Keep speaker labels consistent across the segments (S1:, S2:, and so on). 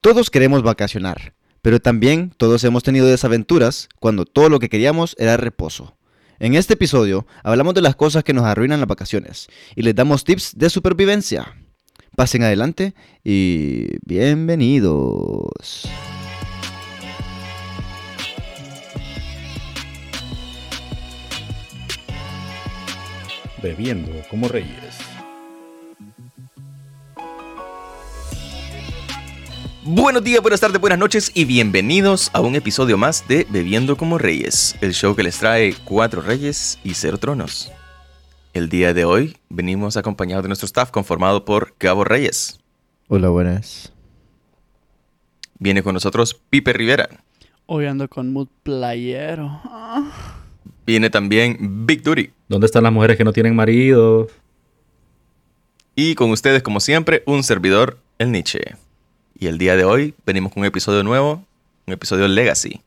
S1: Todos queremos vacacionar, pero también todos hemos tenido desaventuras cuando todo lo que queríamos era reposo. En este episodio hablamos de las cosas que nos arruinan las vacaciones y les damos tips de supervivencia. Pasen adelante y bienvenidos.
S2: Bebiendo como reyes.
S3: Buenos días, buenas tardes, buenas noches y bienvenidos a un episodio más de Bebiendo como Reyes, el show que les trae cuatro reyes y cero tronos. El día de hoy venimos acompañados de nuestro staff conformado por Gabo Reyes.
S1: Hola, buenas.
S3: Viene con nosotros Pipe Rivera.
S4: Hoy ando con mood playero. Ah.
S3: Viene también Big Duty.
S2: ¿Dónde están las mujeres que no tienen marido?
S3: Y con ustedes, como siempre, un servidor, el Nietzsche. Y el día de hoy venimos con un episodio nuevo, un episodio Legacy,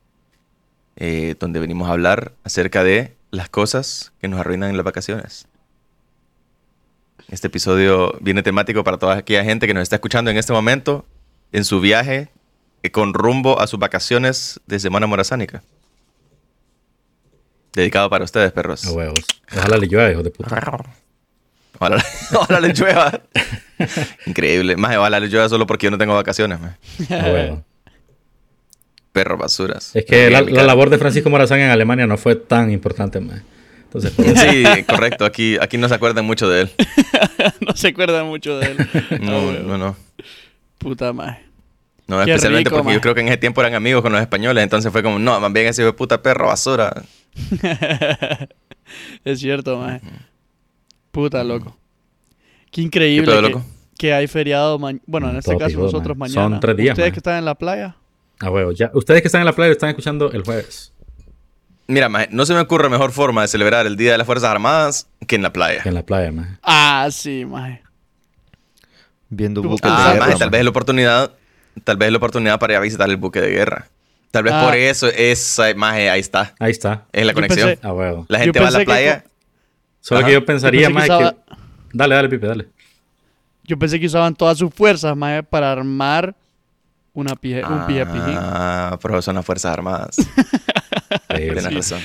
S3: eh, donde venimos a hablar acerca de las cosas que nos arruinan en las vacaciones. Este episodio viene temático para toda aquella gente que nos está escuchando en este momento, en su viaje, eh, con rumbo a sus vacaciones de Semana Morazánica. Dedicado para ustedes, perros.
S2: A huevos. Ojalá le llueva, hijo de puta.
S3: Ojalá, ojalá les llueva. Increíble. Más ojalá les llueva solo porque yo no tengo vacaciones. mae.
S2: A huevo.
S3: Perros basuras.
S2: Es que
S3: Bien,
S2: la,
S3: mi
S2: la
S3: cara.
S2: labor de Francisco Morazán en Alemania no fue tan importante, man. Entonces, por eso-
S3: Sí, correcto. Aquí, aquí no se acuerdan mucho de él.
S4: no se acuerda mucho de él. Ah,
S3: No,
S4: huevo.
S3: no, no.
S4: Puta madre.
S3: No,
S4: Qué
S3: especialmente
S4: rico,
S3: porque
S4: mae.
S3: yo creo que en ese tiempo eran amigos con los españoles. Entonces fue como, no, más bien ese hijo de puta perro basura.
S4: es cierto, mae. Puta, loco. Qué
S3: ¿Qué
S4: increíble
S3: pedo,
S4: que,
S3: loco?
S4: que hay feriado ma- Bueno, en este
S2: Todo
S4: caso
S2: pijudo,
S4: nosotros
S2: mae.
S4: mañana.
S2: Son tres días,
S4: Ustedes
S2: mae.
S4: que están en la playa.
S2: a huevos. Ya. Ustedes que están en la playa lo están escuchando el jueves
S3: Mira, mae, no se me ocurre mejor forma de celebrar el Día de las Fuerzas Armadas que en la playa.
S2: que en la playa, man.
S4: Ah, sí, mae.
S1: Viendo
S4: Ah,
S1: buques de
S3: Ah,
S1: guerra,
S3: mae, tal
S1: man.
S3: vez es la oportunidad, tal vez es la oportunidad para ir a visitar el buque de guerra. Tal vez
S4: Ah.
S3: por eso esa maje, ahí está,
S2: Ahí está.
S3: es la
S4: Yo
S3: conexión.
S4: pensé-
S2: A huevo.
S3: La
S4: yo
S3: gente va a la
S4: pensé que
S3: playa.
S2: Solo
S3: Ajá.
S2: que yo pensaría,
S4: Yo
S2: más
S4: pensé que
S2: que... Dale, dale, Pipe, dale.
S4: Yo pensé que usaban todas sus fuerzas, mae, para armar una pije, un pije pijín.
S3: Ah, pero son las Fuerzas Armadas. Tienes
S2: Sí.
S3: razón.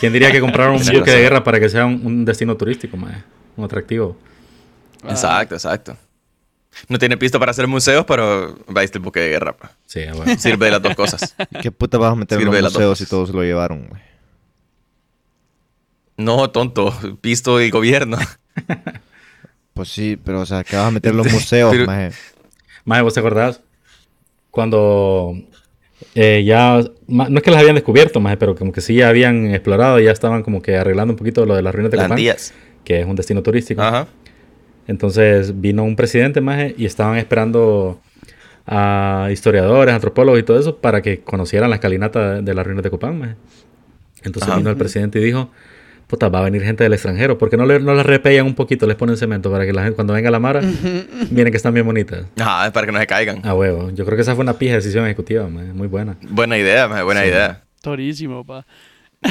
S2: ¿Quién diría que compraron un
S3: Tienes
S2: buque de
S3: razón.
S2: guerra para que sea un, un destino turístico, man? Un atractivo.
S4: Ah,
S3: Exacto, exacto. No tiene pisto para hacer museos, pero va este buque de guerra. pa.
S2: Sí, a huevo.
S3: Sirve de las dos cosas.
S1: ¿Qué puta vas a meter en
S3: Sirve
S1: los
S3: las dos
S1: museos si
S3: cosas.
S1: todos lo llevaron? güey?
S3: No, tonto. Pisto y gobierno.
S1: Pues sí, pero o sea, ¿qué vas a meter en los museos,
S3: Pero-
S1: maje?
S2: Mae, ¿vos te acordás? Cuando eh, ya... ma- no es que las habían descubierto, mae, pero como que sí ya habían explorado, ya estaban como que arreglando un poquito lo de las ruinas de Copán,
S3: Landías.
S2: que es un destino turístico.
S3: Ajá.
S2: Entonces vino un presidente, mae, y estaban esperando a historiadores, antropólogos y todo eso para que conocieran la escalinata de, de las ruinas de Copán, mae. Entonces
S3: Ajá.
S2: vino el presidente y dijo... Puta, va a venir gente del extranjero. porque no, le, no las repellan un poquito? Les ponen cemento para que la gente, cuando venga la mara, miren que están bien bonitas.
S3: Ajá, es para que no se caigan.
S2: A huevo. Yo creo que esa fue una pija decisión ejecutiva, man. muy buena.
S3: Buena idea, maje, buena
S2: Sí.
S3: idea.
S4: Torísimo, pa.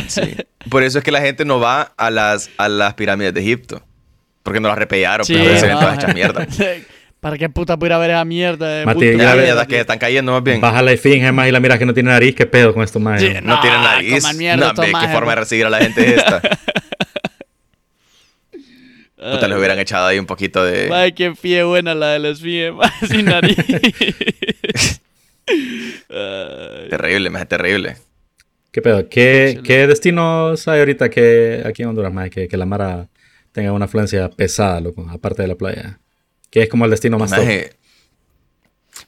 S3: Sí. Por eso es que la gente no va a las, a las pirámides de Egipto. Porque no las repellaron.
S4: Sí, Ah.
S3: pero ahora pues, se ven
S4: no,
S3: todas
S4: mae.
S3: hechas mierda.
S4: ¿Para qué puta pudiera ver esa mierda? de
S2: Mati,
S4: bulto?
S2: ya
S3: Las
S2: ve-
S3: mierdas que están cayendo más bien.
S2: Baja la esfinge más y la miras que no tiene nariz, qué pedo con esto, man.
S4: Sí,
S3: No,
S4: No,
S3: tienen nariz.
S4: Ah, coman mierda
S3: No, hombre,
S4: estos
S3: qué
S4: majes,
S3: forma de
S4: ¿no?
S3: recibir a la gente es esta. Puta,
S4: Ay,
S3: les hubieran echado ahí un poquito de...
S4: Madre, qué fie buena la de la esfinge, madre, sin nariz. Ay,
S3: Terrible, maje, terrible.
S2: ¿Qué pedo? ¿Qué, qué destinos hay ahorita que aquí en Honduras, man? Que, que la Mara tenga una afluencia pesada, loco, aparte de la playa. Que es como el destino más top.
S3: Maje,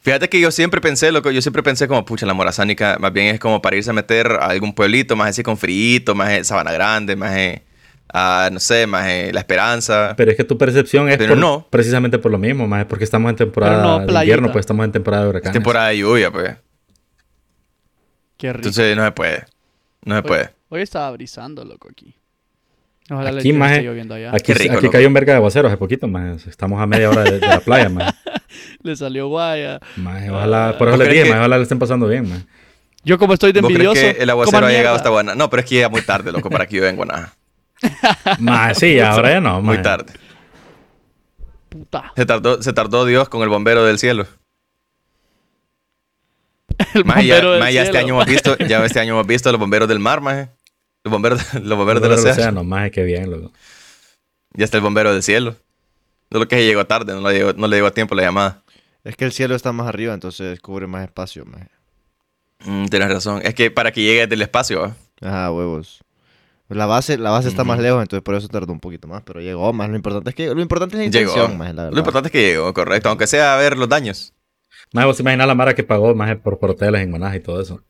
S3: Fíjate que yo siempre pensé, loco, yo siempre pensé como, pucha, la morazánica más bien es como para irse a meter a algún pueblito, más así con frío, más Sabana Grande, más no sé, más La Esperanza.
S2: Pero es que tu percepción es
S3: Pero
S2: por-
S3: no.
S2: precisamente por lo mismo, man. Porque estamos en temporada
S4: no,
S2: de
S4: playita.
S2: invierno, pues estamos en temporada de
S3: Es
S2: huracanes.
S3: temporada de lluvia, pues.
S4: qué rico.
S3: Entonces no se puede. No se
S4: hoy,
S3: puede.
S4: hoy estaba brisando, loco, aquí. Ojalá
S2: Aquí,
S4: le
S2: maje,
S4: esté lloviendo allá.
S2: Aquí,
S3: Qué rico,
S2: aquí
S3: loco.
S2: cayó un verga de aguaceros hace poquito, man. Estamos a media hora de, de la playa, man.
S4: Le salió guaya.
S2: Maje, ojalá, por eso
S3: ¿Vos
S2: les
S3: crees
S2: dije,
S3: que-
S2: maje, ojalá le estén pasando bien, man.
S4: Yo como estoy de
S3: ¿Vos
S4: envidioso...
S3: crees que el aguacero
S4: coman
S3: ha llegado hasta
S4: mierda.
S3: Guanaja? No, pero es que llega muy tarde, loco, para que yo en Guanaja.
S2: Ma, sí, ahora ya no,
S3: Muy
S2: ma.
S3: tarde.
S4: Puta.
S3: Se tardó, se tardó Dios con el bombero del cielo.
S4: el
S3: Maje, ya,
S4: bombero del
S3: maje, ya este
S4: cielo.
S3: año hemos visto, ya este año hemos visto los bomberos del mar, maje. Los bomberos, los bomberos del
S2: Pero
S3: océano.
S2: del océano, maje, qué bien, loco.
S3: Ya está el bombero del cielo. Solo que llegó tarde, no le llegó, no le llegó a tiempo la llamada.
S1: Es que el cielo está más arriba, entonces cubre más espacio. maje.
S3: Mm, tienes razón. Es que para que llegue desde el espacio, ¿va?
S1: Ajá, huevos. La base, la base está más
S3: Ujú.
S1: lejos, entonces por eso tardó un poquito más, pero llegó más. Lo importante es que lo importante es la
S3: llegó.
S1: intención, maje, la
S3: Lo
S1: verdad.
S3: importante es que llegó, correcto. Aunque sea a ver los daños.
S2: Maje, vos te imaginas la mara que pagó, maje, por, por hoteles en Manaje y todo eso.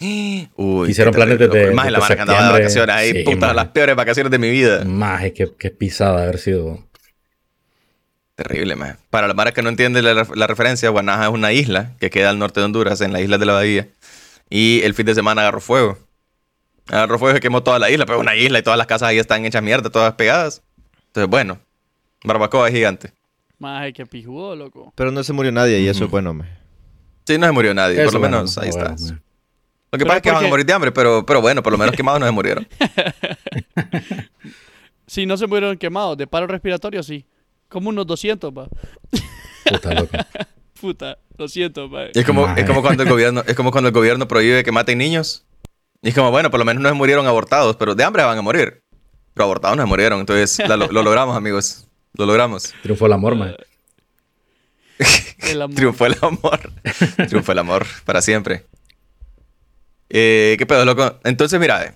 S3: Uy,
S2: Hicieron
S3: qué terrible,
S2: planes desde-
S3: loco. Más
S2: desde
S3: la mara que andaba de
S2: septiembre.
S3: vacaciones ahí,
S2: Sí, Mm.
S3: puta,
S2: maje.
S3: las peores vacaciones de mi vida.
S2: Maje, qué, qué pisada haber sido.
S3: Terrible, man. Para la mara que no entiende la, ref- la referencia, Guanaja es una isla que queda al norte de Honduras, en la isla de la Bahía. Y el fin de semana agarró fuego. Agarró fuego y quemó toda la isla, pero una isla y todas las casas ahí están hechas mierda, todas pegadas. Entonces, bueno, Barbacoa es gigante.
S4: Maje, qué pijudo, loco.
S1: Pero no se murió nadie y eso es
S3: Ujú.
S1: bueno, maje.
S3: Sí, no se murió nadie, por
S2: Eso,
S3: lo
S2: bueno,
S3: menos, ahí
S2: bueno,
S3: está.
S2: maje.
S3: Lo que
S4: Pero
S3: pasa es que van a
S4: porque-
S3: morir de hambre, pero, pero bueno, por lo menos quemados no se murieron.
S4: Si no se murieron quemados, de paro respiratorio, sí. Como unos 200, pa.
S2: Puta, loco.
S4: Puta, 200, pa.
S3: Y es como,
S2: Maje.
S3: es como cuando el gobierno, es como cuando el gobierno prohíbe que maten niños. Y es como, bueno, por lo menos no se murieron abortados, pero de hambre van a morir. Pero abortados no se murieron, entonces la lo, lo logramos, amigos. Lo logramos.
S2: Triunfó el amor, maje.
S4: El amor.
S3: Triunfó el amor. Triunfó el amor para siempre. Eh, ¿Qué pedo, loco? Entonces, mira, eh,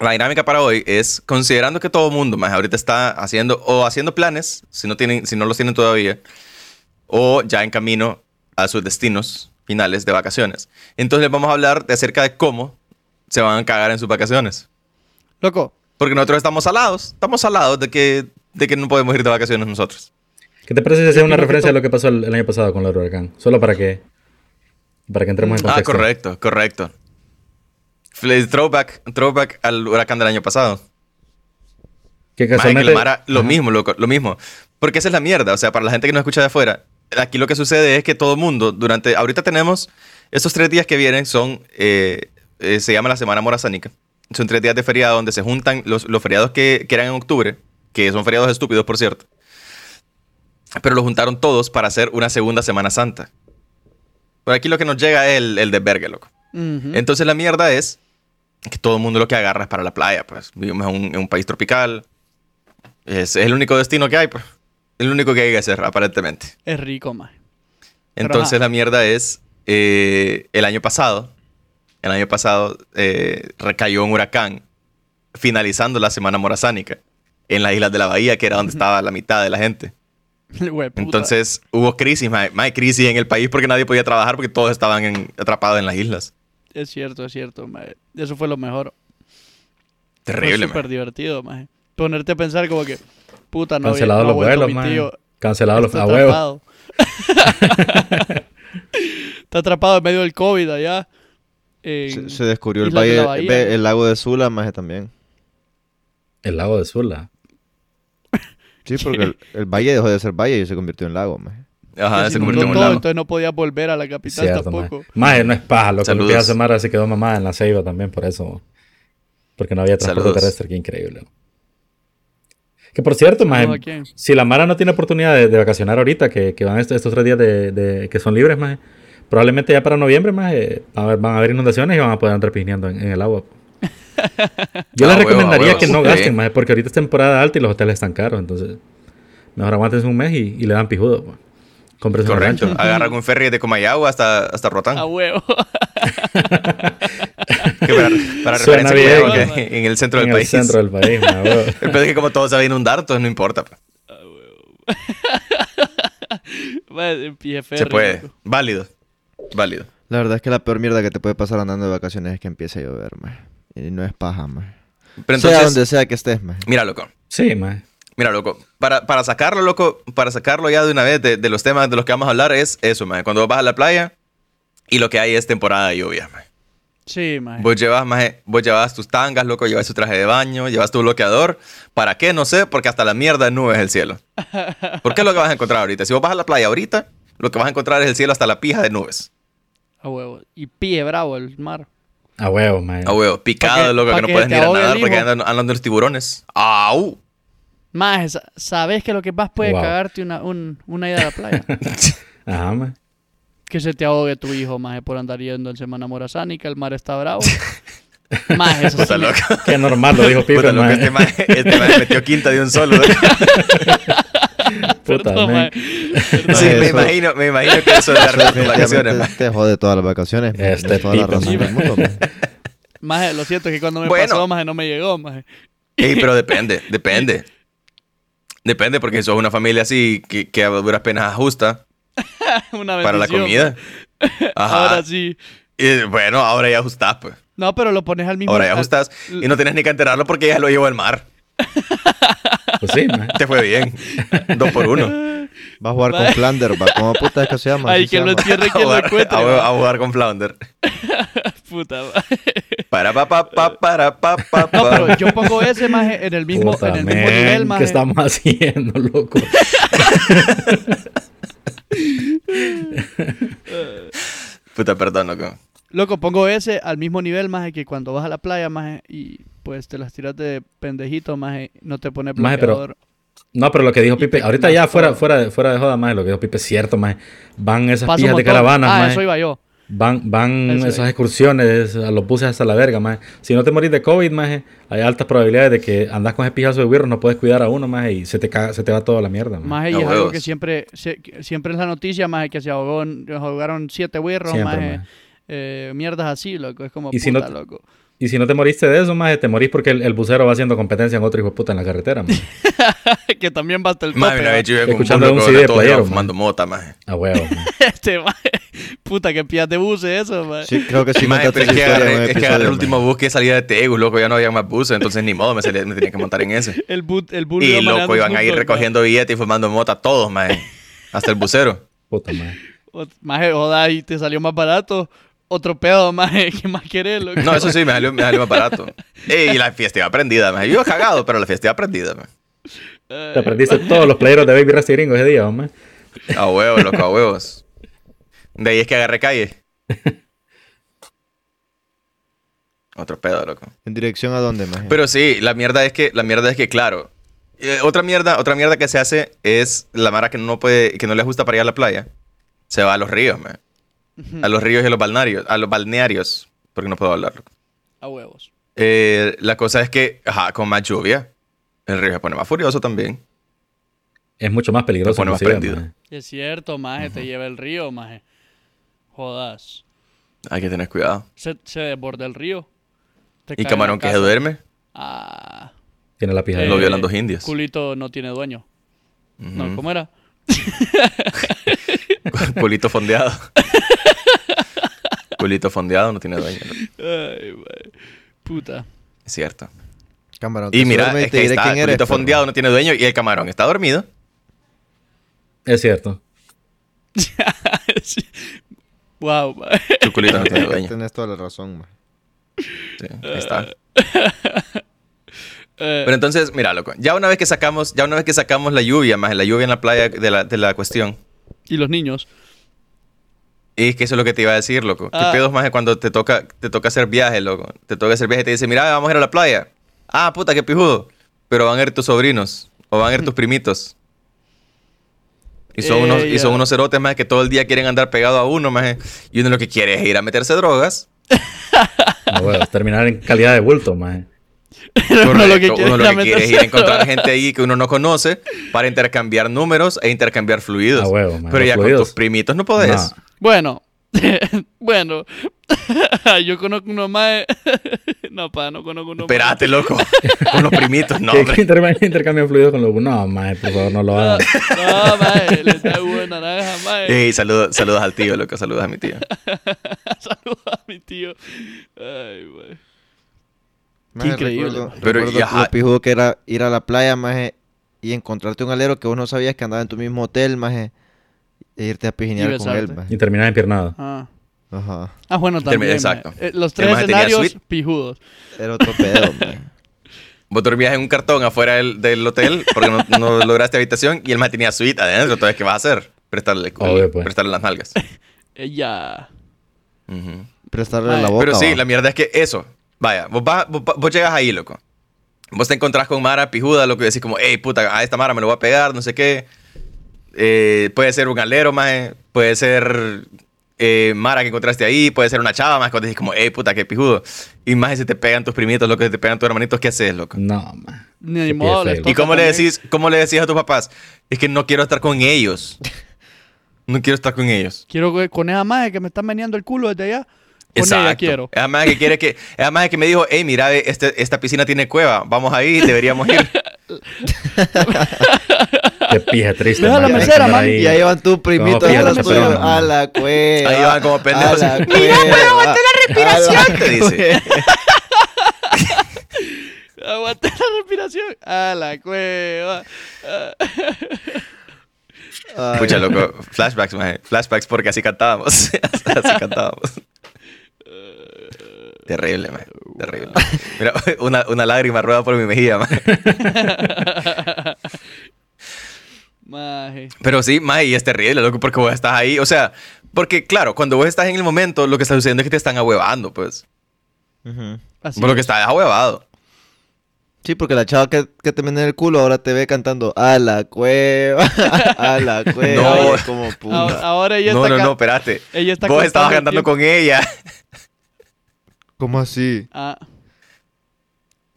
S3: la dinámica para hoy es considerando que todo el mundo más ahorita está haciendo o haciendo planes, si no, tienen, si no los tienen todavía, o ya en camino a sus destinos finales de vacaciones. Entonces, les vamos a hablar de acerca de cómo se van a cagar en sus vacaciones.
S4: Loco,
S3: Porque nosotros estamos salados, estamos salados de que, de que no podemos ir de vacaciones nosotros.
S2: ¿Qué te parece si hacemos una
S4: opino que
S2: referencia a
S4: to-
S2: lo que pasó el, el año pasado con el huracán? Solo para que, para que entremos en
S3: Ah,
S2: contexto.
S3: correcto, correcto. Fle- Throwback, throwback al huracán del año pasado.
S2: Que
S3: Maje, que
S2: casualmente...
S3: la Mara, lo mismo, loco, lo mismo. Porque esa es la mierda. O sea, para la gente que nos escucha de afuera, aquí lo que sucede es que todo el mundo, durante. Ahorita tenemos. Estos tres días que vienen son. eh, eh, se llama la Semana Morazánica. Son tres días de feriado donde se juntan los, los feriados que, que eran en octubre, que son feriados estúpidos, por cierto. Pero los juntaron todos para hacer una segunda Semana Santa. Por aquí lo que nos llega es el, el desvergue, loco.
S4: ujú.
S3: Entonces la mierda es que todo el mundo lo que agarra es para la playa, pues. Vivimos en un, en un país tropical. Es, es el único destino que hay, pues. El único que hay que hacer, aparentemente.
S4: es rico, maje. Pero,
S3: Entonces
S4: ajá.
S3: la mierda es eh, el año pasado. El año pasado eh, recayó un huracán finalizando la semana morazánica en las islas de la bahía, que era donde estaba la mitad de la gente.
S4: Hue puta.
S3: Entonces hubo crisis, más crisis en el país porque nadie podía trabajar porque todos estaban en- atrapados en las islas.
S4: Es cierto, es cierto, maje. Eso fue lo mejor.
S3: Terrible,
S4: Fue
S3: mae.
S4: súper divertido, maje. Ponerte a pensar como que, puta, no,
S2: Cancelados
S4: no
S2: los
S4: ha vuelto
S2: vuelos,
S4: mi
S2: maje.
S4: tío.
S2: Cancelados los...
S4: Está
S2: A huevo.
S4: atrapado. Está atrapado en medio del COVID allá. en-
S1: Se, se descubrió el,
S4: Islas de
S1: valle,
S4: la Bahía.
S1: ve- el lago de Sula, maje, también.
S2: El lago de Sula.
S1: Sí, porque el, el valle dejó de ser valle y se convirtió en lago, maje.
S3: Ajá, se
S4: que se
S3: convirtió en
S4: inundó
S3: un
S4: todo,
S3: lago.
S4: entonces no podía volver a la capital
S2: Cierto, maje.
S4: tampoco.
S2: Maje, no es paja, loco. Lo
S3: Saludos.
S2: que hace Mara se quedó mamada en la ceiba también por eso. Porque no había transporte
S3: Saludos.
S2: terrestre, qué increíble. Que por cierto,
S4: ¿Cómo a
S2: maje,
S4: quién?
S2: si la Mara no tiene oportunidad de, de vacacionar ahorita, que, que van est- estos tres días de, de- que son libres, maje, probablemente ya para noviembre, maje, van a haber, van a haber inundaciones y van a poder andar pisneando en, en el agua. Yo
S3: Ah,
S2: les
S3: huevo,
S2: recomendaría
S3: huevo.
S2: que no
S3: Sí.
S2: gasten, maje, porque ahorita es temporada alta y los hoteles están caros, entonces mejor aguántense un mes y, y le dan pijudo. pues. Cómprense una
S3: Correcto.
S2: lancha.
S3: Agarran un ferry de Comayagua hasta, hasta Rotán.
S4: A huevo.
S3: Que para para
S2: Suena
S3: referencia,
S2: bien.
S3: Comayagua queda en el centro del
S2: en
S3: país.
S2: el centro del país, maje, huevo.
S3: El pedo es que como todo se va a inundar, entonces no importa. pues. pa.
S4: Maje, en pie
S3: se
S4: férreo,
S3: puede.
S4: loco.
S3: Válido. Válido.
S1: La verdad es que la peor mierda que te puede pasar andando de vacaciones es que empiece a llover, maje. Y no es paja, maje.
S3: Pero
S1: sea
S3: entonces,
S1: donde sea que estés, maje.
S3: mira, loco.
S2: Sí, maje.
S3: Mira, loco. Para, para sacarlo, loco, para sacarlo ya de una vez de, de los temas de los que vamos a hablar es eso, man. Cuando vas a la playa y lo que hay es temporada de lluvia, man.
S4: Sí, maje.
S3: Vos llevas, maje, vos llevas tus tangas, loco, llevas tu traje de baño, llevas tu bloqueador. ¿Para qué? No sé, porque hasta la mierda de nubes es el cielo. ¿Por qué es lo que vas a encontrar ahorita? Si vos vas a la playa ahorita, lo que vas a encontrar es el cielo hasta la pija de nubes.
S4: A huevo. Y pie bravo el mar.
S2: A huevo, maje.
S3: A Ah, huevo,
S4: Pa'
S3: picado,
S4: que-
S3: loco,
S4: pa'
S3: que no
S4: que
S3: puedes
S4: te
S3: ni ir a
S4: ahogue el
S3: nadar porque
S4: hijo.
S3: andan, andan los tiburones. ¡Au!
S4: Maje, sa- sabes que lo que más puede
S2: Wow.
S4: cagarte una, un- una ida a la playa.
S2: Ajá, maje.
S4: que se te ahogue tu hijo, maje, por andar yendo en Semana Morazán y que el mar está bravo. maje, eso
S3: Puta
S4: sí me-
S3: loco.
S2: Que normal, lo dijo Pipe,
S3: Puta loco,
S2: maje.
S3: este man, este man metió quinta de un solo. ¿eh?
S2: Puta,
S4: Perdón,
S2: man.
S4: maje. Perdón.
S3: Sí, me
S1: eso-
S3: imagino, me imagino que este eso es la red de vacaciones,
S5: Definitivamente
S3: man.
S5: Te jode todas las vacaciones. man.
S2: Este
S5: Tienes toda la
S2: Pipe,
S5: razón
S2: man.
S5: del mundo, man.
S4: Maje, lo cierto es que cuando me
S3: Bueno.
S4: pasó, maje, no me llegó, maje.
S3: Ey, pero depende, depende. Depende, porque sos una familia así que, que a duras penas ajusta
S4: Una
S3: para la
S4: bendición,
S3: comida. Ajá.
S4: pues. Ahora sí.
S3: Y, bueno, ahora ya ajustás, pues.
S4: No, pero lo pones al mismo
S3: Ahora ya
S4: al-
S3: ajustás. Y no tenés ni que enterarlo porque ya lo llevó al mar.
S2: Pues sí, man.
S3: Te fue bien. Dos por uno.
S5: Va a jugar con
S4: Vale.
S5: Flander, va. ¿Cómo puta es que se llama?
S4: Ay,
S5: Así se
S4: que lo
S5: llama.
S3: A
S4: entierre quien lo
S3: jugar,
S4: encuentre.
S3: a jugar-
S4: maje.
S3: a jugar con Flounder.
S4: Puta, maje.
S3: Para pa pa pa para pa pa
S4: No, pero
S3: pa.
S4: yo pongo ese, maje, en el mismo,
S2: Puta,
S4: en el mismo
S2: man,
S4: nivel,
S2: ¿Qué
S4: maje.
S2: estamos haciendo, loco?
S3: Puta, perdón, loco.
S4: Loco, pongo ese al mismo nivel, maje, que cuando vas a la playa, maje, y pues te las tiras de pendejito, maje, no te pones
S2: Maje, pero-
S4: bloqueador.
S2: No, pero lo que dijo Pipe, ahorita ya fuera, fuera, de- fuera de joda, más lo que dijo Pipe es cierto, más van esas
S4: Paso
S2: pijas de
S4: montón.
S2: caravanas,
S4: Ah,
S2: maje.
S4: eso iba yo.
S2: van, van
S4: Eso
S2: esas
S4: es.
S2: excursiones a los buses hasta la verga, más si no te morís de COVID, más hay altas probabilidades de que andas con ese pijazo de birro, no puedes cuidar a uno, más y se te, caga- se te va toda la mierda, maje.
S4: Maje, y
S3: No,
S4: es algo
S3: huevos.
S4: que siempre, se- que siempre es la noticia, maje, que se ahogó, se ahogaron siete güirros,
S2: Siempre,
S4: maje.
S2: maje.
S4: eh, mierdas así, loco. Es como
S2: Y
S4: puta,
S2: si no te-
S4: loco.
S2: Y si no te moriste de eso, más te morís porque el, el bucero va haciendo competencia en otro hijo de puta en la carretera, maje.
S4: que también basta el tope.
S3: Mami, una
S4: ¿va?
S3: vez yo iba con
S2: Escuchando
S3: loco,
S2: un CD
S3: ahora todos
S2: playero,
S3: llevan
S2: man.
S3: fumando mota, maje.
S2: A huevo. maje.
S4: Este, maje. Puta, que pillas de buses eso, maje.
S5: Sí, creo que sí.
S3: Maje,
S5: contaste
S3: pero
S5: esa
S3: es que
S5: historia en un
S3: agarré, es que agarré el
S5: episodio,
S3: último
S5: man.
S3: bus que salía de Tegus, loco, ya no había más buses, entonces ni modo, me, salía- me tenía que montar en ese.
S4: El boot, el boot
S3: Y
S4: iba manejando
S3: loco, iban
S4: Snoop
S3: ahí
S4: Dogg,
S3: recogiendo billetes y fumando mota todos, maje. Hasta el bucero.
S2: Puta, maje.
S4: maje. O- Maje, joda, y te salió más barato. Otro pedo, maje. ¿Qué más querés, loco?
S3: No, eso sí, me salió, me salió más barato. Ey, y la fiesta iba prendida, maje. Yo iba cagado, pero la fiesta iba prendida, maje.
S4: Eh,
S2: Te aprendiste todos los playeros de Baby Rasty Gringo ese día, maje.
S3: A huevos, loco, a huevos. De ahí es que agarré calle. Otro pedo, loco.
S5: ¿En dirección a dónde, man?
S3: Pero sí, la mierda es que, la mierda es que, claro. eh, otra mierda, otra mierda que se hace es la mara que no puede, que no le gusta para ir a la playa. Se va a los ríos, man. A los ríos y a los balnearios, a los balnearios, porque no puedo hablar. loco.
S4: A huevos.
S3: Eh, la cosa es que, ajá, con más lluvia, el río se pone más furioso también.
S2: Es mucho más peligroso.
S3: Te pone más
S2: inclusive,
S3: prendido.
S2: maje.
S4: Es cierto, maje. Te lleva el río, maje. Jodas.
S3: Hay que tener cuidado.
S4: Se, se desborda el río. Te
S3: Y
S4: cae en la
S3: camarón que se
S4: casa.
S3: duerme,
S4: Ah.
S2: Tiene la pija de
S3: lo
S4: Eh,
S3: violan dos indios.
S4: Culito no tiene dueño.
S3: Mm.
S4: No, ¿cómo era?
S3: Culito fondeado. Culito fondeado no tiene dueño. loco.
S4: Ay, maje. Puta.
S3: Es cierto.
S5: Camarón,
S3: Y
S5: te
S3: mira,
S5: duerme y
S3: es
S5: te
S3: que
S5: diré
S3: está,
S5: quién
S3: el
S5: eres,
S3: culito
S5: perro.
S3: fondeado no tiene dueño y el camarón está dormido.
S2: Es cierto.
S4: wow, maje.
S3: Tu culito no tiene
S5: Tienes-
S3: dueño.
S5: Tienes toda la razón, man.
S3: Sí, ahí está.
S4: Eh,
S3: Pero entonces, mira, loco, ya una vez que sacamos, ya una vez que sacamos la lluvia, más la lluvia en la playa de la, de la cuestión,
S4: y los niños.
S3: y es que eso es lo que te iba a decir, loco.
S4: Ah.
S3: ¿Qué pedos más cuando te toca, te toca hacer viaje, loco? Te toca hacer viaje y te dice, mira, vamos a ir a la playa. Ah, puta, qué pijudo. Pero van a ir tus sobrinos o van a ir tus primitos. Y son,
S4: Eh,
S3: unos, y
S4: ya.
S3: son unos cerotes más que todo el día quieren andar pegado a uno, más. Y uno lo que quiere es ir a meterse drogas.
S2: A huevos. Terminar en calidad de bulto, maje.
S4: Pero uno
S3: Correcto,
S4: lo que quiere
S3: uno
S4: es
S3: lo que
S4: la
S3: quiere es
S4: meterse
S3: ir a
S4: a
S3: encontrar
S4: trabajar.
S3: gente ahí que uno no conoce para intercambiar números e intercambiar fluidos.
S2: A huevo, man,
S3: Pero
S2: Ah, los
S3: ya con
S2: fluidos.
S3: tus primitos no podés.
S2: No.
S4: Bueno, bueno. Yo conozco uno más. no, pa, no conozco uno
S3: Espérate, loco. con los primitos, no,
S2: que
S3: hombre.
S2: intercambio, intercambio de fluidos con los... No, maje, por favor, no lo
S4: más.
S2: hagas.
S4: No, no, mae, le da jugo de naranja, mae.
S3: Ey, saludos, saludos al tío, loco. Saludos a mi tío.
S4: Saludos a mi tío. Ay, mae.
S5: Maje,
S4: increíble,
S5: Recuerdo,
S3: Pero,
S5: recuerdo
S3: y ajá.
S5: lo pijudo que era ir a la playa, maje, y encontrarte un alero que vos no sabías que andaba en tu mismo hotel, maje, e irte a
S4: Y
S5: pijinear con
S4: besarte.
S5: él, maje.
S2: Y terminar empiernado.
S4: Ah.
S5: Ajá.
S4: Ah, bueno,
S3: Termi-
S4: también.
S3: exacto.
S4: mae. Eh, los
S3: El
S4: tres
S3: maje tenía
S4: escenarios
S3: suite.
S4: pijudos.
S5: Era otro pedo, maje.
S3: Vos dormías en un cartón afuera del, del hotel porque no, no lograste habitación y él más tenía suite adentro. Entonces, ¿qué vas a hacer? Prestarle,
S2: Obvio, pues.
S3: prestarle las nalgas.
S4: Eh, Ella.
S3: Ujú.
S5: Prestarle
S4: Maje.
S5: la boca.
S3: Pero sí,
S5: va.
S3: la mierda es que eso. Vaya, vos, vas- vos, vos llegas ahí, loco. Vos te encontrás con Mara pijuda, loco, y decís como, hey, puta, a esta Mara me lo voy a pegar, no sé qué. Eh, puede ser un alero, maje. Puede ser eh, Mara que encontraste ahí, puede ser una chava, más cuando dices como, eh, puta, qué pijudo. Y más si te pegan tus primitos, loco, si te pegan tus hermanitos, ¿qué haces, loco?
S2: No, man.
S4: Ni
S2: Qué
S4: modo,
S2: pie
S4: les
S2: feo.
S4: toca
S3: ¿Y cómo le
S4: también.
S3: decís, cómo le decís a tus papás? Es que no quiero estar con ellos. No quiero estar con ellos.
S4: Quiero que- con esa madre que me está meneando el culo desde allá. Con ella quiero.
S3: Es además que quiere que, es la maje que me dijo, hey, mira, ve, este- esta piscina tiene cueva, vamos ahí, deberíamos ir.
S2: Qué pija triste.
S4: Deja la
S2: man,
S4: mesera,
S2: andar
S4: man.
S2: ahí.
S4: Sí.
S5: Y ahí van tus primitos
S2: Como
S5: a la
S2: fíjate,
S5: tuya,
S2: pero-
S5: a la cueva.
S3: Ahí van como pendejos.
S5: a la
S3: Mira,
S5: cueva.
S3: pero aguanta la respiración, te dice.
S4: Aguanta la respiración. A la cueva. Ah.
S5: Ay,
S3: Escucha, loco, flashbacks, maje. Flashbacks porque así cantábamos. así cantábamos. Terrible, maje. Terrible. Mira, una, una lágrima rueda por mi mejilla, maje.
S4: Maje.
S3: Pero sí, maje, y es terrible, loco, porque vos estás ahí. O sea, porque claro, cuando vos estás en el momento, lo que está sucediendo es que te están ahuevando, pues.
S5: Ujú.
S4: Así
S3: Por lo que
S4: es.
S3: estás ahuevado.
S5: Sí, porque la chava que, que te mete en el culo ahora te ve cantando a la cueva, a la cueva.
S3: No.
S5: y es como puta.
S4: Ahora, ahora ella
S3: No,
S4: está
S3: no,
S4: ca-
S3: no, espérate.
S4: Ella está
S3: Vos estabas
S4: contando
S3: cantando
S4: el
S3: con ella.
S5: ¿Cómo así?
S4: tiempo. Ah.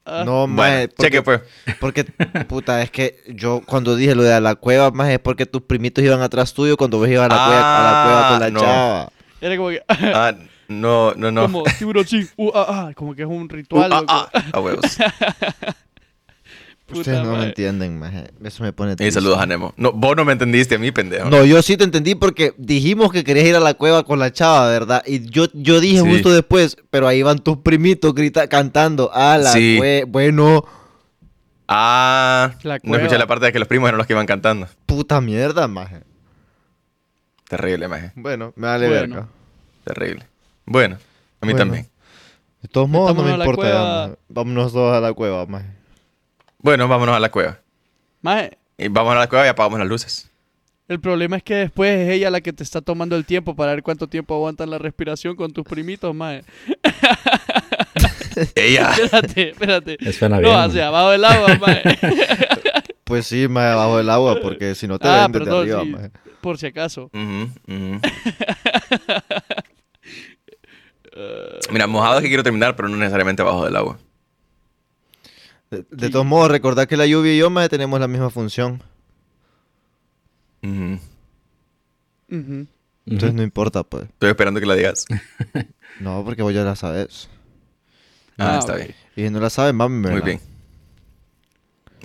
S4: Ah.
S5: No,
S3: Bueno,
S5: maje,
S3: cheque,
S5: porque,
S3: pues.
S5: porque, puta, es que yo cuando dije lo de a la cueva, más es porque tus primitos iban atrás tuyo cuando vos ibas a la cueva, a la cueva con
S3: Ah,
S5: la
S3: no.
S5: chava.
S4: Era como que.
S3: Ah, no, no, no.
S4: Como tiburón sí. Uh, ah, ah. Como que es un
S3: Uh,
S4: ritual.
S3: ah,
S4: loco.
S3: ah, a huevos.
S4: Puta
S5: Ustedes no me
S4: madre.
S5: entienden, maje. Eso me pone
S3: Y
S5: triste.
S3: saludos a Nemo. No, vos no me entendiste a mí, pendejo.
S5: No, yo sí te entendí porque dijimos que querías ir a la cueva con la chava, ¿verdad? Y yo, yo dije
S3: Sí.
S5: justo después, pero ahí van tus primitos grita, cantando a la
S3: Sí.
S5: cue- Bueno,
S3: Ah,
S4: La
S3: no
S4: cueva.
S3: escuché la parte de que los primos eran los que iban cantando.
S5: puta mierda, maje.
S3: Terrible, maje.
S5: Bueno, me vale
S4: Bueno.
S5: verga.
S3: Terrible. Bueno, a mí
S5: Bueno.
S3: también.
S5: De todos modos, no me
S4: Metámonos a la
S5: importa.
S4: cueva.
S5: ya, maje. Vámonos todos a la cueva, maje.
S3: Bueno, vámonos a la cueva.
S4: Maje,
S3: Y vámonos a la cueva y apagamos las luces.
S4: El problema es que después es ella la que te está tomando el tiempo para ver cuánto tiempo aguantan la respiración con tus primitos, mae.
S3: Ella.
S4: Espérate, espérate.
S2: Eh, Suena
S4: No,
S2: bien.
S4: hacia
S2: man.
S4: abajo del agua, mae.
S5: Pues sí, maje, abajo del agua, porque si no te
S4: Ah,
S5: ven desde
S4: perdón,
S5: arriba,
S4: sí.
S5: maje.
S4: Por si acaso.
S3: Ujú, ujú. Mira, mojado es que quiero terminar, pero no necesariamente abajo del agua.
S5: De, de todos modos, recordad que la lluvia y yo, maje, tenemos la misma función.
S3: Ujú.
S4: Ujú.
S2: Ujú.
S5: Entonces no importa, pues.
S3: Estoy esperando que la digas.
S5: No, porque vos ya la sabes.
S3: Ah,
S4: Ah,
S3: está
S4: ok.
S3: bien.
S5: Y si no la sabes, mami,
S3: Muy bien.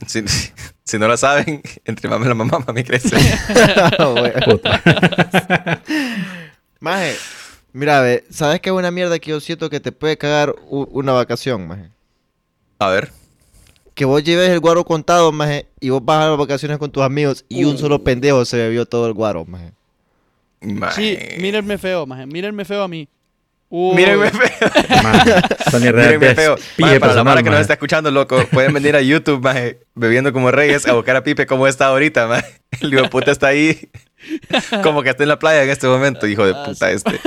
S3: Si, si no la saben, entre mami y la mamá, mami crece.
S2: Puta.
S5: Maje, mira, ve, ¿sabes qué es una mierda que yo siento que te puede cagar u- una vacación, maje?
S3: A ver.
S5: Que vos lleves el guaro contado, maje, y vos vas a las vacaciones con tus amigos y
S4: Uh.
S5: un solo pendejo se bebió todo el guaro, maje.
S4: Sí,
S3: Mae.
S4: mírenme feo, mae. Mírenme feo a mí. Uy,
S3: Mírenme feo.
S2: Man, esa mierda de
S3: Mírenme feo.
S2: pije
S3: Mae, para la
S2: personal,
S3: mara que nos
S2: man.
S3: está escuchando, loco, pueden venir a YouTube, mae, bebiendo como reyes, a buscar a Pipe como está ahorita, mae. El hijo de puta está ahí, como que está en la playa en este momento, hijo de
S4: Ah,
S3: puta este.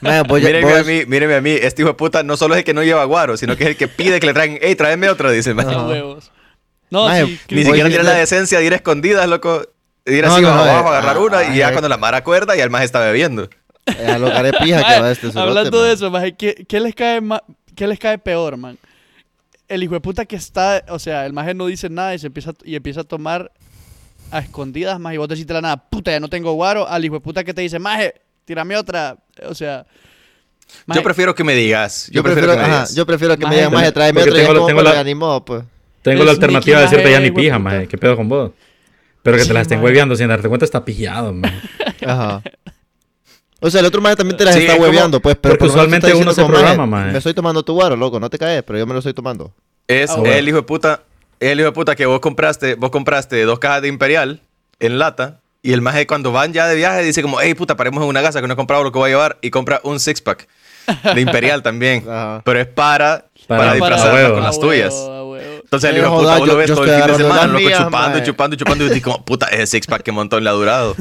S5: Maje, vos, ya-
S3: Mírenme
S5: vos-
S3: a mí, mírenme a mí. Este hijo de puta no solo es el que no lleva guaro, sino que es el que pide que le traigan, hey, tráeme otro, dice, mae.
S4: qué
S5: No.
S4: huevos. No,
S5: Mae,
S4: sí,
S3: Ni
S5: Voy
S4: Cristo.
S3: siquiera
S5: a
S3: tiene
S5: irle-
S3: la decencia de ir a escondidas, loco. De ir
S5: No,
S3: así,
S5: no,
S3: vamos
S5: no,
S3: vamos a
S5: eh,
S3: agarrar
S5: ah,
S3: una y
S5: ah,
S3: ya
S5: eh.
S3: cuando la mara acuerda, ya el más está bebiendo.
S5: eh, a lo carepija
S4: Mae,
S5: que va este cerote,
S4: Hablando de
S5: maje.
S4: eso, mae, ¿qué, qué les cae ma- qué les cae peor, man? El hijo de puta que está, o sea, el maje no dice nada y se empieza a- y empieza a tomar a escondidas, más y vos decís de la nada, puta, ya no tengo guaro, al hijo de puta que te dice, maje, tírame otra, o sea, maje,
S3: Yo prefiero que me digas. Yo,
S5: Yo
S3: prefiero,
S5: prefiero,
S3: que me
S5: ajá,
S3: digas.
S5: yo prefiero que
S4: Maje,
S5: me digan, maje, tráeme
S2: porque
S5: otro y es
S2: tengo-
S5: como,
S2: tengo
S5: pues,
S2: la-
S5: animó, pues.
S2: Tengo
S4: Es
S2: la alternativa de
S4: Nicki
S2: decirte ya ni
S4: Minaj,
S2: pija,
S4: hueputa.
S2: man. ¿Qué pedo con vos? Pero que
S4: Sí,
S2: te la estén
S4: man.
S2: hueveando sin darte cuenta, está pijado, man.
S5: Ajá. O sea, el otro maje también te las
S3: Sí, es
S5: está
S3: como-
S5: hueveando, pues. Pero
S2: porque
S5: por lo menos te
S2: usualmente
S5: está
S2: uno
S5: diciendo
S2: se
S5: como, maje,
S2: programa, maje.
S5: Me estoy tomando tu guaro, loco, no te caes, pero yo me lo estoy tomando.
S3: Es
S4: Ah,
S3: el
S4: bueno.
S3: hijo de puta. Es el hijo de puta que vos compraste. Vos compraste dos cajas de Imperial en lata. Y el maje cuando van ya de viaje dice como, hey puta, paremos en una casa que no he comprado lo que voy a llevar. Y compra un six pack de Imperial también.
S5: Ajá.
S3: Pero es para, para,
S2: Para- para
S3: disfrazarla
S2: huevo.
S3: con las
S4: a
S3: tuyas.
S4: huevo, a huevo.
S3: Entonces el
S5: Sí,
S3: hijo de puta,
S5: Eh, joda,
S3: vos lo
S5: yo-
S3: ves
S5: yo
S3: todo el
S5: estoy
S3: fin de
S5: agarrando
S3: semana,
S5: las
S3: loco,
S5: mías,
S3: chupando,
S5: mae.
S3: chupando, chupando. Y dices como, puta, ese six pack que montón le ha durado.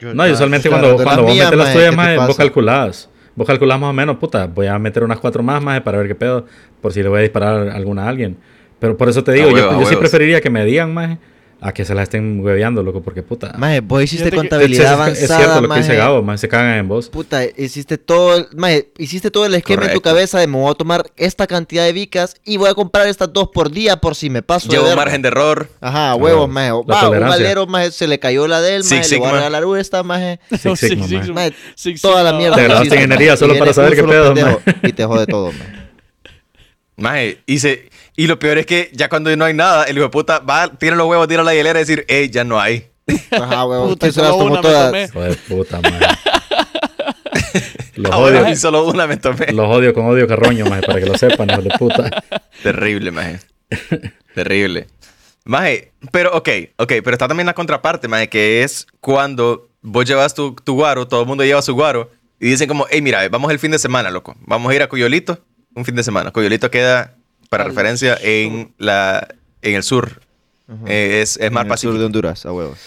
S2: No, y usualmente cuando, cuando vos metes las tuyas, más vos calculás. Vos calculás más o menos, puta, voy a meter unas cuatro más, más para ver qué pedo, por si le voy a disparar alguna a alguien. Pero por eso te digo, yo,
S3: huevo, a
S2: yo sí
S3: huevos.
S2: preferiría que me digan, más a que se las estén hueveando, loco, porque puta.
S5: Maje, vos hiciste
S2: Sí,
S4: Fíjate que-
S5: contabilidad
S2: es- es,
S5: avanzada,
S2: cierto lo que dice
S5: maje.
S2: Gabo, maje, se cagan en vos.
S5: Puta, hiciste todo, el- maje, hiciste todo el esquema en tu
S3: Correcto.
S5: cabeza de me voy a tomar esta cantidad de vicas y voy a comprar estas dos por día por si me paso
S3: Llevo
S5: de
S3: un
S5: verga.
S3: margen de error.
S5: Ajá, huevos,
S2: La
S5: maje.
S2: tolerancia.
S5: Va, un valero, maje, se le cayó la del, maje,
S3: Six
S5: le voy a
S3: Sigma.
S5: regalar esta, maje.
S2: Six Sigma, maje.
S5: Maje,
S4: Six
S5: toda la
S4: Sigma.
S5: mierda.
S2: Te grabaste
S5: hiciste,
S2: en ingeniería
S5: maje,
S2: solo
S5: y
S2: para
S5: eres
S2: saber
S5: un
S2: qué
S5: solo
S2: pedo,
S5: pendejo, Y te jode todo, maje.
S3: Maje, y, se- y lo peor es que ya cuando no hay nada, el hijo de puta va, tira los huevos, tira la hielera y decir, ey, ya no hay.
S5: Ajá, huevos.
S4: Puta,
S5: ¿Quién se las
S4: solo
S5: tomó
S4: una me
S5: todas?
S4: tomé.
S2: Hijo de puta, maje. Los
S3: Ahora
S2: odio,
S3: Ah, y solo una me tomé.
S2: los odio con odio carroño, maje, para que lo sepan, hijos de puta.
S3: Terrible, maje. Terrible. Maje, pero ok, ok, pero está también la contraparte, maje, que es cuando vos llevas tu, tu guaro, todo el mundo lleva su guaro, y dicen como, hey, mira, vamos el fin de semana, loco. Vamos a ir a Coyolito un fin de semana. Coyolito queda, para
S4: Al
S3: referencia, en, la, en el sur. Eh, es, es
S5: En
S3: mar
S5: el sur
S3: Pacífico.
S5: de Honduras, a huevos.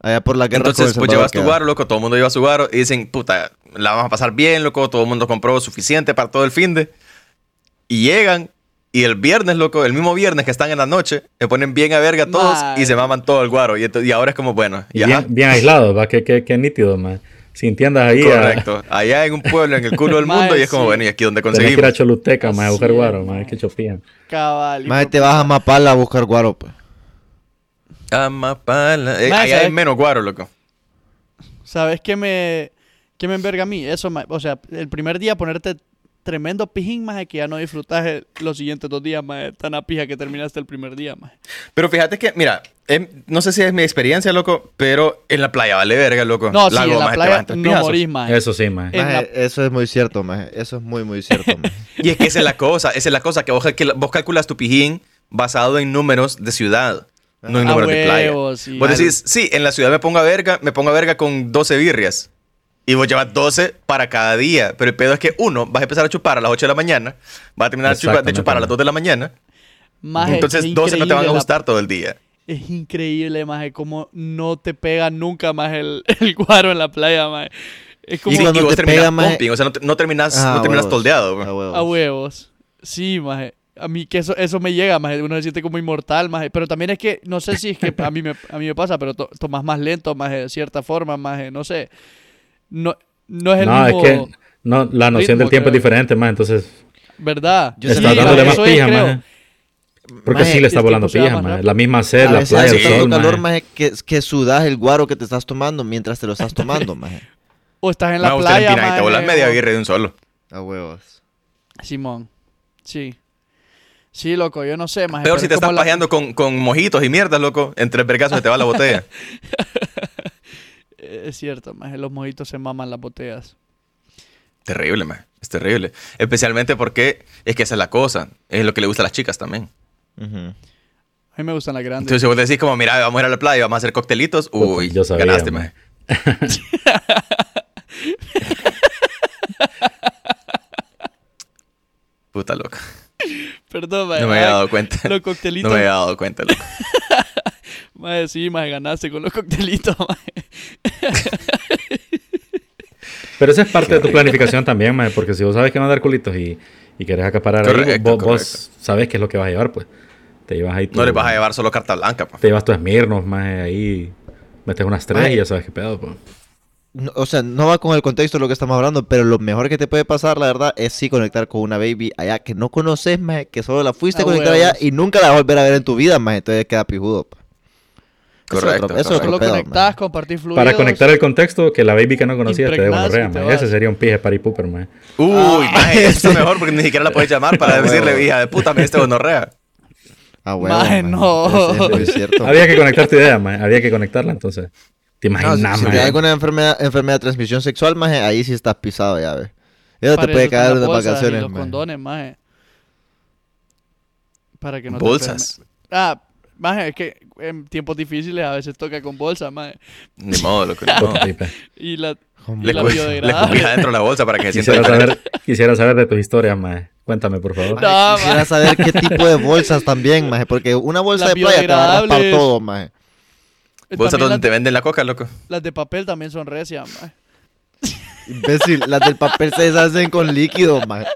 S5: Allá por la guerra con
S3: Entonces,
S5: El
S3: pues llevas tu
S5: Salvador
S3: guaro, loco, todo el mundo lleva su guaro y dicen, puta, la vamos a pasar bien, loco, todo el mundo compró suficiente para todo el fin de. Y llegan y el viernes, loco, el mismo viernes que están en la noche, se ponen bien a verga todos
S4: Mae.
S3: y se maman todo el guaro. Y, ento- y ahora es como, bueno,
S2: Y
S3: ya.
S2: bien, bien aislados, va, que, que, que nítido, maje. Sin tiendas ahí, a-
S3: Correcto. Allá en un pueblo, en el culo del
S4: Mae,
S3: mundo, y es como,
S4: sí.
S3: bueno, ¿y aquí donde
S2: tenés que ir a
S3: conseguimos?
S2: Choluteca, maje, a buscar
S4: Así es,
S2: guaro, maje,
S4: maje.
S2: que chopían.
S4: Cabal.
S5: Maje, te vas a Mapala a buscar guaro, pues.
S3: Amapala. Eh,
S4: Mae,
S3: allá hay
S4: ¿sabes?
S3: menos guaro, loco.
S4: ¿Sabes qué me, qué me enverga a mí? Eso, mae. o sea, el primer día ponerte tremendo pijín, más que ya no disfrutas el- los siguientes dos días, más tan a pija que terminaste el primer día, más.
S3: Pero fíjate que, mira, em, no sé si es mi experiencia, loco, pero en la playa vale verga, loco.
S4: No, sí,
S3: Lago,
S4: en la
S3: mae, te
S4: playa
S3: bajan tres
S4: no
S3: pijazos.
S4: morís, más.
S2: Eso sí, maje.
S4: En
S5: Maje,
S4: la-
S5: Eso es muy cierto, maje. Eso es muy, muy cierto, maje.
S3: Y es que esa es la cosa, esa es la cosa, que vos, que vos calculas tu pijín basado en números de ciudad, no en
S4: A
S3: números de playa.
S4: huevo, Ah, sí.
S3: Vos decís, sí, en la ciudad me pongo a verga, me pongo a verga con 12 birrias. Y vos llevas 12 para cada día. Pero el pedo es que uno, vas a empezar a chupar a las 8 de la mañana, vas a terminar de chupa- de
S2: Exactamente.
S3: chupar a las 2 de la mañana.
S4: Maje,
S3: entonces
S4: es
S3: 12 no te van a
S4: increíble la-
S3: gustar todo el día.
S4: es increíble, maje, cómo no te pega nunca más el, el guaro en la playa, maje. Es como
S5: Y
S3: Y,
S5: cuando
S3: y vos
S5: te
S3: terminas
S5: pega, mae-
S3: pumping, o sea, no, te- no terminas,
S5: Ah,
S3: no terminas
S5: huevos.
S3: toldeado. güey.
S5: Ah,
S4: a huevos. Sí, maje. A mí que eso, eso me llega, maje. Uno se siente como inmortal, maje. Pero también es que, no sé si es que a mí me, a mí me pasa, pero to- tomas más lento, maje, de cierta forma, maje. No sé. No, no es el
S2: No, es
S4: mismo...
S2: que no, la noción del
S4: ritmo,
S2: tiempo es
S4: creo.
S2: diferente, maje, entonces
S4: ¿Verdad?
S5: Yo
S2: estás
S5: sentí-
S2: dándole más
S4: maje, eso es,
S2: pija,
S4: creo.
S2: maje. Porque
S5: Maje,
S2: sí le está
S4: el
S2: volando
S4: tiempo se va
S2: pija,
S4: más
S2: maje.
S4: rápido.
S2: La misma sed,
S5: a
S2: la
S5: veces
S2: playa,
S5: hace
S2: el
S5: tanto
S2: sol,
S5: calor,
S2: maje.
S5: maje, que, que sudas el guaro que te estás tomando mientras te lo estás tomando, maje.
S4: O estás en
S3: No,
S4: la
S3: usted
S4: playa,
S3: empina y te volás
S4: maje,
S3: media
S4: o-
S3: birria de un solo.
S5: A huevos.
S4: Simón. Sí. Sí, loco, yo no sé, maje.
S3: Peor
S4: pero
S3: si
S4: es
S3: te estás
S4: como la-
S3: pajeando con, con mojitos y mierdas, loco. Entre vergazos se te va la botella.
S4: Eh, Es cierto, maje, los mojitos se maman las botellas.
S3: Terrible, man. Es terrible. Especialmente porque es que esa es la cosa. Es lo que le gusta a las chicas también.
S5: Ujú.
S4: A mí me gustan las grandes.
S3: Entonces, si vos decís como, mira, vamos a ir a la playa, vamos a hacer coctelitos.
S2: Puta,
S3: Uy,
S2: yo sabía,
S3: ganaste,
S2: man.
S3: man. Puta loca.
S4: Perdón, maje.
S3: No me había
S4: Ay,
S3: dado cuenta.
S4: Los
S3: No
S4: coctelitos.
S3: me había dado cuenta, loco.
S4: Maje, sí, maje, ganaste con los coctelitos, maje.
S2: Pero esa es parte de tu planificación también, maje, porque si vos sabes que van a dar culitos y, y querés acaparar ahí,
S3: Correcto,
S2: vos, vos
S3: correcto.
S2: sabes qué es lo que vas a llevar, pues. Te llevas ahí
S3: No
S2: tu-
S3: le vas a llevar solo carta blanca, pa.
S2: Te llevas tu esmirnos, maje, ahí metes unas tres
S5: Maje.
S2: y ya sabes qué pedo, pues.
S5: No, o sea, no va con el contexto de lo que estamos hablando, pero lo mejor que te puede pasar, la verdad, es sí conectar con una baby allá que no conoces, maje, que solo la fuiste a
S4: Ah,
S5: conectar
S4: huevos.
S5: allá y nunca la vas a volver a ver en tu vida, maje. Entonces queda pijudo, pa. Eso es
S3: Correcto,
S5: otro- Eso es
S3: correcto.
S5: otro
S4: Solo
S5: pedo, maje.
S4: conectás, compartís fluidos.
S2: Para conectar el contexto, que la baby que no conocías te dé
S4: Impregnás
S2: gonorrea,
S4: y te
S2: maje.
S4: vas.
S2: Ese sería un pije para pooper, maje.
S3: Uy,
S5: Ah.
S3: maje, eso es mejor porque ni siquiera la puedes llamar para decirle, hija de puta, me diste gonorrea.
S5: Ah, huevos, maje.
S4: Maje, no.
S5: Es, es muy cierto.
S2: Había que conectar tu idea, maje. Había que conectarla, entonces. Te
S5: No,
S2: imaginas,
S5: si- si
S2: maje.
S5: te da alguna enfermedad, enfermedad de transmisión sexual, maje, ahí sí estás pisado, ya ves. Eso
S4: Para
S5: te puede
S4: eso están
S5: caer
S4: las
S5: unas
S4: bolsas y
S5: vacaciones,
S4: Los
S5: maje.
S4: condones, maje. Para que no te
S3: Bolsas.
S4: enfermes. Ah, maje, es que en tiempos difíciles a veces toca con bolsas, maje.
S3: Ni modo, loco, ni modo.
S2: Puta, pipe.
S4: Y la, eh,
S5: Con
S3: Le
S4: la
S3: cu- le
S4: biodegradable.
S3: cubrí adentro de la bolsa para que se sienta
S2: Quisiera
S3: diferente.
S2: saber, quisiera saber de tus historias, maje. Cuéntame, por favor.
S3: Ah,
S4: No,
S5: Ay,
S4: maje.
S5: Quisiera saber qué tipo de bolsas también, maje, porque una bolsa
S4: Las
S5: de playa te va a raspar
S4: biodegradables.
S5: todo, maje.
S3: Bolsa
S4: También
S3: donde
S4: las,
S3: te venden la coca, loco.
S4: las de papel también son recias, maje.
S5: Imbécil, las del papel se deshacen con líquido, maje.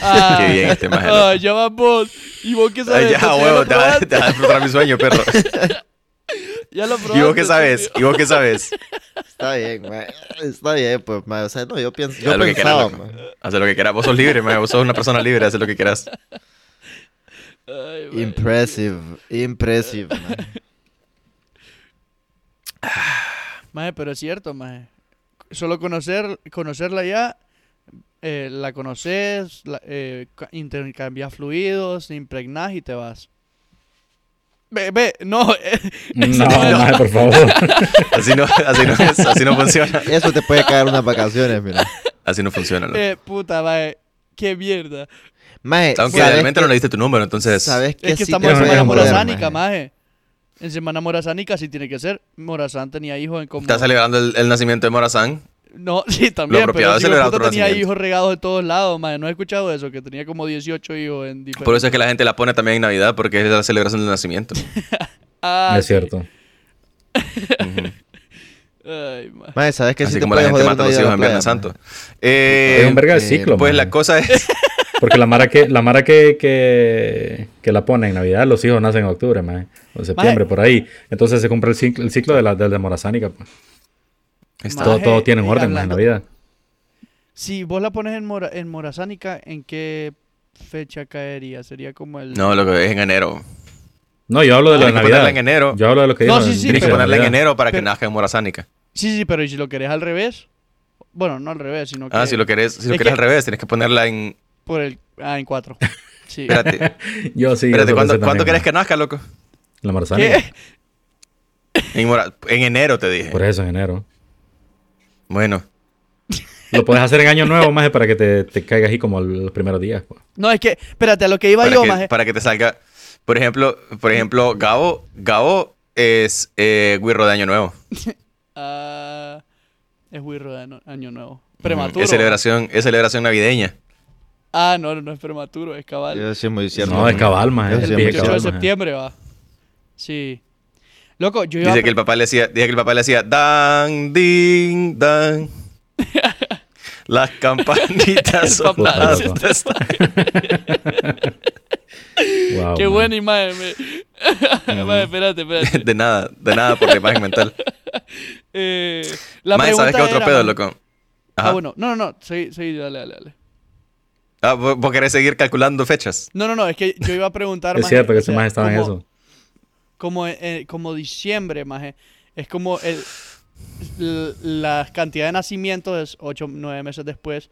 S4: Ah,
S3: Qué bien este maje,
S4: ah, ya vas vos. Y vos qué sabes.
S3: Ay, ya,
S4: entonces,
S3: huevo,
S4: lo
S3: te vas,
S4: probaste,
S3: te vas a frustrar mi sueño, perro.
S4: ya lo
S3: ¿Y vos
S4: probaste,
S3: qué sabes?
S4: estúpido.
S3: ¿Y vos qué sabes?
S5: Está bien, ma. Está bien, pues, ma. O sea, no, yo pienso.
S3: Haz
S5: Yo
S3: lo que quieras,
S5: pensaba,
S3: loco.
S5: ma.
S3: Haz lo que quieras. Vos sos libre, man. Vos sos una persona libre. Haz lo que quieras.
S4: Ay, man.
S5: Impressive, impressive, ma.
S4: Maje, pero es cierto, maje. Solo conocer, conocerla ya, eh, la conoces, la- eh, ca- intercambias fluidos, te impregnás y te vas. Ve, ve, no, eh,
S2: No, maje, por favor.
S3: Así no, así no es. Así no funciona.
S5: Eso te puede caer unas vacaciones, mira.
S3: Así no funciona. loco.
S4: eh, puta, maje, qué mierda.
S5: Mae,
S3: Aunque
S5: ¿sabes
S3: realmente
S5: qué-
S3: no le diste tu número, entonces.
S5: ¿Sabes qué
S4: Es que
S5: sí
S4: estamos
S5: te
S4: en
S2: no,
S5: puede
S4: Semana
S2: no,
S5: joder,
S4: Morazánica,
S5: mae?
S4: maje. En Semana Morazánica sí tiene que ser. Morazán tenía hijos en común.
S3: Estás celebrando el, el nacimiento de Morazán.
S4: No, sí, también,
S3: apropiado
S4: pero
S3: es
S4: sí,
S3: celebrar
S4: puta,
S3: otro
S4: tenía
S3: nacimiento.
S4: hijos regados de todos lados, maje. ¿No he escuchado eso? Que tenía como 18 hijos en diferentes...
S3: Por eso es que la gente la pone también en Navidad, porque es la celebración del nacimiento.
S4: Ah,
S2: es
S4: sí.
S2: cierto.
S3: Ujú.
S4: Ay, maje.
S5: Mae, ¿sabes qué
S3: Así
S5: sí te
S3: como la
S5: puede
S3: gente
S5: joder
S3: mata
S5: una
S3: a los
S5: ida
S3: hijos
S5: a la
S3: en Viernes
S5: playa, mae?
S3: Santo. Eh,
S2: es un verga de
S5: eh,
S2: ciclo,
S3: pues
S2: maje.
S3: la cosa es.
S2: Porque la mara que la mara que, que, que la pone en Navidad, los hijos nacen en octubre, maje, o en septiembre, por ahí. Entonces se compra el ciclo, el ciclo de la, de la morazánica. pues.
S3: Está.
S2: Todo,
S4: Maje,
S2: todo tiene un
S4: y
S2: orden maje, en
S4: hablando-
S2: Navidad.
S4: Si vos la pones en, Mora, en Morazánica, ¿en qué fecha caería? Sería como el...
S3: No, lo que es en enero.
S2: No, yo hablo de lo de
S3: Tienes que ponerla
S2: Navidad.
S3: en enero.
S2: Yo hablo de lo que
S4: No,
S2: dijo
S4: sí,
S2: el
S4: sí,
S3: Tienes
S2: Drinker
S3: que
S2: de
S3: ponerla en
S2: Navidad.
S3: enero para que
S4: Pero-
S3: nazca en Morazánica.
S4: Sí, sí, pero ¿y si lo querés al revés? Bueno, no al revés, sino que...
S3: Ah, si lo querés, si lo
S4: Es
S3: querés
S4: que-
S3: al revés, tienes que ponerla en.
S4: Por el... Ah, en cuatro. Sí.
S3: Espérate,
S2: Yo sí.
S3: espérate,
S2: eso
S3: ¿cuándo,
S2: pensé también,
S3: ¿cuándo querés que nazca, loco?
S2: maje. La morazánica.
S4: ¿Qué?
S3: En, Mora- en enero te dije.
S2: Por eso, en enero.
S3: Bueno,
S2: Lo puedes hacer en año nuevo, maje, para que te, te caigas ahí como los primeros días. pues.
S4: No, es que... Espérate, a lo que iba
S3: para
S4: yo,
S3: que,
S4: maje.
S3: para que te salga. Por ejemplo, por ejemplo, Gabo, Gabo es eh, Guirro de Año Nuevo.
S4: Ah, es Wirro de ano- Año Nuevo.
S3: Ujú.
S4: Prematuro.
S3: Mm, Es celebración, es celebración navideña.
S4: Ah, no, no, no es prematuro, es cabal.
S5: Yo sí es muy cierto.
S2: No, es cabal, maje.
S5: Yo
S4: el
S5: sí,
S2: dije
S4: 28 de
S2: cabal, maje.
S4: septiembre va. Sí. Loco, yo iba a
S3: Dice que el papá le decía, dice que el papá le decía, dan, ding, dan. Las campanitas son
S4: papá.
S3: las
S2: Puta,
S3: de esta- Ah,
S2: Wow,
S4: Qué
S2: maje.
S4: buena imagen, me- Maje, espérate, espérate.
S3: De nada, de nada por la imagen mental.
S4: Eh, la
S3: Más, ¿sabes
S4: pregunta
S3: qué otro
S4: era,
S3: pedo,
S4: man-
S3: loco?
S4: Ah,
S3: Ajá.
S4: bueno. No, no, no. Sí, sí, dale, dale, dale.
S3: Ah, ¿vo- ¿Vos querés seguir calculando fechas?
S4: No, no, no. Es que yo iba a preguntar
S2: Es
S4: maje,
S2: cierto que
S4: o
S2: ese
S4: sea,
S2: maje estaba en
S4: como-
S2: eso.
S4: Como, eh, como diciembre, maje. Es como el, l- la cantidad de nacimientos, 8, 9 meses después,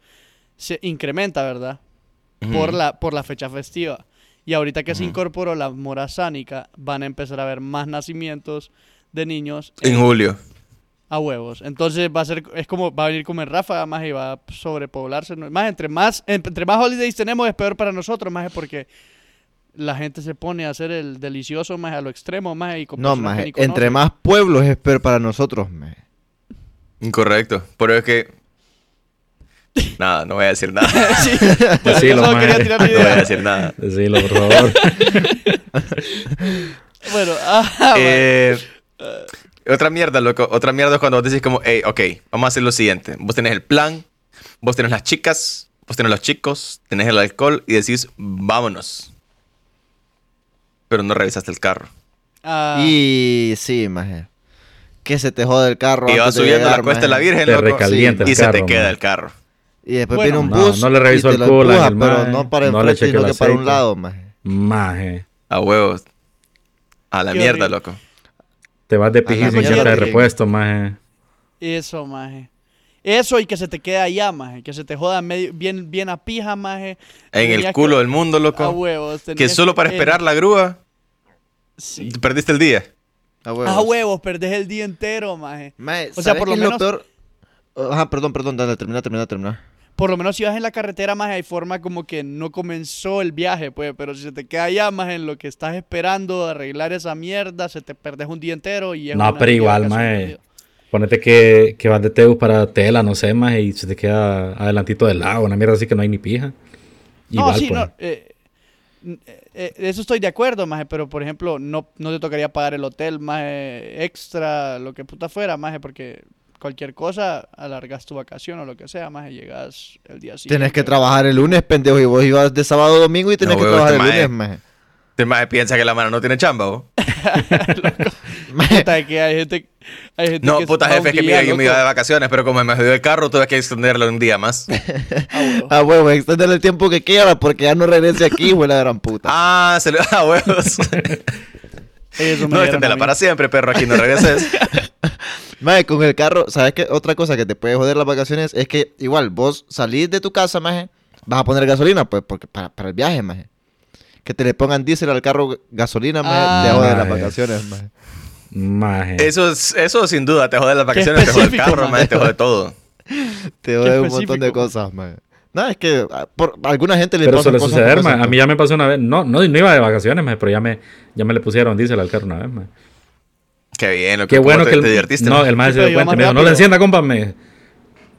S4: se incrementa, ¿verdad? por,
S3: Ujú.
S4: la, por la fecha festiva. Y ahorita que se
S3: Ujú.
S4: incorporó la morazánica, van a empezar a haber más nacimientos de niños en-
S3: En julio.
S4: a huevos. Entonces va a ser, es como, va a venir como en ráfaga más y va a sobrepoblarse. ¿no? Más, entre más, entre más holidays tenemos es peor para nosotros, más es porque la gente se pone a hacer el delicioso más a lo extremo, más y con
S5: No,
S4: personas que
S5: maje,
S4: ni conocen.
S5: entre más pueblos es peor para nosotros, mae.
S3: Incorrecto. Pero es que. Nada, no voy a decir nada.
S4: Sí,
S2: Pues sí,
S4: yo
S2: lo
S4: solo
S2: más-
S4: quería tirar la
S3: No voy a
S4: idea.
S3: decir nada.
S2: Decilo, por favor.
S4: Ah, Bueno, ajá, maje.
S3: Eh, otra mierda, loco. Otra mierda es cuando vos decís como, hey, ok, vamos a hacer lo siguiente. Vos tenés el plan, vos tenés las chicas, vos tenés los chicos, tenés el alcohol y decís, vámonos. Pero no revisaste el carro.
S4: Ah,
S5: Y sí, maje. Que se te jode el carro.
S3: y
S5: antes
S3: vas
S5: de
S3: subiendo
S5: llegar,
S3: la cuesta de la
S5: maje.
S3: Virgen,
S2: Te
S3: loco.
S2: recalienta el
S3: y se te
S2: carro,
S3: queda
S2: man.
S3: el carro.
S5: Y después
S4: Bueno,
S5: viene un
S2: no,
S5: bus.
S2: no le revisó
S5: y te
S2: el
S5: lo
S2: culo,
S5: empuja,
S2: ángel,
S5: pero
S2: maje.
S5: no para
S2: No le
S5: enfrente,
S2: chequeó
S5: sino
S2: el
S5: que para un
S2: aceite.
S5: lado, maje.
S2: Maje.
S3: A huevos. A la
S4: Qué
S3: mierda,
S4: horrible.
S3: loco.
S2: Te vas de
S5: la
S2: pijísimo sin
S4: mierda,
S2: llanta de
S5: Virgen.
S2: repuesto, maje.
S4: Eso, maje. Eso y que se te quede allá, maje. Que se te joda medio, bien, bien a pija, maje.
S3: En
S4: Tenías
S3: el culo
S4: que-
S3: del mundo,
S4: A
S3: loco.
S4: huevos.
S3: Que
S4: tenías
S3: solo para
S4: en-
S3: esperar la grúa,
S4: sí.
S3: perdiste el día.
S5: A
S4: A huevos, perdés el día entero, maje.
S5: Maje,
S4: Ah, O sea,
S5: ¿sabes
S4: por
S5: qué es
S4: lo menos-
S5: peor? Ajá, perdón, perdón, dale, termina, termina, termina.
S4: Por lo menos si vas en la carretera, maje, hay forma como que no comenzó el viaje, pues. Pero si se te queda allá, maje, en lo que estás esperando de arreglar esa mierda, se te perdés un día entero y es
S2: No,
S4: una
S2: pero igual,
S4: mierda
S2: maje.
S4: perdida.
S2: Ponete que, que vas de Teus para Tela, no sé, maje, y se te queda adelantito del lago, una mierda así que no hay ni pija.
S4: No,
S2: Igual,
S4: sí,
S2: pues.
S4: no. eh, n- eh, eso estoy de acuerdo, maje, pero por ejemplo, no, no te tocaría pagar el hotel, maje, extra, lo que puta fuera, maje, porque cualquier cosa, alargas tu vacación o lo que sea, más llegas el día siguiente.
S5: Tienes que trabajar el lunes, pendejo. Y vos ibas de sábado a domingo y tenés
S3: No,
S5: que
S3: huevo,
S5: trabajar el
S3: este
S5: lunes,
S3: Este maje piensa que la mano no tiene chamba, ¿o?
S5: maje.
S4: Puta, que hay gente, hay gente
S3: No,
S4: que se
S3: puta
S4: va un
S3: jefe, es que
S4: día,
S3: mira, yo me
S4: loco.
S3: iba de vacaciones, pero como me jodió el carro, tuve que extenderlo un día más.
S4: Ah, huevo.
S5: Ah, huevo, extender el tiempo que quiera porque ya no regrese aquí, huele la gran puta.
S3: Ah, se le ah, huevos.
S4: Eso me
S3: no, este,
S4: dieron a
S3: extendela
S4: mí. Eh.
S3: para siempre, perro, aquí no regreses.
S5: Maje, con el carro, ¿sabes qué? Otra cosa que te puede joder las vacaciones es que igual vos salís de tu casa, maje, vas a poner gasolina, pues, porque para, para el viaje, maje. Que te le pongan diésel al carro gasolina, maje, te
S4: Ah.
S5: jode las
S2: Maje.
S5: vacaciones, maje.
S2: Maje.
S3: Eso, es- eso sin duda, te jode las vacaciones, te jode el
S4: específico,
S3: carro,
S4: man.
S3: man, te jode todo.
S5: Te jode un
S4: específico,
S5: montón de
S4: maje.
S5: cosas, maje. No, es que a, por, a alguna gente le
S2: Pero
S5: pasan
S2: suele
S5: cosas
S2: suceder,
S5: como
S2: maje.
S5: esas,
S2: A mí ya me pasó una vez. No, no, no iba de vacaciones, maje, pero ya me, ya me le pusieron diésel al carro una vez, maje.
S3: Qué bien, lo que
S2: Qué bueno
S3: te,
S2: que el,
S3: te divertiste.
S2: No,
S3: man.
S2: el maje
S4: Sí,
S2: se
S4: pero
S2: dio
S4: iba
S2: cuenta. y
S4: más
S2: me dijo, no
S4: rápido.
S2: le encienda, compa, me.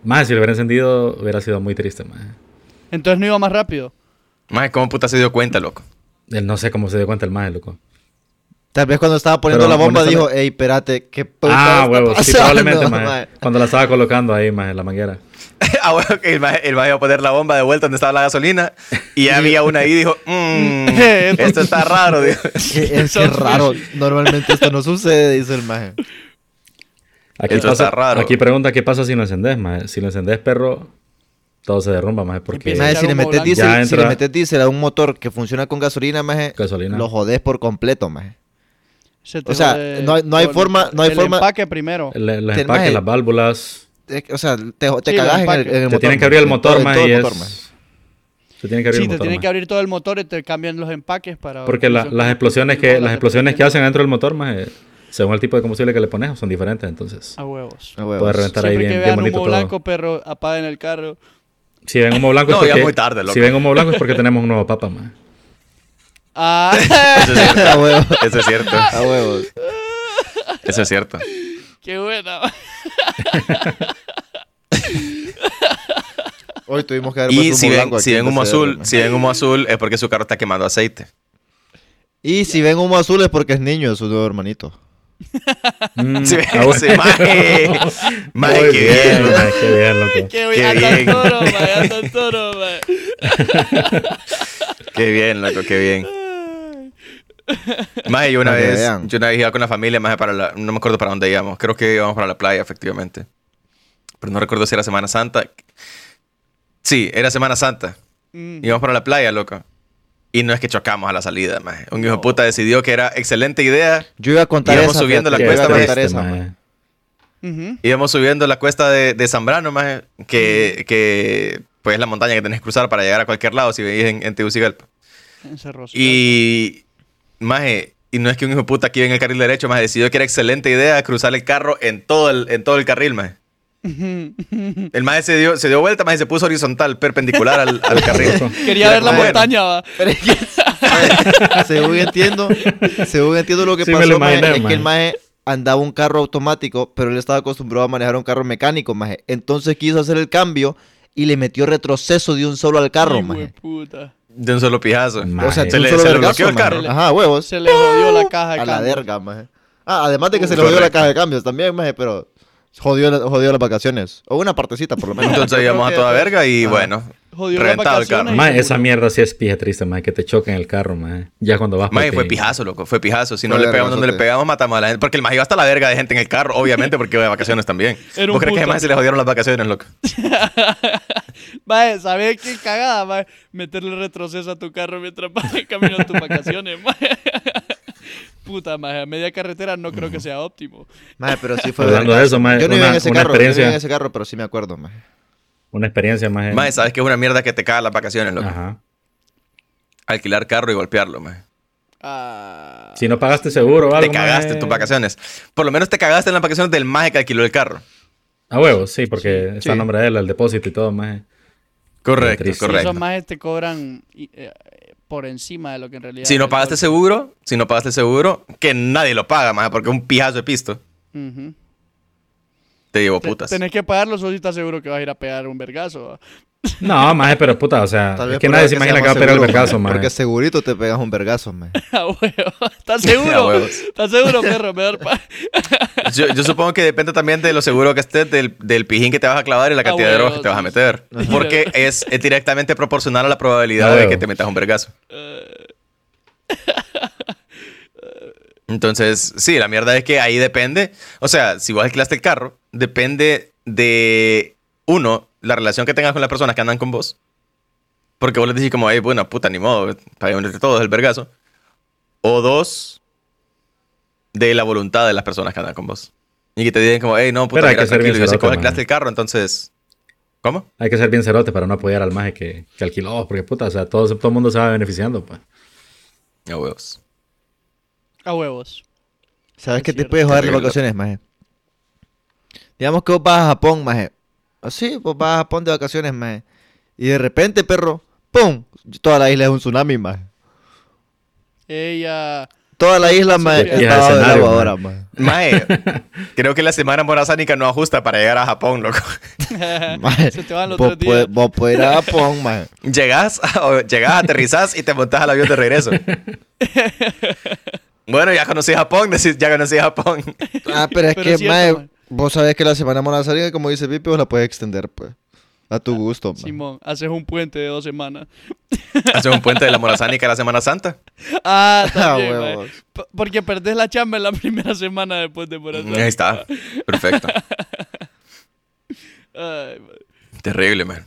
S2: Maje, si lo hubiera encendido, hubiera sido muy triste, maje.
S4: Entonces no iba más rápido.
S3: Maje, ¿cómo puta se dio cuenta, loco?
S2: Él no sé cómo se dio cuenta el maje, loco.
S5: Tal vez cuando estaba poniendo
S2: Pero,
S5: la bomba dijo,
S2: honestamente-
S5: ey, espérate, qué puta
S2: Ah,
S5: está
S2: huevos, sí,
S5: pasando,
S2: probablemente, maje.
S5: maje?"
S2: Cuando la estaba colocando ahí, maje, la manguera.
S3: ah, bueno, que el maje, el maje iba a poner la bomba de vuelta donde estaba la gasolina y ya había una ahí y dijo, mmm, esto está raro, dijo.
S5: Que es que es raro. Normalmente esto no sucede, dice el maje.
S2: Aquí,
S3: Eso
S2: pasa-
S3: está raro.
S2: aquí pregunta qué pasa si lo encendés, maje. Si lo encendés, perro, todo se derrumba, maje,
S3: Eh,
S2: porque
S4: Empieza
S5: Maje,
S4: echar
S5: si le
S4: humo
S5: metes
S4: blanco.
S5: diésel,
S2: Ya
S5: si le
S2: entra-
S5: metes diésel a un motor que funciona con gasolina, maje,
S2: Gasolina.
S5: lo jodés por completo, maje.
S4: Se te
S5: O sea,
S4: jode
S5: no hay- no hay
S4: todo el-
S5: forma- no hay
S4: el
S5: forma-
S4: empaque primero.
S2: le- los
S5: Te-
S2: empaques,
S5: maje.
S2: las válvulas.
S5: Es que, O sea, te, te
S4: Sí, lo
S5: cagás en el,
S4: empaque.
S5: en el
S2: Te
S5: motor.
S2: tienen que
S5: maje,
S2: abrir el
S5: en
S2: motor,
S5: todo- en
S2: maje,
S5: todo el
S2: y
S5: motor,
S2: es-
S5: maje.
S2: Te tienen que abrir
S4: Sí,
S2: el
S4: te
S2: motor,
S4: tienen
S2: maje.
S4: que abrir todo el motor y te cambian los empaques para.
S2: Porque la-
S4: son
S2: las
S4: como-
S2: explosiones
S4: son
S2: que
S4: bolas
S2: las
S4: de
S2: explosiones que
S4: combustible.
S2: hacen dentro del motor, maje, según el tipo de combustible que le pones, son diferentes, entonces
S4: A huevos.
S5: Ah,
S2: puede
S5: huevos.
S2: reventar ahí
S4: Siempre
S2: bien,
S4: que
S2: bien
S4: vean
S2: bonito
S4: humo
S2: todo.
S4: blanco, perro, apaguen el carro.
S2: Si ven humo blanco
S3: No,
S2: es
S3: ya
S2: porque
S3: es muy tarde, loco.
S2: si ven humo blanco es porque tenemos un nuevo papa, maje.
S4: ¡Ah!
S3: Eso es cierto.
S5: A huevos.
S3: Eso es cierto.
S5: A huevos.
S3: Eso es cierto.
S4: ¡Qué buena! man.
S5: Hoy tuvimos que dar
S3: Y si ven,
S5: blanco
S3: si
S5: aquí
S3: ven
S5: en
S3: humo
S5: la ciudad,
S3: azul,
S5: maje.
S3: si ven humo azul es porque su carro está quemando aceite.
S5: Y si ven humo azul es porque es niño, es su nuevo hermanito.
S2: Mm,
S3: Si ven
S2: ah, bueno.
S3: ese maje. Maje,
S2: Muy
S3: qué Ah, bien. loco.
S2: maje, qué bien, loco.
S4: ¡Qué buena! ¡Anda el
S3: bien.
S4: toro, man! ¡Anda el toro, man!
S3: Qué bien, loco, qué bien. Maje, yo una
S5: Para que
S3: vez,
S5: vean.
S3: yo una vez iba con la familia, maje, para la, no me acuerdo para dónde íbamos. Creo que íbamos para la playa, efectivamente. Pero no recuerdo si era Semana Santa. Sí, era Semana Santa.
S4: Mm.
S3: Íbamos para la playa, loco. Y no es que chocamos a la salida, maje. Un hijo de puta decidió que era excelente idea.
S5: Yo iba a contar
S3: Íbamos
S5: esa,
S3: subiendo
S5: fíjate,
S3: la
S5: yo iba a
S3: cuesta, maje.
S5: contar
S2: Triste,
S5: esa, maje.
S2: maje.
S4: Ujú.
S3: Íbamos subiendo la cuesta de, de Zambrano, maje, que, que pues es la montaña que tenés que cruzar para llegar a cualquier lado si vivís en, en Tegucigalpa.
S4: En Cerro Azul.
S3: Y, maje, y no es que un hijo de puta aquí en el carril derecho, maje, decidió que era excelente idea cruzar el carro en todo el, en todo el carril, maje.
S4: Ujú.
S3: El maje se dio, se dio vuelta, maje, se puso horizontal, perpendicular al, al carril.
S4: Quería
S3: Era
S4: ver la
S3: como,
S4: montaña, va.
S5: según entiendo, según entiendo lo que
S2: Sí, me
S5: pasó,
S2: lo
S5: maje,
S2: imaginé,
S5: es que el
S2: maje.
S5: maje andaba un carro automático, pero él estaba acostumbrado a manejar un carro mecánico, maje. Entonces quiso hacer el cambio y le metió retroceso de un solo al carro,
S4: Hijo de
S5: maje.
S4: puta.
S3: De un solo pijazo.
S2: Maje.
S5: O sea, de
S3: Se
S5: un
S3: le-
S5: solo
S3: se le
S5: vergazo,
S3: bloqueó el
S5: maje.
S3: carro.
S5: Ajá, huevos.
S4: Se le jodió la caja de
S5: A la
S4: cambio.
S5: verga, maje. Ah, además de que
S3: Uh,
S5: se le jodió la
S3: correcto.
S5: caja de cambios también, maje, pero jodió, la- jodió las vacaciones. O una partecita, por lo menos.
S3: Entonces
S5: Yo creo
S3: íbamos a
S5: que-
S3: toda verga y
S5: Ajá.
S3: bueno,
S4: Jodió las
S3: Reventado el
S4: vacaciones.
S3: carro.
S4: y
S2: Maje,
S4: se
S2: esa
S4: murió.
S2: mierda sí es pija triste, maje, que te choquen el carro, maje. Ya cuando vas pues,
S3: Maje,
S2: porque-
S3: fue pijazo, loco. Fue pijazo. Si no
S5: Fue
S3: le pegamos donde le
S5: vergazote.
S3: pegamos, matamos a la gente. Porque el maje iba hasta la verga de gente en el carro, obviamente, porque iba de vacaciones también.
S4: Era un
S3: ¿Vos crees que
S4: puto.
S3: además se le jodieron las vacaciones, loco?
S4: Mae, ¿sabes qué cagada, mae? Meterle retroceso a tu carro mientras vas caminando tus vacaciones, mae. Puta, mae, a media carretera no creo que sea óptimo.
S5: Maje, pero sí fue
S2: Hablando de
S5: vergazo.
S2: eso, maje,
S5: Yo no iba
S2: una-
S5: en ese
S2: una
S5: carro, yo no iba en
S2: experiencia.
S5: ese carro, pero sí me acuerdo, maje.
S2: Una experiencia,
S5: Eh.
S2: maje.
S3: Maje, sabes que es una mierda que te caga las vacaciones, loco.
S2: Ajá.
S3: Alquilar carro y golpearlo, maje.
S4: Ah,
S2: Si no pagaste seguro o algo,
S3: Te cagaste en
S2: maje.
S3: tus vacaciones. Por lo menos te cagaste en las vacaciones del maje que alquiló el carro.
S2: A huevos, sí, porque está a
S5: sí.
S2: nombre de él, el depósito y todo, maje.
S3: Correcto,
S2: triste.
S4: si
S3: correcto.
S4: esos majes te cobran y, eh, por encima de lo que en realidad.
S3: Si
S4: es
S3: no
S4: el
S3: pagaste
S4: costo.
S3: seguro, si no pagaste seguro, que nadie lo paga, maje, porque un pijazo de pisto
S4: Ujú.
S3: te llevó
S4: Te-
S3: putas.
S4: Tenés que pagarlo, solo si estás seguro que vas a ir a pegar un vergazo. va.
S2: No, maje, pero puta, o sea,
S5: Tal
S2: Ah, es
S5: vez
S2: que
S5: por
S2: nadie
S5: eso
S2: se
S5: que se
S2: imagina que va
S5: llama
S2: a pegar el
S5: seguro,
S2: vergazo,
S5: man,
S2: maje.
S5: Porque segurito te pegas un vergazo, man.
S4: A huevo. ¿Estás
S3: A
S4: seguro?
S3: huevos.
S4: ¿Estás seguro, perro? Me va a dar pa-
S3: Yo, yo supongo que depende también de lo seguro que estés, del, del pijín que te vas a clavar y la
S4: Ah,
S3: cantidad de
S4: huevo,
S3: drogas que te vas a
S4: sí.
S3: meter. Porque es, es directamente proporcional a la probabilidad
S2: Ah,
S3: de
S2: huevo.
S3: que te metas un vergazo. Entonces, sí, la mierda es que ahí depende. O sea, si vos alquilaste el carro, depende de, uno, la relación que tengas con las personas que andan con vos. Porque vos les decís como, hey, bueno, puta, ni modo, para unirte todos el vergazo. O dos, de la voluntad de las personas que andan con vos. Y que te digan como, hey, no, puta,
S2: Pero hay
S3: mira,
S2: que ser bien
S3: tranquilo, yo sé que vos
S2: cerote,
S3: alquilaste
S2: man.
S3: el carro, entonces... ¿Cómo?
S2: Hay que ser bien cerote para no apoyar al maje que, que alquiló, porque puta, o sea, todo, todo el mundo se va beneficiando, pues.
S3: A huevos.
S4: A huevos.
S5: ¿Sabes
S4: Es
S5: qué te
S4: cierto.
S5: puede joder las
S3: Terrible.
S5: vacaciones, maje? Digamos que vos vas a Japón, maje. Así, vos vas a Japón de vacaciones, maje. Y de repente, perro, ¡pum! Toda la isla es un tsunami, maje.
S4: Ella.
S5: Toda la isla, maje,
S4: sí, sí.
S5: está bajo
S2: Y el
S5: del
S2: escenario,
S5: agua
S2: maje.
S5: ahora, maje.
S3: Mae, creo que la semana morazánica no ajusta para llegar a Japón, loco.
S5: Maje,
S4: Se te van los
S5: vos,
S4: tres días.
S5: puedes, vos puedes ir a Japón, maje.
S3: Llegás, a- o llegás, aterrizás y te montás al avión de regreso. Bueno, ya conocí Japón, decís, ya conocí Japón.
S5: Ah, pero es
S4: Pero
S5: que,
S4: es cierto,
S5: maje,
S4: maje.
S5: vos sabés que la semana monazaria, como dice Pipe, vos la puedes extender, pues. A tu gusto, maje.
S4: Simón, haces un puente de dos semanas.
S3: Haces un puente de la morazánica a la Semana Santa.
S4: Ah,
S5: Ah,
S4: también, mae.
S5: huevos.
S4: P- Porque perdés la chamba en la primera semana después de por
S3: Ahí
S4: eso.
S3: está. Perfecto.
S4: Ay, mae.
S3: Terrible, man.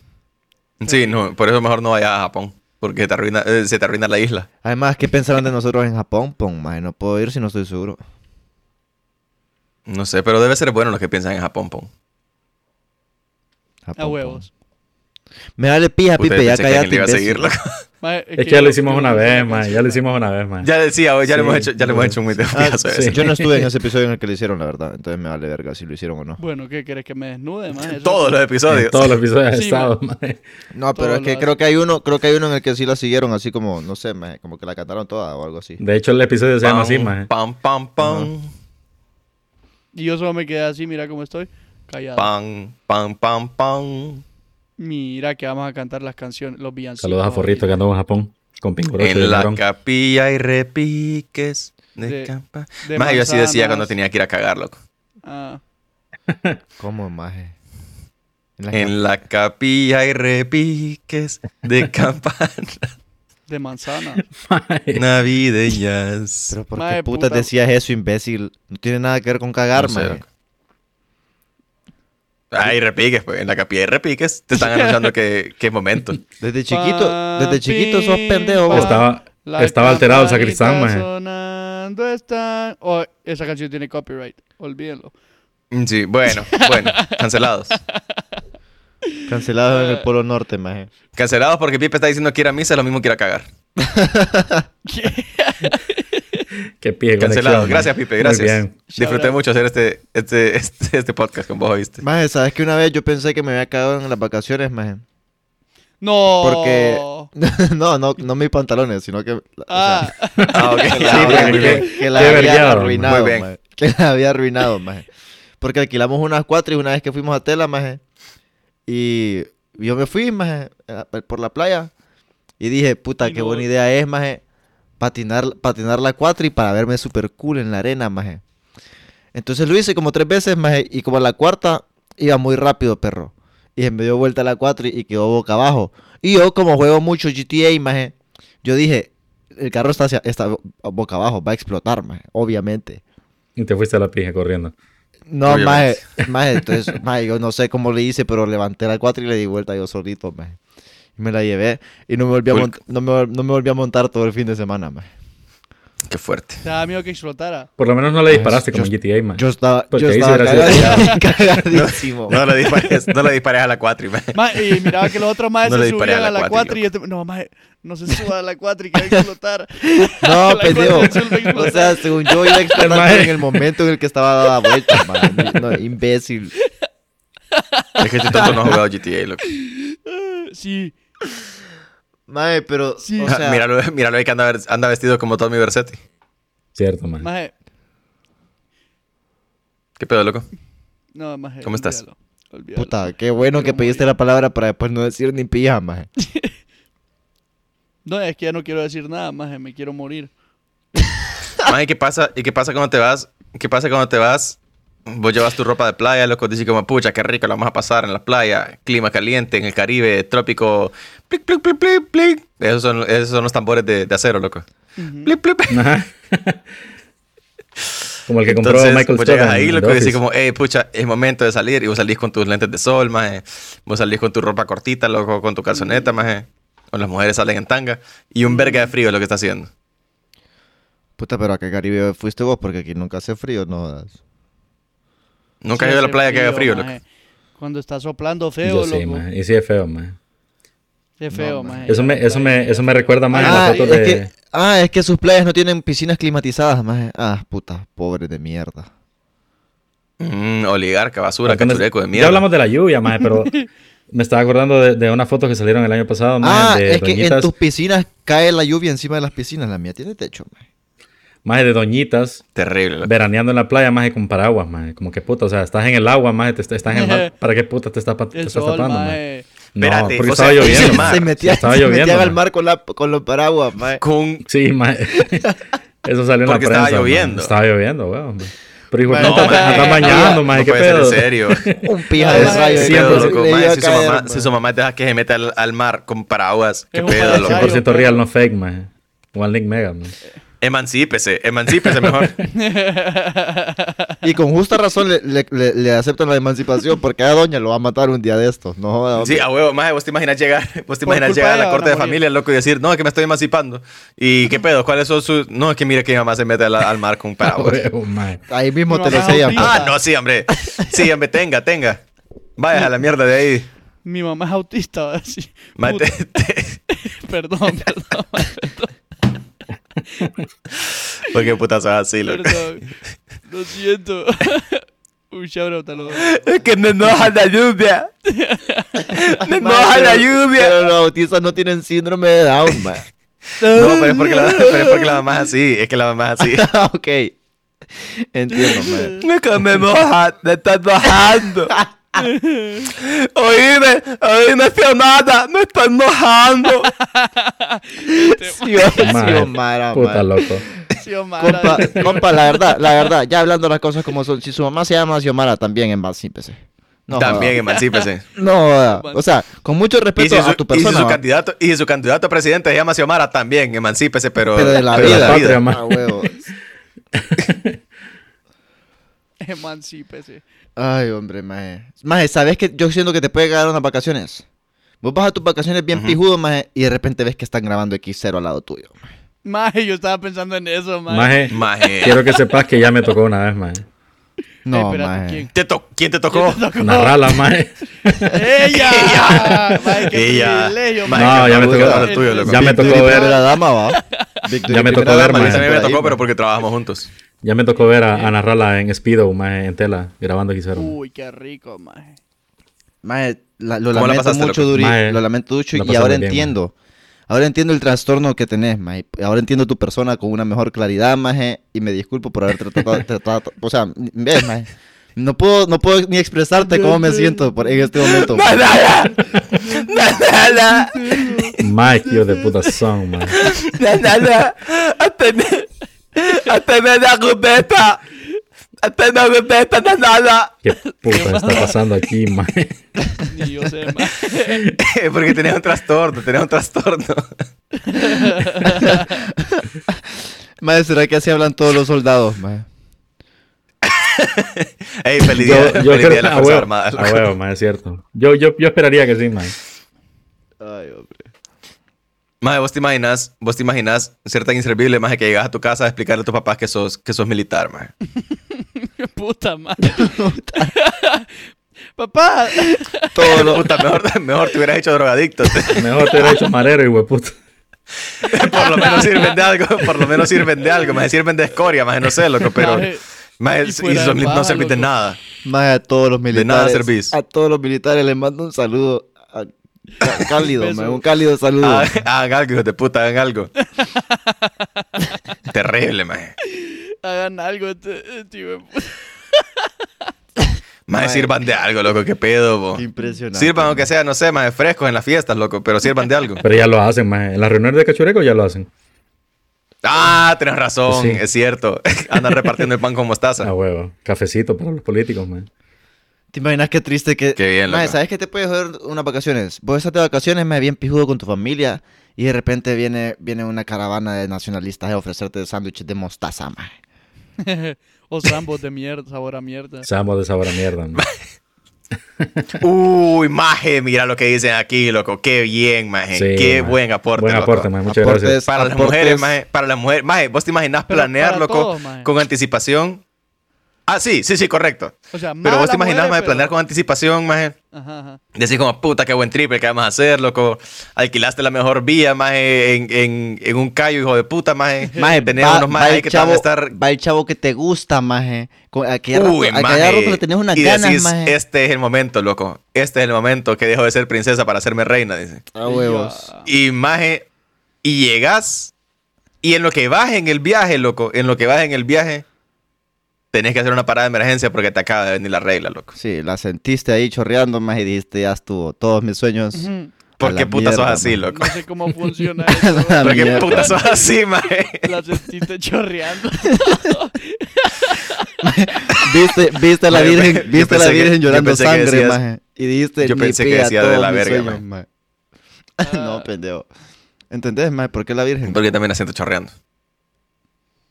S3: Sí, no, por eso mejor no vayas a Japón. Porque te arruina- eh, se te arruina la isla.
S5: Además, ¿qué pensaron de nosotros en Japón, pon, maje? No puedo ir si no estoy seguro.
S3: No sé, pero debe ser bueno los que piensan en Japón, Pon.
S5: Japón,
S4: a
S5: pon.
S4: huevos.
S5: Me vale pija,
S3: Puta,
S5: Pipe, ya
S3: pensé que alguien
S5: cállate,
S3: le iba a
S5: imbécil.
S3: seguir, loco.
S4: Mae,
S2: Es que ya lo hicimos
S4: yo-
S2: una
S4: yo-
S2: vez,
S4: yo-
S2: maje, ya lo hicimos una vez, maje.
S3: Ya decía, ya lo hemos
S2: Sí,
S3: hecho, ya lo hemos hecho un video.
S5: Ah,
S3: caso de
S2: sí.
S3: eso.
S5: Yo no estuve en ese episodio en el que lo hicieron, la verdad. Entonces me vale verga si lo hicieron o no.
S4: Bueno, ¿qué querés que me desnude, mae? Eso-
S3: Todos los episodios.
S2: En todos los episodios
S4: Sí,
S2: de estado, maje.
S5: No,
S4: Todo
S5: pero es
S4: lo
S5: que
S4: hacen.
S5: creo que hay uno, creo que hay uno en el que sí la siguieron, así como, no sé, maje, como que la cantaron toda o algo así.
S2: De hecho, el episodio se llama así, maje.
S3: Pam, pam, pam.
S4: Y yo solo me quedé así, mira cómo estoy. Callado.
S3: Pam, pam, pam, pam.
S4: Mira que vamos a cantar las canciones, los villancicos.
S2: Saludos a Forrito que andamos en Japón con Pingorocho y
S3: En la
S2: Camarón.
S3: capilla y repiques de,
S4: De-
S3: campa-
S4: de
S3: Más yo así
S4: manzanas.
S3: decía cuando tenía que ir a cagar, loco.
S4: Ah,
S5: ¿Cómo, maje? En la
S3: En la capilla y repiques de campanas
S4: de manzana.
S2: Maje,
S3: navideñas.
S5: Pero ¿por
S4: Maje,
S5: qué putas
S4: puta.
S5: decías eso, imbécil? No tiene nada que ver con cagar,
S3: No sé,
S5: maje.
S3: loco. Ay, repiques, pues. En la capilla y repiques te están anunciando que, que es momento.
S5: Desde chiquito, desde chiquito sos pendejo.
S4: Pa-
S5: vos.
S2: Estaba,
S4: La
S2: estaba alterado el
S4: campanita
S2: sacristán, maje.
S4: sonando está... Oh, esa canción tiene copyright. Olvídenlo.
S3: Mm, Sí, bueno, bueno. Cancelados.
S5: Cancelado en el Polo Norte, maje.
S3: Cancelados porque Pipe está diciendo que ir a misa es lo mismo que ir a cagar.
S2: Qué pie,
S3: Cancelados. Gracias, Pipe, gracias.
S4: Shout
S3: Disfruté
S4: out.
S3: mucho hacer este, este, este, este podcast con vos, ¿viste?
S5: Maje, ¿sabes que una vez yo pensé que me había cagado en las vacaciones, maje?
S4: No.
S5: Porque... no, no, no mis pantalones, sino que... o sea,
S4: Oh. Ah,
S3: Ah, ok.
S5: Ya,
S2: Sí,
S3: ok,
S5: porque-
S2: muy
S3: ok.
S2: bien.
S5: que la
S2: Qué
S5: había
S2: vergueado,
S5: arruinado,
S3: muy bien.
S5: maje. Que la había arruinado, maje. Porque alquilamos unas cuatro y una vez que fuimos a Tela, maje. Y yo me fui, maje, a- por la playa. Y dije, puta,
S4: Y
S5: qué
S4: no-
S5: buena idea es, maje. Patinar, patinar la cuatro y para verme súper cool en la arena, maje. Entonces lo hice como tres veces, maje. Y como a la cuarta iba muy rápido, perro. Y me dio vuelta a la cuatro y quedó boca abajo. Y yo, como juego mucho GTA, maje, yo dije, el carro está, hacia, está bo- boca abajo, va a explotar, maje, obviamente.
S2: Y te fuiste a la pija corriendo.
S5: No, maje,
S3: Obviamente.
S5: maje, entonces, maje, yo no sé cómo le hice, pero levanté la 4 y le di vuelta yo solito, maje. Y me la llevé y no me volví a,
S3: Full-
S5: mont- no me, vol- no me volví a montar todo el fin de semana, maje.
S3: Qué fuerte.
S4: te da miedo que explotara.
S2: Por lo menos no le disparaste
S5: yo-
S2: como en GTA, maje.
S5: Yo estaba,
S2: Porque
S5: yo
S2: ahí sí
S5: estaba
S2: hubiera sido
S5: cagadi- cagadísimo.
S3: No le dispares, no le dispares a la 4
S4: Ma- y miraba que los otros más
S3: No le
S4: se
S3: disparé
S4: subían a la 4 y
S3: loco.
S4: este... No, mae, no se suba a la 4 y que va a explotar.
S5: No,
S4: La
S5: pendejo.
S4: cuatro azul de
S5: O sea, según yo iba a explotar
S2: maje.
S5: pero en el momento en el que estaba dada vuelta, maje. No, imbécil.
S3: Es que este tonto no ha jugado GTA, loco.
S4: Sí.
S5: Maje, pero,
S4: Sí.
S3: Ah,
S5: o sea,
S3: míralo, míralo ahí que anda, anda vestido como Tommy Versetti.
S2: Cierto, maje.
S4: Maje,
S3: ¿Qué pedo, loco?
S4: no, maje.
S3: ¿Cómo estás?
S4: olvídalo. Olvídalo.
S5: Puta, qué bueno que
S4: Quiero
S5: pediste la palabra para después no decir ni pija, maje.
S4: No, es que ya no quiero decir nada más, me quiero morir.
S3: Mae, ¿qué pasa? ¿Y qué pasa cuando te vas? ¿Qué pasa cuando te vas? Vos llevas tu ropa de playa, loco, dices como, pucha, qué rico, la vamos a pasar en la playa, clima caliente, en el Caribe, trópico, plic, plic, plic, plic, plic. Esos son, esos son los tambores de, de acero, loco. Plic, plic, plic.
S2: Ajá. Como el que compró
S3: Entonces,
S2: Michael
S3: vos
S5: pues,
S2: Jordan.
S3: llegas ahí,
S2: en
S3: loco,
S2: The
S3: y decís
S2: Office.
S3: como, hey, pucha, es momento de salir, y vos salís con tus lentes de sol, maje, vos salís con tu ropa cortita, loco, con tu calzoneta, maje, o las mujeres salen en tanga, y un verga de frío es lo que está haciendo.
S5: Puta, pero a qué Caribe fuiste vos, porque aquí nunca hace frío, no jodas.
S3: Nunca he
S4: Sí,
S3: ido a la
S4: hace
S3: playa que haga frío, loco.
S4: maje. Cuando está soplando
S2: Yo
S4: feo,
S2: sí,
S4: loco.
S2: maje. Y sí es feo, maje.
S4: Qué feo, maje.
S2: Eso me, eso me, eso me recuerda más a
S5: ah,
S2: la foto
S5: es
S2: de...
S5: que, ah, es que sus playas no tienen piscinas climatizadas, maje. Ah, puta, pobre de mierda.
S3: Mm, oligarca, basura,
S2: Apenas-
S3: cachureco de
S2: Ya
S3: mierda.
S2: hablamos de la lluvia, maje, pero me estaba acordando de, de unas fotos que salieron el año pasado,
S5: ah,
S2: maje, de
S5: es que en
S2: doñitas,
S5: tus piscinas cae la lluvia encima de las piscinas. La mía tiene techo, maje.
S2: maje, de doñitas
S3: Terrible, loco.
S2: veraneando en la playa, maje, con paraguas, maje. Como que puta, o sea, estás en el agua, maje, te, est- estás en el mar. ¿Para qué puta te, está pa- te
S4: El
S2: estás
S4: sol,
S2: tapando, maje?
S4: maje.
S2: No,
S3: Espérate,
S2: porque
S3: o
S2: estaba
S3: sea,
S2: lloviendo,
S3: sí,
S2: maje.
S5: se metía,
S2: estaba
S5: se
S2: lloviendo,
S5: metían al
S2: maje.
S5: mar con, la, con los paraguas, maje.
S3: Con
S2: Sí, maje. Eso salió en la prensa.
S3: Porque estaba
S2: maje.
S3: lloviendo.
S2: Estaba lloviendo, weón. maje. Pero hijo,
S4: Bueno,
S2: no,
S4: no,
S2: maje, no
S4: maje,
S2: está bañando, maje,
S3: no
S2: qué
S3: puede ser
S2: pedo.
S3: en serio.
S5: Un pija de
S4: Ah,
S5: rayo.
S4: sí,
S5: de
S3: Qué pedo,
S5: calor,
S3: loco.
S5: le
S3: Mae,
S5: iba a
S3: si, su
S5: caer,
S3: mamá,
S5: maje.
S3: si su mamá te deja que se meta al, al mar con paraguas, qué
S4: Es un
S3: pedo,
S4: paraguas.
S3: loco.
S2: 100% real, no fake, maje. One Link Mega, maje.
S3: Emancípese, emancípese mejor.
S5: Y con justa razón le, le- le- le aceptan la emancipación porque a doña lo va a matar un día de estos. No jodas,
S3: Sí, a huevo, maje, vos te imaginas llegar, vos te
S4: Por
S3: imaginas
S4: culpa
S3: llegar a
S4: de
S3: la
S4: ella
S3: corte
S4: van a
S3: de
S4: morir.
S3: familia, loco, y decir, no, es que me estoy emancipando. ¿Y qué pedo? ¿Cuáles son sus...? No, es que mira que mi mamá se mete al, al mar con paraguas.
S2: Huevo, maje.
S5: Ahí mismo
S4: Mi
S5: te lo
S4: mamá es
S5: sellan.
S4: autista.
S3: ah, no, sí, hombre. Sí, hombre, tenga, tenga. Vaya a la mierda de ahí.
S4: Mi mamá es autista, va a decir.
S3: Mae,
S4: Puta,
S3: te- te-
S4: Perdón, perdón,
S3: ¿Por qué putas sos así, loco?
S4: perdón. Lo siento. Un shout out a los dos.
S3: Es que me enoja la lluvia. Me
S5: Mae,
S3: enoja la
S5: pero-
S3: lluvia.
S5: Pero los autistas no tienen síndrome de Down, man.
S3: No, pero es porque la, pero es porque la mamá es así. Es que la mamá es así.
S5: ok. Entiendo, man.
S3: Me, que me moja, me estás mojando. Oíme, oíme, Fionada, me estás mojando.
S5: Sí, o- sí,
S2: Maje,
S5: o Mara,
S2: Puta,
S5: man.
S2: loco.
S4: Xiomara,
S5: Compa,
S4: dice,
S5: compa, la verdad, la verdad, ya hablando las cosas como son, si su mamá se llama Xiomara, también emancípese. No
S3: También,
S5: joda.
S3: emancípese.
S5: No joda. O sea, con mucho
S3: Y
S5: respeto
S3: si,
S5: a
S3: su,
S5: tu
S3: y si
S5: persona.
S3: su
S5: va.
S3: candidato, y si su candidato a presidente se llama Xiomara, también, emancípese, pero,
S5: Pero de la
S2: Pero
S5: vida.
S2: la patria, maje.
S5: Ah, huevo.
S4: Eh, Emancípese.
S5: Ay, hombre, maje. Maje, ¿sabes que yo siento que te puede cagar unas vacaciones? Vos vas a tus vacaciones bien pijudo, maje, y de repente ves que están grabando X0 al lado tuyo.
S4: Maje, yo estaba pensando en eso, maje.
S2: Maje,
S3: Maje.
S2: quiero que sepas que ya me tocó una vez, maje.
S5: No,
S4: espérate,
S5: maje.
S4: ¿quién?
S3: ¿Te to- ¿Quién te tocó?
S2: Una rala, maje.
S4: ¡Ella! Maje, qué
S3: Ella.
S4: privilegio,
S3: Maje,
S2: No,
S3: que
S2: ya me
S3: no,
S2: tocó-
S3: no, no, tuyo, loco.
S2: ya me
S5: Victory
S2: tocó ver-
S5: primera dama, va. Victory
S2: Ya me
S5: primera
S2: tocó ver,
S5: dama,
S3: A mí
S2: maje.
S5: dicen
S3: también me
S5: por ahí,
S3: tocó,
S5: maje.
S3: pero porque trabajamos juntos.
S2: Ya me tocó ver a Ana Rala en Speedo, maje, en tela, grabando X0. maje.
S4: Uy, qué rico, maje.
S5: Maje, la- lo
S3: ¿Cómo la
S5: lamento
S3: pasaste,
S5: mucho,
S3: loco?
S5: Duri.
S2: Maje,
S5: lo lamento mucho
S2: la
S5: y
S2: pasamos
S5: ahora
S2: bien,
S5: entiendo. Ahora entiendo el trastorno que tenés, maje. Ahora entiendo tu persona con una mejor claridad, maje. Y me disculpo por haber tratado... tratado- o sea, ves, maje. No puedo, no puedo ni expresarte cómo me siento por- en este momento. maje.
S3: Nada,
S2: Maje, tío de puta son, maje.
S3: nada, hasta me da cubeta, hasta me cubeta, nada.
S2: ¿Qué puta está pasando aquí, maje?
S4: Ni yo sé, maje.
S3: Porque tenés un trastorno, tenés un trastorno.
S5: Madre, ¿será que así hablan todos los soldados, madre?
S3: Ey, feliz día, feliz día de la
S2: a ah,
S3: Fuerza
S2: huevo,
S3: Armada.
S2: a huevo, maje, es cierto. Yo, yo, yo esperaría que sí, maje.
S3: Maje, vos te imaginas, vos te imaginas ser tan inservible, maje, que llegas a tu casa a explicarle a tus papás que sos, que sos militar, maje.
S4: Qué puta madre. Papá.
S3: Todo lo... Puta, mejor, mejor te hubieras hecho drogadicto.
S2: Mejor te hubiera hecho marero y hueputa.
S3: por lo menos sirven de algo, por lo menos sirven de algo, maje, sirven de escoria, maje, no sé, loco, pero...
S4: Maje,
S3: maje,
S4: y
S3: y
S4: fuera de
S3: sos- no
S4: paja,
S3: servís de
S4: loco.
S3: nada.
S5: Madre, a todos los militares.
S3: nada servís.
S5: A todos los militares les mando un saludo. a- ca- cálido,
S4: Beso.
S5: mae, un cálido saludo.
S3: Ah, Hagan algo, hijos de puta, hagan algo. Terrible, maje.
S4: Hagan algo, este, este hijo de puta.
S3: Mae, sirvan de algo, loco, qué pedo, bo.
S5: Qué impresionante.
S3: Sirvan aunque sea, no sé, más frescos en las fiestas, loco, pero sirvan de algo.
S2: Pero ya lo hacen, maje. En las reuniones de cachureco ya lo hacen.
S3: Ah, tenés razón,
S2: Sí.
S3: es cierto. Andan repartiendo el pan con mostaza.
S2: A Ah, huevo. Cafecito para los políticos, maje.
S5: ¿Te imaginas qué triste que...
S3: Qué bien,
S5: Mae,
S3: loco.
S5: ¿sabes qué te puede joder unas vacaciones? Vos estás de vacaciones, mae, bien pijudo con tu familia y de repente viene, viene una caravana de nacionalistas a ofrecerte sándwiches de mostaza, mae.
S4: o zambos de mierda, sabor a mierda.
S2: Samos de sabor a mierda, maje.
S3: Uy, maje, mira lo que dicen aquí, loco. Qué bien, maje.
S2: Sí,
S3: qué
S2: maje.
S3: buen aporte,
S2: Buen
S3: loco.
S2: aporte, maje. Ah, Muchas
S5: Aportes.
S2: gracias.
S3: Para las
S5: Aportes.
S3: mujeres, maje. Para las mujeres. Maje, vos te imaginás
S4: Pero
S3: planear,
S4: para
S3: loco,
S4: todos, maje.
S3: con anticipación. Ah, sí, sí, sí, correcto.
S4: O sea,
S3: Pero vos te
S4: imaginas
S3: imaginás, maje, planear con anticipación, maje.
S4: Ajá, ajá.
S3: Decís como, puta, qué buen triple que vamos a hacer, loco. Alquilaste la mejor vía, maje, en, en, en un callo, hijo de puta, maje.
S5: Mae,
S3: Tenés
S5: va-
S3: unos
S5: va
S3: majes
S5: el
S3: que te van
S5: chavo,
S3: a estar...
S5: va el chavo que te gusta, maje. Con, a que
S3: Uy,
S5: rato, a
S3: maje.
S5: cada rato le tenés unas
S3: y
S5: ganas,
S3: decís,
S5: maje.
S3: este es el momento, loco. Este es el momento que dejo de ser princesa para hacerme reina, dice.
S5: A Ah, huevos.
S4: Ya.
S3: Y maje, y llegas y en lo que vas en el viaje, loco, en lo que vas en el viaje, tenés que hacer una parada de emergencia porque te acaba de venir la regla, loco.
S5: Sí, la sentiste ahí chorreando, maje, y dijiste, ya estuvo, todos mis sueños.
S4: Ujú.
S5: A
S3: ¿Por
S5: la
S3: qué puta sos
S5: mierda,
S3: así,
S5: maje.
S3: loco?
S4: No sé cómo funciona eso.
S5: A la
S3: ¿Por qué
S5: mierda.
S3: puta sos así, maje?
S4: La sentiste chorreando.
S5: Viste, viste a la
S3: Yo pe-
S5: Virgen,
S3: yo
S5: viste a la
S3: pensé que-
S5: Virgen
S3: yo
S5: llorando
S3: pensé que
S5: sangre,
S3: decías-
S5: maje. Y dijiste,
S3: yo
S5: ni
S3: pensé que
S5: pida
S3: decía de
S5: todos
S3: la
S5: mis
S3: verga, Ah.
S5: sueños, maje. No, pendejo. ¿Entendés, maje? ¿Por qué la Virgen?
S3: Porque también la siento chorreando.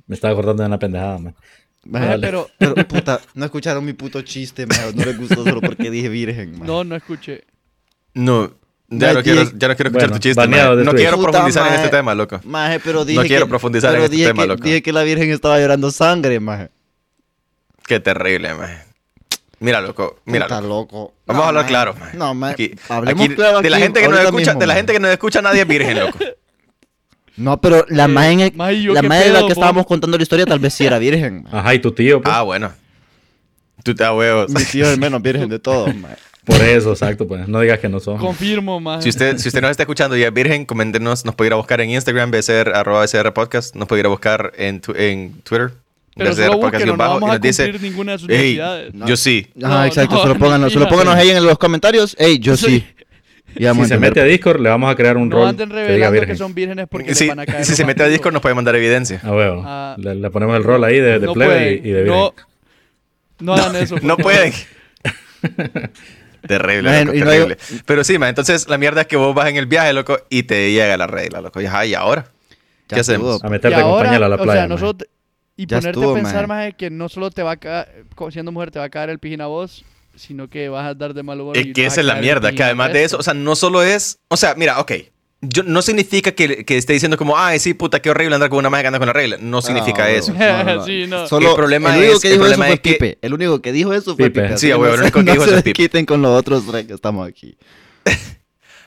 S2: Me estaba acordando de una pendejada, maje.
S5: Maje,
S4: Ah,
S2: Dale.
S4: pero
S5: Pero, puta, no escucharon mi puto chiste, maje. No les gustó solo porque dije virgen, maje.
S4: no, no escuché.
S3: No, ya
S5: Maje,
S3: no quiero,
S5: dije-
S3: ya no quiero escuchar
S2: Bueno,
S3: tu chiste,
S2: baneado
S3: maje.
S2: de
S3: No
S2: Twitch.
S3: quiero
S5: Puta
S3: profundizar en
S5: maje.
S3: este tema, loco.
S5: Maje, pero dije
S3: quiero
S5: que-
S3: profundizar en
S5: pero
S3: este
S5: dije
S3: tema,
S5: que-
S3: loco.
S5: Dije que la virgen estaba llorando sangre, maje.
S3: Qué terrible, maje. Mira, loco, mira.
S5: Puta,
S3: loco.
S5: loco.
S3: Vamos a hablar
S5: maje.
S3: claro, maje.
S5: No, maje.
S3: Aquí-
S5: Hablemos
S3: aquí-
S5: claro
S3: de la
S5: aquí
S3: gente que nos
S5: ahorita
S3: escucha,
S5: mismo,
S3: de la
S5: maje.
S3: gente que nos escucha nadie es virgen, loco.
S5: No, pero la
S4: Eh,
S5: madre,
S4: maje, ¿y yo
S5: la
S4: qué
S5: madre de la
S4: pedo,
S5: que
S4: po?
S5: estábamos contando la historia tal vez sí era virgen, maje.
S2: Ajá, y tu tío, pues.
S3: Ah, bueno. Tú ah, te da huevos.
S5: Mi tío es el menos virgen de todos, maje.
S2: Por eso, exacto, pues. No digas que no son.
S4: Confirmo, más.
S3: Si usted, si usted nos está escuchando y es virgen, coméntenos, nos puede ir a buscar en Instagram, BCR, arroba BCR Podcast, nos puede ir a buscar en, tu- en Twitter,
S4: pero
S3: BCR
S4: solo
S3: Podcast
S4: búsquenlo,
S3: guión
S4: no
S3: bajo, y
S4: vamos a
S3: nos dice,
S4: cumplir ninguna de sus
S3: hey,
S4: necesidades.
S3: yo sí.
S5: Ah,
S4: No,
S5: exacto,
S4: no,
S5: solo pónganos, solo
S4: mija.
S5: pónganos ahí en los comentarios. Ey, yo sí. Y vamos
S2: Si se
S5: entender.
S2: mete a Discord, le vamos a crear un
S4: No
S2: rol
S4: anden
S2: que diga
S4: revelando que,
S2: virgen.
S4: son vírgenes porque
S3: Sí,
S4: les van a caer
S3: si
S4: los
S3: se mete a
S4: vampiros.
S3: Discord nos puede mandar evidencia.
S2: A huevo.
S4: Ah.
S2: le, le ponemos el rol ahí de, de
S4: no
S2: plebe y,
S4: pueden,
S2: y de virgen.
S4: No, no hagan eso. pues. por
S3: No
S4: favor.
S3: pueden. Terrible,
S5: Man,
S3: loco,
S5: y no hay-
S3: terrible. Pero sí, man, entonces la mierda es que vos vas en el viaje, loco, y te llega la regla, loco. Y, ajá, ¿y ahora?
S5: Ya
S3: ¿Qué hacemos?
S5: estuvo.
S2: A meterte con pañal a la playa.
S4: O sea,
S2: man.
S4: nosotros, y
S5: Ya
S4: ponerte
S5: estuvo,
S4: a pensar,
S5: man.
S4: más que no solo te va a caer, siendo mujer, te va a caer el pijín a vos, sino que vas a dar de mal humor. y
S3: Es Eh, que
S4: te vas
S3: esa
S4: a
S3: es la
S4: caer el
S3: mierda,
S4: pijín
S3: que
S4: al
S3: además de
S4: resto.
S3: eso, o sea, no solo es, o sea, mira, ok, yo, no significa que, que esté diciendo como, ay, sí, puta, qué horrible andar con una magia que anda con la regla, no significa
S5: Ah,
S3: eso.
S5: huevo. No, no, no.
S4: Sí, no.
S5: Solo
S3: El problema
S5: único
S3: es-
S5: que
S3: el
S5: dijo
S3: problema
S5: eso
S3: es
S5: fue
S3: que-
S5: Pipe. El único que dijo eso fue
S2: Pipe.
S5: Pipe.
S2: Sí,
S5: Así
S3: a huevo, el
S5: no
S3: único
S5: se-
S3: que dijo
S5: no
S3: eso
S5: se
S3: es Pipe.
S5: quiten con los otros tres que estamos aquí.
S3: la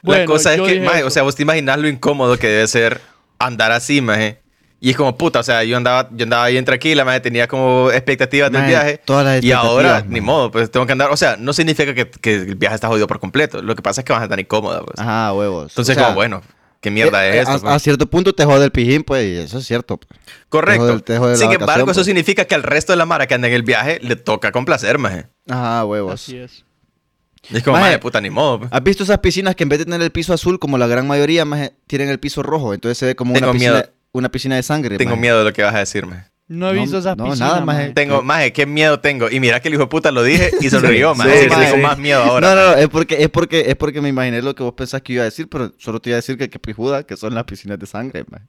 S4: Bueno,
S3: cosa es
S4: yo
S3: que,
S4: dije
S3: maje,
S4: eso.
S3: o sea, vos te imaginas lo incómodo que debe ser andar así, maje. Y es como, puta, o sea, yo andaba, yo andaba bien tranquila, maje, tenía como expectativas del
S5: Maje,
S3: viaje.
S5: todas las
S3: y ahora,
S5: expectativas,
S3: ni
S5: maje.
S3: modo, pues tengo que andar, o sea, no significa que, que el viaje está jodido por completo, lo que pasa es que vas a estar incómoda, pues.
S5: Ajá, huevos.
S3: Entonces,
S5: O sea,
S3: como, bueno, qué mierda
S5: eh,
S3: es
S5: a-
S3: esto.
S5: A,
S3: pues?
S5: cierto punto te jode el pijín, pues, y eso es cierto. pues.
S3: Correcto.
S5: te jode- te jode la
S3: Sin embargo,
S5: vacación,
S3: eso
S5: pues.
S3: significa que al resto de la mara que anda en el viaje le toca complacer, maje.
S5: Ajá, huevos.
S4: Así es.
S3: Y es como,
S5: Maje, ah,
S3: maje, puta, ni modo. pues.
S5: ¿Has visto esas piscinas que en vez de tener el piso azul, como la gran mayoría, maje, tienen el piso rojo? Entonces se ve como una
S3: Tengo
S5: piscina,
S3: miedo.
S5: una piscina de sangre.
S3: Tengo
S5: maje.
S3: miedo de lo que vas a decirme.
S4: No he
S5: No,
S4: visto esas
S5: no,
S4: piscinas.
S5: nada, maje.
S4: maje.
S3: Tengo, maje, qué miedo tengo. Y mira que el hijo de puta lo dije y sonrió,
S2: Sí,
S3: maje.
S2: sí,
S3: Así que
S5: sí,
S3: tengo
S5: sí.
S3: más miedo ahora.
S5: No, no, no, es porque, es, porque, es porque me imaginé lo que vos pensás que iba a decir, pero solo te iba a decir que, que pijuda, que son las piscinas de sangre, maje.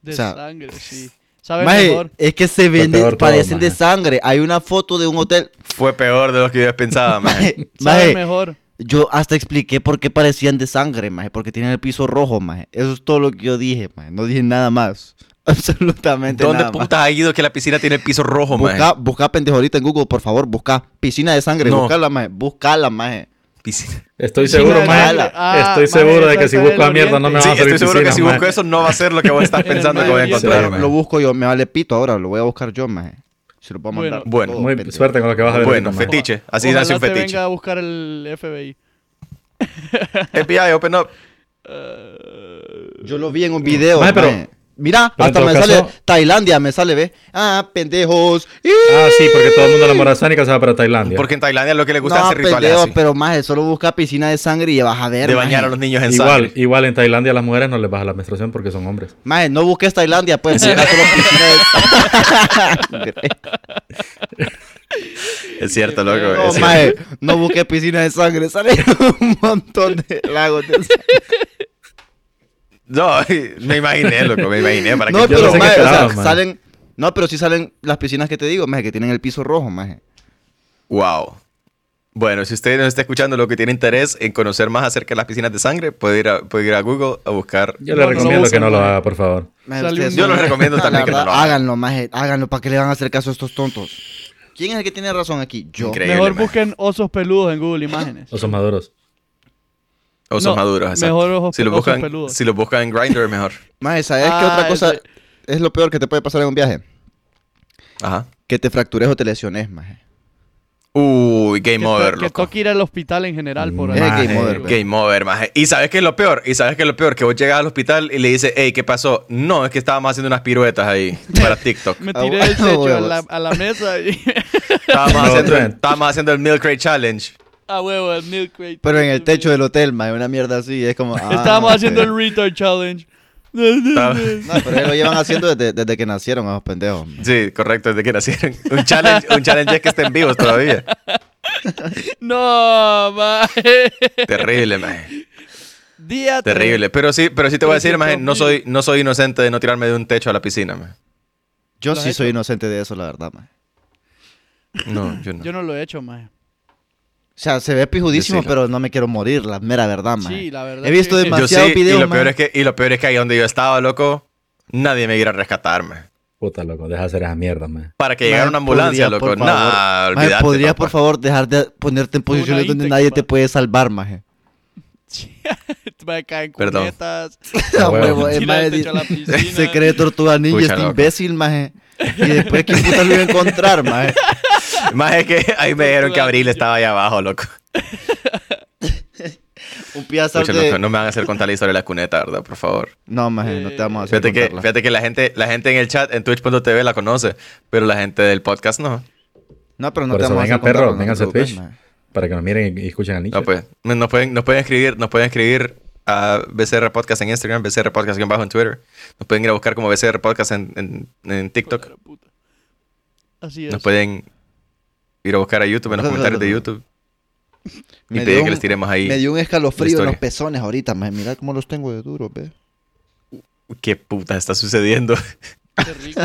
S4: De
S5: o sea,
S4: sangre, sí. Sabes
S5: Maje,
S4: mejor.
S5: es que se
S2: peor
S5: venden,
S2: todo,
S5: parecen de
S2: maje.
S5: sangre. Hay una foto de un hotel.
S3: Fue peor de lo que yo pensaba, maje.
S5: Maje,
S4: Sabes
S5: maje,
S4: mejor.
S5: yo hasta expliqué por qué parecían de sangre, maje, porque tienen el piso rojo, maje. Eso es todo lo que yo dije, maje. No dije nada más. Absolutamente
S3: ¿Dónde
S5: nada más.
S3: puta ha ido que la piscina tiene el piso rojo, maje?
S5: Busca, busca pendejo ahorita en Google, por favor, busca piscina de sangre,
S3: No.
S5: buscala, maje, buscala, maje.
S3: Piscina.
S2: Estoy
S4: Piscina
S2: seguro,
S4: de
S2: man.
S4: sangre. Ah,
S2: Estoy
S4: maje,
S2: seguro de
S4: esa
S2: que si
S4: está en
S2: busco
S4: el
S2: a mierda no me
S4: oriente.
S3: Sí,
S2: van a
S3: estoy
S2: salir
S3: seguro que
S2: piscinas,
S3: si
S2: maje.
S3: busco eso no va a ser lo que vos estás
S4: En el
S3: pensando que
S4: Medio
S3: voy a
S4: Oriente.
S3: encontrar,
S2: Sí,
S3: maje.
S5: Lo busco yo, me vale pito ahora, lo voy a buscar yo, maje. Se lo puedo mandar.
S3: Bueno,
S5: todo,
S2: Muy
S5: pendejo.
S2: suerte con lo que vas a ver.
S3: Bueno,
S2: ahorita, maje.
S3: fetiche. Así
S4: Ojalá
S3: nace un
S4: te
S3: fetiche.
S4: venga a buscar el FBI.
S3: FBI, open up.
S5: Yo lo vi en un video,
S2: Maje, pero
S5: maje. Mira,
S2: Pero en
S5: hasta
S2: todo
S5: me
S2: caso-
S5: sale Tailandia, me sale, ve. Ah, pendejos. ¡Ih!
S2: Ah, sí, porque todo el mundo de la morada sánica se va para Tailandia.
S3: Porque en Tailandia lo que le gusta es
S5: No,
S3: hacer rituales
S5: pendejos,
S3: así,
S5: pero más, solo busca piscina de sangre y vas a ver.
S3: de
S5: maje.
S3: bañar a los niños en
S2: Igual,
S3: sangre.
S2: igual en Tailandia a las mujeres no les baja la menstruación porque son hombres.
S5: Maje, no busques Tailandia, pues. busca solo piscina de sangre.
S3: Es cierto, loco. es
S5: No,
S3: cierto.
S5: maje, no busques piscina de sangre. Sale un montón de lagos de sangre.
S3: No, me imaginé, loco, me imaginé. Para
S5: No,
S3: que
S2: yo
S5: pero
S2: no sé qué
S5: maje, o sea,
S2: esperaba, maje.
S5: salen. No, pero sí salen las piscinas que te digo, maje, que tienen el piso rojo, maje.
S3: Wow. Bueno, si usted nos está escuchando lo que tiene interés en conocer más acerca de las piscinas de sangre, puede ir a, puede ir a Google a buscar.
S2: Yo le
S4: No, no lo
S2: recomiendo que
S4: usen,
S2: no lo
S4: maje.
S2: haga, por favor.
S5: Maje,
S4: Sale
S5: ustedes
S4: un-
S5: son-
S3: Yo lo recomiendo
S5: La
S3: también que no
S5: verdad,
S3: lo hagan.
S5: Háganlo, maje, háganlo. ¿Para qué le van a hacer caso a estos tontos? ¿Quién es el que tiene razón aquí? Yo.
S3: Increíble.
S4: Mejor
S3: maje.
S4: busquen osos peludos en Google Imágenes.
S2: Osos maduros.
S3: Osos
S4: No,
S3: maduros, exacto.
S4: mejor ojos-
S3: si, lo
S4: ojos
S3: buscan,
S4: peludos.
S3: si lo buscan en Grindr, mejor.
S5: Maje, ¿sabes qué
S4: Ah,
S5: otra cosa
S4: ese-
S5: es lo peor que te puede pasar en un viaje?
S3: Ajá.
S5: Que te fractures o te lesiones, maje.
S3: Uy, game
S4: que, to-
S3: over,
S4: que
S3: loco.
S4: toque ir al hospital en general por ahí.
S5: Es
S2: Maje.
S5: game over, güey.
S3: Game over, maje. Y sabes qué es lo peor, y sabes qué es lo peor, que vos llegas al hospital y le dices, hey, ¿qué pasó? No, es que estábamos haciendo unas piruetas ahí para TikTok.
S4: Me
S5: Ah,
S4: tiré
S5: bueno,
S4: del techo a la,
S5: huevos.
S4: a la mesa y...
S3: Estábamos,
S2: No,
S3: haciendo,
S2: Trent.
S3: estábamos haciendo el Milk Crate Challenge.
S4: a huevo, el milk crate.
S5: Pero en el techo del hotel, maje, una mierda así, es como... ah,
S4: Estábamos haciendo
S5: ok.
S4: el retard challenge.
S3: Estáb-
S5: No, pero ellos lo llevan haciendo desde, desde que nacieron, esos pendejos. maje.
S3: Sí, correcto, desde que nacieron. Un challenge, un challenge es que estén vivos todavía.
S4: no, maje.
S3: Terrible, maje.
S4: Día tres.
S3: Terrible. Pero sí, pero sí te voy a decir, maje, no
S4: 300.000.
S3: soy, no soy inocente de no tirarme de un techo a la piscina, maje.
S5: Yo
S4: ¿Lo has
S5: sí
S4: hecho?
S5: soy inocente de eso, la verdad, maje.
S3: No, yo no.
S4: Yo no lo he hecho, maje.
S5: O sea, se ve pijudísimo,
S3: Decilo.
S5: pero no me quiero morir, la mera verdad, maje.
S4: Sí, la verdad
S5: Ah, He visto
S4: que- Yo
S3: Yo sí,
S5: demasiados videos,
S3: y lo, peor
S5: maje.
S3: es que, y lo peor es que ahí donde yo estaba, loco, nadie me iba a rescatarme.
S2: Puta, loco, deja de hacer esa mierda, man.
S3: Para que
S5: Maje,
S3: llegara una ambulancia,
S5: podría,
S3: loco.
S5: por favor.
S3: Nah,
S5: Maje,
S3: olvídate,
S5: ¿podrías,
S3: papá.
S5: por favor, dejar de ponerte en posiciones donde
S4: Intex,
S5: nadie
S4: pa.
S5: te puede salvar, maje?
S4: Me caen
S3: Perdón.
S4: cunetas.
S2: Ah,
S5: A huevo,
S2: huevo.
S5: eh,
S4: Tira
S5: maje,
S4: el techo a la
S5: di-
S4: piscina.
S5: Se cree tortuga ninja
S3: Pucha,
S5: este
S3: loco.
S5: imbécil, maje. Y después, ¿quién puta lo iba a encontrar, maje?
S3: Más es que ahí me dijeron que Abril estaba ahí abajo, loco.
S5: Un piazar
S3: Pucha, loco,
S5: de...
S3: no me van a hacer contar la historia de la cuneta, ¿verdad? Por favor.
S5: No, maje, no te vamos a hacer
S3: Fíjate que,
S5: contarla.
S3: fíjate que la, gente, la gente en el chat, en twitch.tv la conoce, pero la gente del podcast no.
S5: No, pero no
S2: Por
S5: te
S2: eso
S5: vamos a
S2: vengan,
S5: hacer contarla,
S2: perro,
S5: no te
S2: vengan a
S5: preocupes,
S2: Twitch.
S5: maje.
S2: Para que nos miren y- y escuchen al nicho.
S3: No, pues, nos, pueden, nos pueden escribir, nos pueden escribir a BCR Podcast en Instagram, BCR Podcast guión bajo en Twitter. Nos pueden ir a buscar como BCR Podcast en, en- en
S5: Pues,
S3: TikTok.
S4: Puta. Así es.
S3: Nos pueden ir a buscar a YouTube en los comentarios de YouTube y
S5: Me
S3: pedir
S5: dio
S3: que
S5: un-
S3: les tiremos ahí.
S5: Me dio un escalofrío en
S3: historia.
S5: los pezones ahorita, maje. Mira cómo los tengo de duro, ve.
S3: ¿Qué puta está sucediendo?
S4: Qué rico.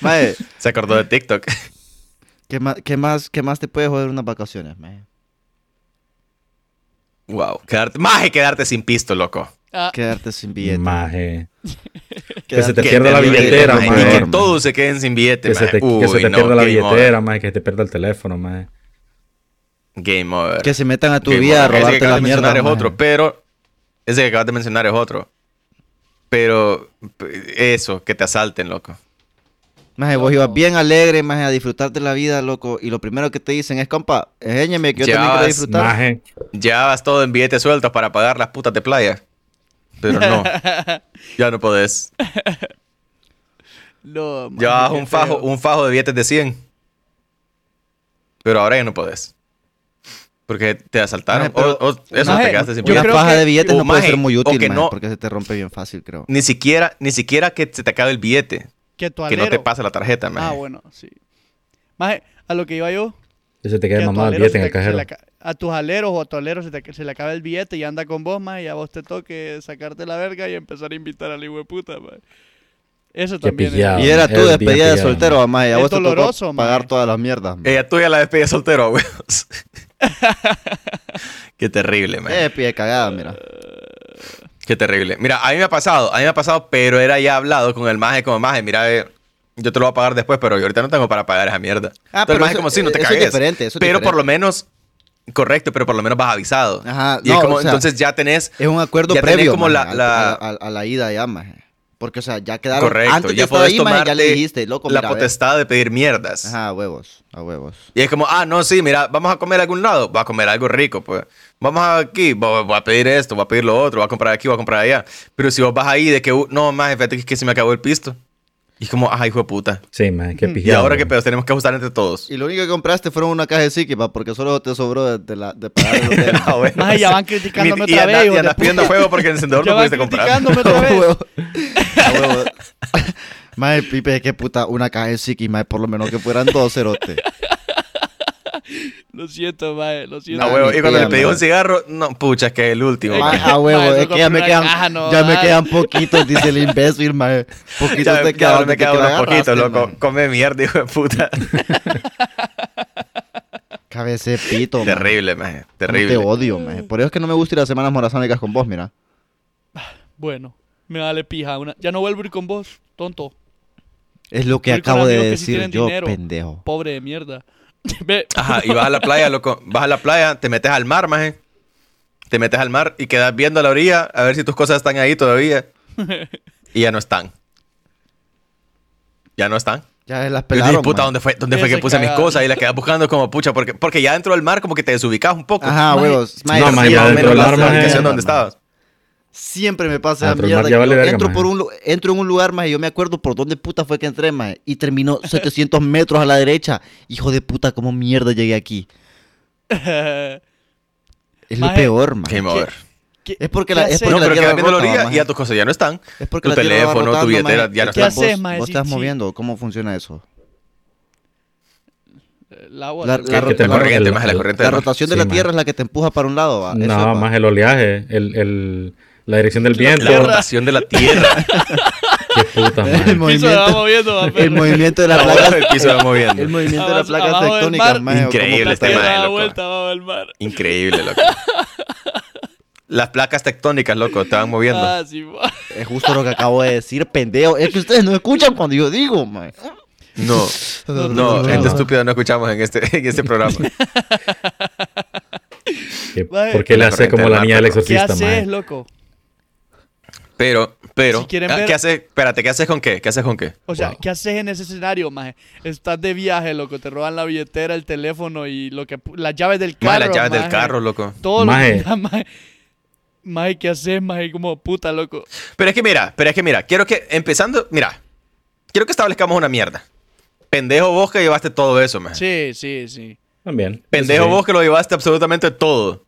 S5: Maje,
S3: Se acordó de TikTok.
S5: ¿qué más, qué, más, ¿qué más te puede joder unas vacaciones, maje?
S3: Wow. Quedarte, más que quedarte sin pisto, loco.
S4: Ah,
S5: Quedarte sin billete.
S2: Maje. Que se
S5: Quedarte-
S2: te
S3: Que
S2: pierda la
S3: terrible,
S2: billetera,
S3: maje.
S2: maje.
S3: Y que todos se queden sin billete,
S2: Que se te,
S3: maje.
S2: que se
S3: Uy,
S2: te
S3: no,
S2: pierda la
S3: game over.
S2: billetera, maje. Que te pierda el teléfono, maje.
S3: Game over.
S5: Que se metan a tu
S3: Ok,
S5: vida a
S3: bueno, Ese que
S5: robarte
S3: acabas
S5: la
S3: de
S5: mierda.
S3: mencionar es
S5: maje.
S3: otro, pero. Ese que acabas de mencionar es otro. Pero. p- Eso, que te asalten, loco.
S5: Maje, vos ibas bien alegre, maje, a disfrutarte la vida, loco. Y lo primero que te dicen es, compa, enséñame que yo también quiero
S3: Llevabas
S5: disfrutar.
S2: Maje.
S3: Llevabas todo en billetes sueltos para pagar las putas de playa. Pero no. ya no podés.
S4: no, maje,
S3: Llevabas
S4: qué
S3: un fajo,
S4: feo.
S3: un fajo de billetes de 100. Pero ahora ya no podés. Porque te asaltaron.
S5: Maje, pero-
S3: o, o eso,
S4: maje,
S3: te quedaste sin
S4: yo
S5: Una
S3: billetes.
S4: creo
S5: faja
S4: que-
S5: de billetes
S3: o,
S5: no puede
S3: Oh, maje,
S5: ser muy
S3: o
S5: útil,
S3: que
S5: maje,
S3: no-
S5: porque se te rompe bien fácil, creo.
S3: Ni siquiera, ni siquiera que se te acabe el billete.
S4: Que tu
S3: Que no te
S4: alero.
S3: pase la tarjeta, man.
S4: Ah, bueno, sí. Maje, a lo que iba yo,
S2: Que se te
S4: que
S2: quede
S4: a tu
S2: mamado el
S4: alero
S2: billete
S4: se
S2: en el
S4: te- se
S2: cajero.
S4: le aca- a tus aleros o a tu alero se, te- se le acaba el billete y anda con vos, más y a vos te toque sacarte la verga y empezar a invitar al hijo de puta, maje. Eso
S2: Qué
S4: también
S3: Ah,
S2: pillado.
S5: Y era
S2: es
S5: tu
S2: bien
S5: despedida de
S2: pillado,
S5: soltero, maje. A
S4: Es
S5: vos te tocó
S4: doloroso, maje.
S5: pagar todas las mierdas, maje.
S3: Ella tuya la despedida soltero, huevos. Qué terrible, man.
S5: Eh, pie de cagada, mira.
S3: Qué terrible. Mira, a mí me ha pasado, a mí me ha pasado, pero era ya hablado con el maje, como maje, mira, eh, yo te lo voy a pagar después, pero yo ahorita no tengo para pagar esa mierda.
S5: Ah,
S3: Entonces, el
S5: pero
S3: maje
S5: eso-
S3: como si no te
S5: eh, eso es
S3: cagues.
S5: diferente, eso es
S3: pero por
S5: diferente.
S3: lo menos, correcto, pero por lo menos vas avisado.
S5: Ajá,
S3: y es
S5: no,
S3: como,
S5: o sea,
S3: entonces ya tenés,
S5: Es un acuerdo
S3: Ya tenés
S5: previo
S3: como
S5: maje,
S3: la-
S5: al-
S3: la-
S5: A, a- a la ida ya, maje. Porque, o sea, ya quedaron.
S3: Correcto.
S5: Antes de
S3: Ya
S5: estar
S3: podés
S5: ahí, maje, ya le
S3: tomarte
S5: dijiste, loco,
S3: la
S5: mira, ve.
S3: potestad de pedir mierdas.
S5: Ajá, a huevos, a huevos.
S3: Y es como, ah, no, sí, mira, vamos a comer a algún lado, va a comer algo rico, pues. Vamos aquí, va- va a pedir esto, va a pedir lo otro, va a comprar aquí, va a comprar allá. Pero si vos vas ahí de que, uh, no, más, fíjate que es que se me acabó el pisto. Y es como, ah, hijo de puta.
S2: Sí, maje,
S4: Mm.
S2: qué
S3: Y
S2: pijado.
S3: ahora qué
S2: maje.
S3: pedos tenemos que ajustar entre todos.
S5: Y lo único que compraste fueron una caja de Sikipa, porque solo te sobró de, de la, de pagar el hotel.
S3: Ah, bueno,
S4: Maje, ya
S3: sí.
S4: van criticándome
S3: Y-
S4: otra
S3: y anda-
S4: vez,
S3: Y
S4: hijo de
S3: andas pidiendo fuego porque el encendedor
S4: Ya
S3: no
S4: van
S3: pudiste comprar.
S4: criticándome otra
S5: A
S4: vez.
S5: huevo. A huevo. Mae, pipe, qué puta, una caja de Siki, mae, por lo menos que fueran dos cerotes.
S4: Lo siento, mae, lo siento.
S3: No, huevo. Ah, Y cuando le
S5: Tía,
S3: pedí un
S5: madre.
S3: cigarro, no, pucha, es que es el último.
S5: Mae,
S3: man.
S5: a
S4: Mae,
S5: huevo,
S4: no
S5: es que
S4: compré
S5: ya me
S4: una
S5: quedan,
S4: caja, no,
S5: ya me
S4: dale.
S5: quedan poquitos, dice el imbécil, mae. Poquitos
S3: Ya,
S5: te
S3: ya ahora
S5: quedaron, este
S3: me
S5: te
S3: quedan
S5: quedan
S3: unos poquitos, loco.
S5: mae.
S3: Come mierda, hijo de puta.
S5: Cabece pito, mae.
S3: Terrible, man.
S5: Cómo
S3: Terrible.
S5: Te odio, mae. Por eso es que no me gusta ir a semanas morazánicas con vos, mira.
S4: Bueno, me vale pija. Una... Ya no vuelvo a ir con vos, tonto.
S5: Es lo que
S4: Voy con
S5: acabo de
S4: amigos que sí
S5: decir
S4: tienen
S5: yo,
S4: dinero.
S5: pendejo.
S4: Pobre de mierda. Ve,
S3: Ajá, y vas a la playa, loco. Vas a la playa, te metes al mar, maje. Te metes al mar y quedas viendo a la orilla a ver si tus cosas están ahí todavía. Y ya no están. Ya no están.
S5: Ya se las
S3: Y
S5: pelaron,
S3: dices, puta,
S5: mae.
S3: ¿dónde fue, dónde
S4: Sí,
S3: fue que
S4: se
S3: puse mis
S4: cagaron.
S3: cosas? Y las quedas buscando como pucha, porque, porque ya dentro del mar como que te desubicas un poco.
S5: Ajá, huevos. Mae,
S2: No,
S5: sí,
S2: mae,
S3: Y
S2: ya
S3: más o
S2: dentro
S3: menos
S2: del
S3: la
S2: mar, maje.
S3: ubicación donde estabas.
S5: Siempre me
S3: Ah,
S5: pasa esa
S2: Adentro del
S5: mierda.
S2: mar
S5: que
S2: ya vale
S5: yo
S2: verga,
S5: entro,
S2: maje.
S5: por un, lu- entro en un lugar, más y yo me acuerdo por dónde puta fue que entré, más y terminó 700 metros a la derecha. Hijo de puta, cómo mierda llegué aquí. Es lo
S4: Maje,
S5: peor, más
S3: Game over.
S4: ¿qué-
S5: Es porque
S4: qué
S5: la- es
S4: haces?
S5: porque
S3: No,
S5: la
S3: pero
S5: tierra
S3: quedas viendo la
S5: rota,
S3: orilla
S5: maje.
S3: y ya tus cosas ya no están.
S5: Es porque
S3: Tu
S5: la tierra va
S3: teléfono, tu
S5: rotando,
S3: billetera,
S5: maje.
S3: ya no
S5: ¿Qué
S4: está.
S5: haces,
S4: haces, maje?
S5: maje? Vos
S4: Sí,
S5: te vas
S4: sí.
S5: moviendo. ¿Cómo funciona eso?
S4: El agua.
S5: La-
S4: te-
S5: la-
S3: Que- que te- la
S5: la-
S3: corriente,
S2: la-
S3: maje, la corriente
S5: La
S3: del mar.
S5: rotación de
S2: Sí,
S5: la
S2: maje.
S5: tierra es la que te empuja para un lado, va. Eso
S2: No,
S5: va.
S2: más el oleaje, el, el, la dirección del viento.
S3: La rotación de la tierra.
S2: Qué puta,
S5: El
S2: maje.
S4: El piso se va
S5: movimiento,
S4: moviendo, va,
S5: el
S4: perro.
S5: movimiento de las
S3: La bola
S5: placas.
S3: del piso va moviendo.
S5: El movimiento de las
S4: Abajo-
S5: placas
S4: abajo del
S5: tectónicas,
S4: mar.
S5: maje, o como
S3: Increíble
S4: La
S5: puta-
S3: este
S4: tierra
S3: mae,
S4: da
S3: loco.
S4: vuelta abajo del mar.
S3: Increíble, loco. Las placas tectónicas, loco, te van moviendo.
S4: Ah, sí, va.
S5: Es justo lo que acabo de decir, pendejo. Es que ustedes no escuchan cuando yo digo, man.
S3: No, no, gente estúpida no escuchamos en este, en este programa.
S2: Que-
S4: Maje.
S2: ¿Por qué le
S3: La
S2: hace como
S3: corriente
S2: la
S3: del
S2: niña del
S3: mar, pero-
S4: ¿Qué
S2: exorcista,
S4: haces,
S2: maje?
S4: loco?
S3: Pero, pero,
S4: Si quieren
S3: ah,
S4: ver-
S3: ¿qué haces? Espérate, ¿qué haces con qué? ¿Qué haces con qué?
S4: O sea,
S2: Wow.
S4: ¿qué haces en ese escenario, maje? Estás de viaje, loco. Te roban la billetera, el teléfono y lo que pu- las llaves del carro.
S3: Más las llaves del
S4: maje.
S3: carro, loco.
S4: Todo
S2: Maje.
S4: lo que maje. Maje, ¿qué haces, maje? Como puta, loco.
S3: Pero es que mira, pero es que mira, quiero que, empezando, mira, quiero que establezcamos una mierda. Pendejo vos que llevaste todo eso, man.
S4: Sí, sí, sí.
S2: También.
S3: Pendejo
S2: Sí.
S3: vos que lo llevaste absolutamente todo.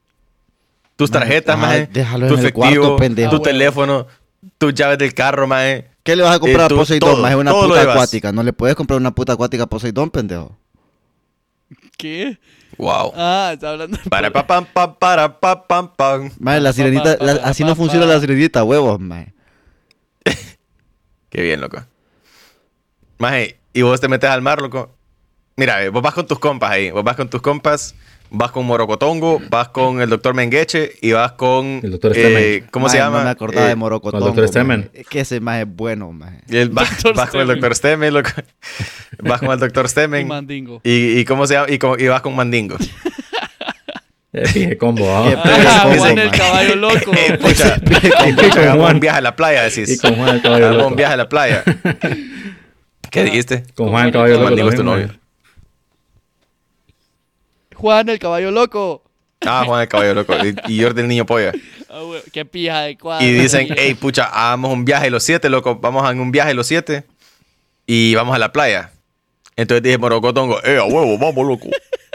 S3: Tus tarjetas,
S5: Maje,
S3: man.
S5: déjalo
S3: Tu
S5: en el
S3: efectivo,
S5: cuarto, pendejo.
S3: tu
S4: Ah, bueno.
S3: teléfono, tus llaves del carro, man.
S5: ¿Qué le vas a comprar
S3: Eh,
S5: a
S3: tú-
S5: Poseidón?
S3: todo,
S5: Más una
S3: todo lo
S5: puta
S3: llevas.
S5: acuática. No le puedes comprar una puta acuática a Poseidón, pendejo.
S4: ¿Qué?
S3: Wow.
S4: Ah, está hablando.
S3: Para pa pam pam para pa pam pam.
S5: Mae, la
S4: Pa, pa,
S5: sirenita,
S4: pa,
S5: la-
S4: pa,
S5: así
S4: pa,
S5: no funciona
S4: pa.
S5: la sirenita, huevos, mae.
S3: Qué bien, loco. Maje, y vos te metes al mar, loco. Mira, eh, vos vas con tus compas ahí. Vos vas con tus compas, vas con Morocotongo, vas con el doctor Mengueche y vas con.
S2: El Dr.
S3: eh,
S2: Stemmen.
S3: ¿Cómo se
S5: Mae,
S3: llama?
S5: No me acordaba
S3: Eh,
S5: de Morocotongo.
S2: con el Dr. Stemmen.
S5: mae. Es que ese mae es bueno, mae.
S3: el- vas,
S4: Dr.
S3: vas con el
S4: Stemmen.
S3: doctor Stemmen, loco. Vas con el doctor
S4: Y
S3: Stemmen.
S4: mandingo.
S3: y, y cómo se llama? Y, con- y vas con Mandingo.
S2: Eh, Qué combo, ah.
S5: Qué
S3: Pero
S4: Ah,
S3: es-
S4: Juan
S3: es-
S4: el caballo loco.
S3: Eh, pucha, y pucha, hagamos un viaje a la playa,
S2: Y
S3: decís.
S2: con Juan el caballo
S3: Hagamos un
S2: loco.
S3: viaje a la playa. ¿Qué dijiste?
S2: Con Juan el caballo loco.
S3: Mandingo es tu
S2: también,
S3: novio.
S2: maje.
S4: Juan el caballo loco.
S3: Ah, Juan el Caballo Loco. Y, y Jordi el Niño Polla.
S4: Ah, güey, Qué pija de cuadro.
S3: Y dicen, hey, pucha, hagamos un viaje los siete, loco. Vamos a un viaje los siete y vamos a la playa. Entonces dije, Morocotongo, eh, a huevo, vamos, loco.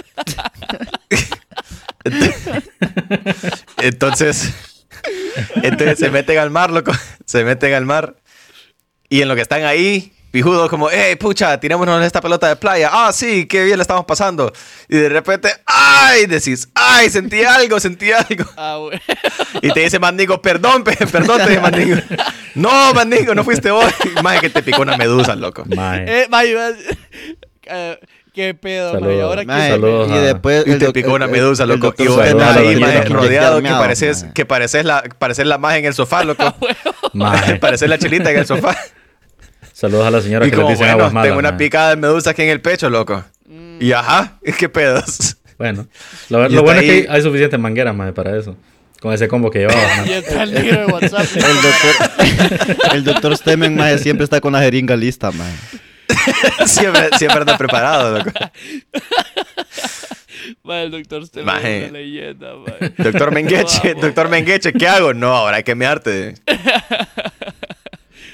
S3: entonces, entonces se meten al mar, loco. Se meten al mar. Y en lo que están ahí, pijudos como, hey, pucha, tirémonos en esta pelota de playa. Ah, sí, qué bien la estamos pasando. Y de repente, ay, decís, ay, sentí algo, sentí algo.
S4: Ah, güey.
S3: Y te dice Mandingo, perdón, pe- perdón, te dice Mandingo. No, Mandingo, no fuiste vos. Más que te picó una medusa, loco.
S2: Maje.
S4: Eh, maje, iba a decir- Eh, Qué pedo,
S2: Saludos.
S4: maje. Ahora
S5: Mae,
S4: que.
S2: Saludos
S5: y
S2: a-
S5: después
S3: Y
S5: Pues, el
S3: te
S5: doc-
S3: picó una
S5: el-
S3: medusa,
S5: el
S3: loco.
S5: doctor
S3: Y vos
S2: Saludos,
S3: estás
S5: Stemmen
S3: ahí,
S5: lo
S2: maje,
S5: tiene
S3: mae,
S5: que
S3: rodeado, que
S5: armeado,
S3: pareces,
S5: mae.
S3: que pareces la, pareces la maja en el sofá, loco.
S4: Eh.
S2: Maje.
S3: pareces la chilita en el sofá.
S2: Saludos a la señora
S3: Y
S2: que le
S3: como,
S2: dice
S3: bueno,
S2: aguas
S3: tengo
S2: malas.
S3: una
S2: maje.
S3: picada de medusa aquí en el pecho, loco. Y ajá, qué pedos.
S2: Bueno, lo,
S3: Y
S2: lo
S3: está
S2: bueno es
S3: ahí-
S2: que hay suficientes mangueras, maje, para eso. Con ese combo que llevaba. man.
S4: Y entra el negro de WhatsApp.
S5: El doctor, el doctor Stemmen, maje, siempre está con la jeringa lista, maje.
S3: siempre, siempre anda preparado, loco.
S4: Mae, el doctor Steven
S3: Maje.
S4: es una leyenda, mae.
S3: Doctor Mengeche,
S4: Vamos,
S3: doctor
S4: mae.
S3: Mengeche, ¿qué hago? No, ahora hay que mearte.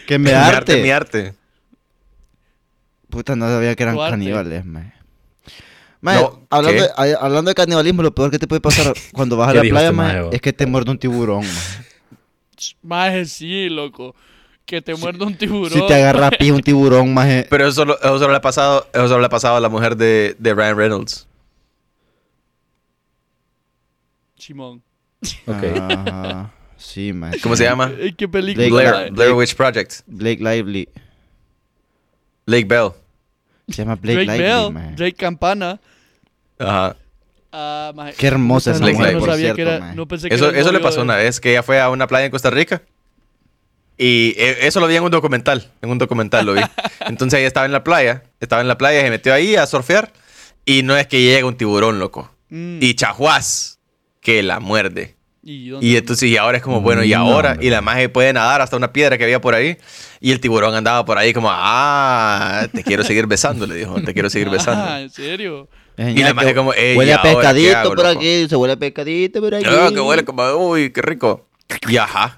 S5: Que me arte.
S3: Mearte.
S5: Puta, no sabía que eran
S4: Tu arte.
S5: caníbales, maje. Maje,
S3: No,
S5: hablando,
S3: ¿qué?
S5: de, ay- hablando de canibalismo, lo peor que te puede pasar cuando vas a
S2: ¿Qué
S5: la
S2: dijo
S5: playa,
S2: este
S5: maje,
S2: maje, vos?
S5: es que te muerde un tiburón, maje.
S4: Maje, sí, loco. Que te muerde un tiburón.
S5: Si te agarra a pie un tiburón, maje.
S3: Pero eso, solo- eso solo le ha pasado, eso solo le ha pasado a la mujer de, de Ryan Reynolds.
S4: Simón.
S2: Ok.
S5: Ajá. Sí, maje.
S3: ¿Cómo
S5: sí.
S3: se llama?
S4: Eh, ¿Qué película?
S3: Blair,
S5: Blake-
S3: Blair Witch Project.
S5: Blake Lively.
S3: Lake Bell.
S5: Se llama Blake,
S4: Drake
S5: Lively,
S4: Bell,
S5: maje.
S4: Drake Campana.
S3: Ajá.
S4: Ah, maje.
S5: Qué hermosa esa
S4: Puta, no,
S3: mujer,
S4: no
S3: por
S4: sabía que
S5: cierto,
S4: era.
S5: maje.
S4: No pensé que
S3: Eso,
S4: era el
S3: eso le
S4: novio
S3: pasó
S4: de-
S3: una vez, que ella fue a una playa en Costa Rica. Y eh, eso lo vi en un documental. En un documental lo vi. Entonces ella estaba en la playa. Estaba en la playa, se metió ahí a surfear. Y no es que llega un tiburón, loco.
S4: Mm.
S3: Y chajuás, que la muerde.
S4: ¿Y dónde?
S3: Y entonces, y ahora es como, bueno, ¿y
S2: No,
S3: ahora?
S2: hombre.
S3: Y la magia puede nadar hasta una piedra que había por ahí. Y el tiburón andaba por ahí como, ah, te quiero seguir besando, le dijo, te quiero seguir
S4: Ah,
S3: besando.
S4: ¿en serio?
S5: Es
S3: Y la
S5: genial,
S3: magia
S5: que
S3: como, "Ey,
S5: Huele
S3: ¿y
S5: a
S3: ahora qué
S5: pescadito
S3: hago,
S5: por
S3: loco?"
S5: aquí, se huele a pescadito por aquí.
S3: Ah, que huele como, uy, qué rico. Y ajá.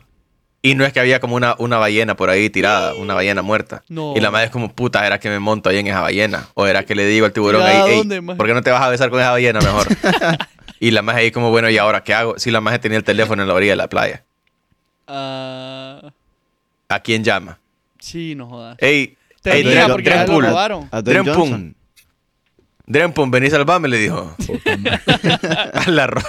S3: Y no es que había como una, una ballena por ahí tirada, una ballena muerta.
S4: No.
S3: Y la madre es como, puta, ¿era que me monto ahí en esa ballena? ¿O era que le digo al tiburón
S4: ¿Tirada
S3: ahí, "Ey,
S4: dónde, maje?
S3: ¿por qué no te vas a besar con esa ballena mejor? y la magia ahí como, bueno, ¿y ahora qué hago? Si la magia tenía el teléfono en la orilla de la playa,
S4: Ah,
S3: ¿a quién llama?
S4: sí, no jodas.
S3: Ey, ey,
S4: Tenía,
S3: Dren-
S4: porque
S3: Dren
S4: ya lo
S3: Pool.
S4: robaron.
S5: A Don
S3: Dren Pum.
S5: Johnson.
S3: Drempum, vení salvame, le dijo. A la ro-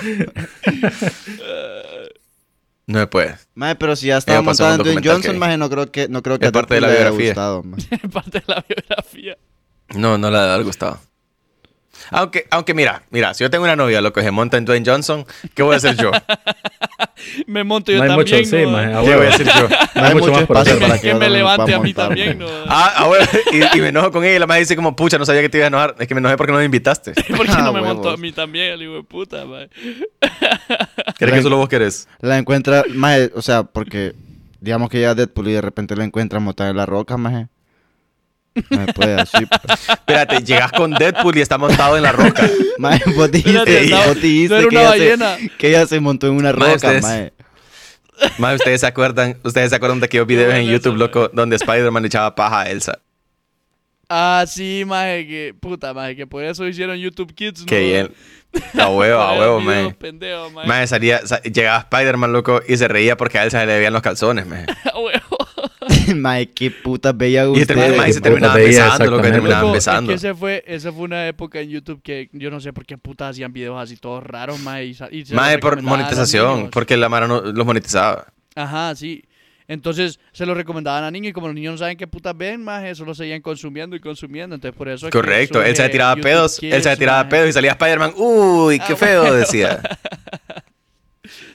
S3: No se puede.
S5: Maje, pero si ya estaba
S3: Ella pasó
S5: montada en
S3: un
S5: Dwayne
S3: documental
S5: Johnson,
S3: que-
S5: maje, no creo que, no creo que
S3: Es
S5: a Deadpool
S3: parte de la
S5: le haya
S3: biografía.
S5: gustado, maje.
S4: parte de la biografía.
S3: No, no la da Gustavo. Aunque, aunque mira, mira, si yo tengo una novia, lo que se monta en Dwayne Johnson, ¿qué voy a hacer yo?
S4: Ah, Me monto yo
S2: No hay mucho,
S4: también,
S2: sí,
S4: ¿no?
S2: maje, a
S3: ¿Qué
S2: huevo.
S3: voy a hacer yo?
S2: No hay mucho más por
S5: espacio
S2: hacer.
S5: para
S4: que,
S5: yo no
S4: me
S5: pueda
S4: levante a mí
S5: montar,
S4: también,
S5: maje.
S4: ¿no?
S3: Ah, ahora, y, y me enojo con ella y la madre dice como, pucha, no sabía que te ibas a enojar. Es que me enojé porque no me invitaste.
S4: ¿Por qué
S5: Ah,
S4: no me montó a
S5: huevos.
S4: mí también, el hijo de puta, mae?
S3: ¿Crees que solo vos querés?
S5: La encuentra, maje, o sea, porque digamos que llega Deadpool y de repente la encuentra montada en la roca, maje. No se puede así. pues.
S3: Espérate, llegas con Deadpool y está montado en la roca.
S5: Maje, vos dijiste,
S4: Espérate, no,
S5: vos dijiste
S4: no era
S5: que,
S4: una
S5: ella se,
S4: ballena.
S5: que ella se montó en una
S3: Maje,
S5: roca,
S3: ustedes-
S5: maje.
S3: Más ustedes se acuerdan, ustedes se acuerdan de aquellos videos en YouTube, loco, donde Spider-Man le echaba paja a Elsa.
S4: Ah, sí, maje, que puta, maje, que por eso hicieron YouTube Kids, ¿no?
S3: Qué bien. A huevo, a huevo, man.
S4: Pendejo, maje.
S3: Maje, salía, sa- llegaba Spider-Man, loco, y se reía porque a él se le veían los calzones, maje.
S4: A huevo.
S5: Maje, qué puta bella
S3: Y se
S5: usted.
S3: terminaban, maje, se
S2: Qué
S3: terminaban
S2: puta bella,
S3: besando, loco, se
S2: exactamente.
S3: terminaban
S4: Loco, es
S3: besando.
S4: que ese fue, esa fue una época en YouTube que yo no sé por qué putas hacían videos así todos raros, maje. Y, sa- y se los
S3: Maje, por
S4: recomendaban a los
S3: monetización,
S4: niños.
S3: porque la Mara no los monetizaba.
S4: Ajá, sí. Entonces se lo recomendaban a niños y como los niños no saben qué putas ven, maje, eso lo seguían consumiendo y consumiendo. Entonces por eso. es que
S3: Correcto, él se
S4: surge
S3: tiraba
S4: YouTube
S3: pedos, él se
S4: Kids,
S3: tiraba
S4: maje.
S3: pedos y salía Spider-Man, uy, qué
S4: Ah,
S3: feo,
S4: bueno.
S3: decía.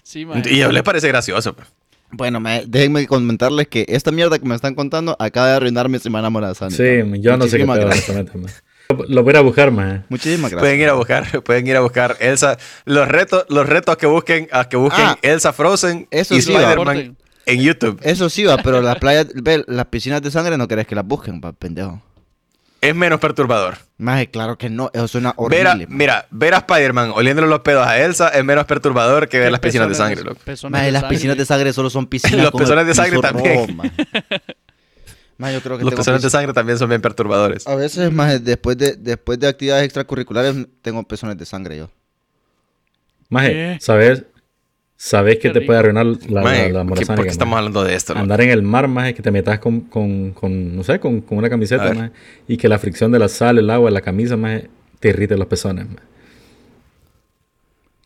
S4: Sí, maje.
S3: Y a él le parece gracioso. pues.
S5: Bueno, maje, déjenme comentarles que esta mierda que me están contando acaba de arruinar mi semana morazana.
S2: Sí, yo no sé qué
S5: Muchísimas
S2: pedo,
S5: gracias.
S2: honestamente, maje. Lo- Lo voy a ir a buscar, maje.
S5: Muchísimas gracias.
S3: Pueden ir a buscar, pueden ir a buscar Elsa. Los retos, los retos que busquen, a que busquen
S5: Ah,
S3: Elsa Frozen
S5: eso
S3: y
S5: sí,
S3: Spider-Man
S4: aporten.
S3: en YouTube.
S5: Eso sí va, pero las playas, ve, las piscinas de sangre no querés que las busquen, pa, pendejo.
S3: Es menos perturbador.
S5: Maje, claro que no, eso suena
S3: Ver a,
S5: horrible. ma.
S3: mira, ver a Spider-Man oliéndole los pedos a Elsa es menos perturbador que ver
S4: Qué
S3: las piscinas de
S4: pezones
S3: sangre, loco.
S4: pezones
S5: Maje,
S4: de
S5: las
S4: sangre.
S5: piscinas de sangre solo son piscinas
S3: Los
S5: con el
S3: pezones de
S5: piso
S3: sangre también.
S5: rojo, ma. Maje, yo creo que
S3: Los
S5: tengo
S3: personajes de
S5: pez-
S3: sangre también son bien perturbadores.
S5: A veces, maje, después de, después de actividades extracurriculares tengo pezones de sangre yo.
S2: Maje,
S4: ¿Qué?
S2: ¿sabes? ¿Sabes que te
S4: Qué
S2: puede
S4: rico.
S2: arruinar la, la, la
S3: Man, ¿qué-
S2: morazánica,
S3: ¿Por qué
S2: maje?
S3: estamos hablando de esto? loco?
S2: Andar en el mar, maje, que te metas con, con, con no sé, con, con una
S3: A
S2: camiseta,
S3: ver.
S2: maje, y que la fricción de la sal, el agua, la camisa, maje, te irrite los pezones, maje.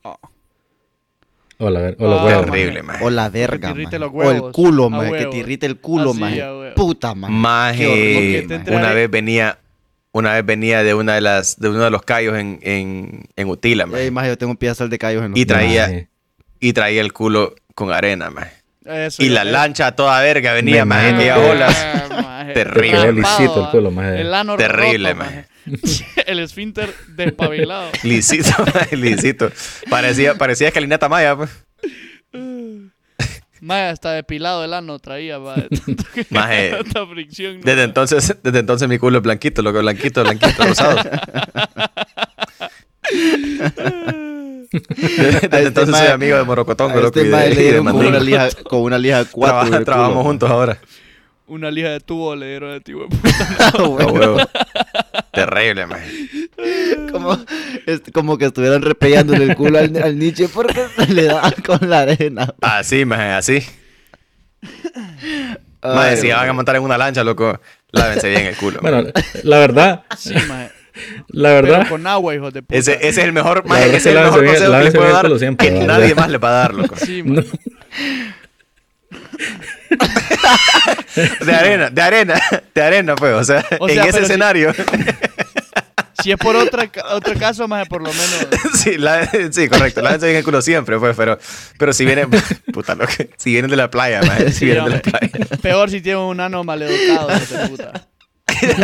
S3: Ah.
S2: Hola, a ver, hola,
S4: Ah,
S2: huevo.
S4: maje.
S3: Terrible, man.
S5: O la verga, maje.
S4: irrite los
S5: O el
S4: huevos.
S5: culo,
S4: A
S5: maje, que
S4: huevo.
S5: te irrite el culo,
S4: Así,
S5: maje.
S4: a huevo.
S5: Puta, maje.
S3: Maje,
S5: Qué horror,
S4: te entra-
S3: Eh, una
S4: maje.
S3: vez venía, una vez venía de una de las, de uno de los callos en, en, en Utila,
S5: maje.
S3: maje,
S5: Ey, maje, yo tengo un piedazal de callos en los
S3: Y
S5: pies.
S3: traía-
S2: Maje,
S3: y traía el culo con arena, maje.
S4: Ah, Eso,
S3: y
S4: ya
S3: la
S4: ves.
S3: lancha a toda verga venía,
S2: Me
S3: maje,
S2: imagino
S3: aquellas
S2: que-
S3: olas.
S4: Ah, maje.
S3: Terrible.
S4: Tapado,
S2: Lisito el culo, maje.
S4: El ano
S3: Terrible,
S4: roto, maje. El esfínter despabilado.
S3: Lisito, maje, lisito. Parecía, parecía escalinata maya, pues.
S4: Mae, hasta depilado el ano traía, mae.
S3: Maje.
S4: Tanta fricción. ¿no?
S3: Desde entonces, desde entonces mi culo es blanquito, loco, blanquito, blanquito, rosado. Desde,
S5: A este
S3: entonces soy
S5: mae-
S3: amigo de
S5: A
S3: Morocotongo, loco,
S5: este
S3: y de,
S5: mae le
S3: y de
S5: dieron con
S3: Mandingo.
S5: una lija, con una lija
S3: Trabaja-
S5: 4.
S3: trabajamos juntos ahora.
S4: Una lija de tubo le dieron a ti, güey.
S3: A huevo. Terrible, man.
S5: como, es como que estuvieran repellándole el culo al, al Nietzsche porque se le daban con la arena.
S3: Así, man, Ah, así.
S5: Ay,
S3: Mae, si ya
S5: mae.
S3: van a montar en una lancha, loco, lávense bien el culo.
S2: Bueno, la verdad,
S4: Sí, mae.
S2: la
S4: Pero
S2: verdad,
S4: con agua, hijos de puta.
S3: ese, ese es el mejor,
S2: La
S3: mae,
S2: verdad
S3: ese
S2: que
S3: es el
S2: lávense
S3: mejor
S2: bien-
S3: consejo que les
S2: lávense
S3: puedo
S2: bien el
S3: dar.
S2: culo siempre,
S3: que
S2: la verdad.
S3: nadie más le va a dar, loco.
S4: Sí, mae.
S2: no,
S3: De arena, de arena, de arena, pues. O sea,
S4: O sea,
S3: en ese
S4: pero si-
S3: escenario.
S4: Si es por otra, ca- otro caso, mae, por lo menos.
S3: Sí, la- sí, correcto. Lávense bien el culo siempre, pues, pero, pero si vienen, puta loco, si vienen de la playa, man, si
S4: Sí,
S3: vienen de la
S4: hombre.
S3: playa.
S4: Peor si tiene un ano maleducado, hijos de puta.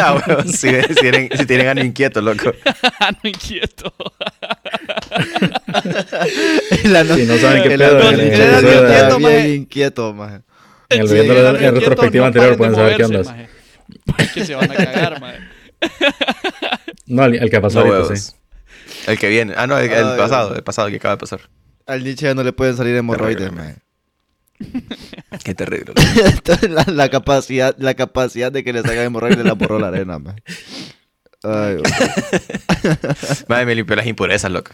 S3: Ah, bueno, si, si tienen, si tienen ano inquieto, loco.
S4: ano inquieto.
S5: El ano-
S2: si no saben qué
S5: el
S2: pedo,
S5: ano-
S2: en el
S5: el
S4: era
S5: ano
S2: episodio de-
S5: estaba
S4: inquieto, mae.
S5: bien inquieto, mae.
S2: en el
S5: Sí,
S2: viendo
S5: el
S2: la-
S5: ano
S2: en retrospectiva anterior pueden saber qué onda. es.
S4: onda. Porque se van a cagar, mae.
S2: No, el, el que pasó
S3: No
S2: ahorita,
S3: huevos.
S2: sí.
S3: El que viene. Ah, no, el, el
S5: Ay,
S3: pasado,
S5: Dios.
S3: el pasado que acaba de pasar.
S5: Al Nietzsche ya no le pueden salir hemorroides,
S3: Terrible,
S5: mae.
S3: Qué terrible.
S5: Entonces, la, la capacidad, la capacidad de que le salgan hemorroides la borró la arena, mae. Ay, güey.
S3: Madre, me limpió las impurezas, loco.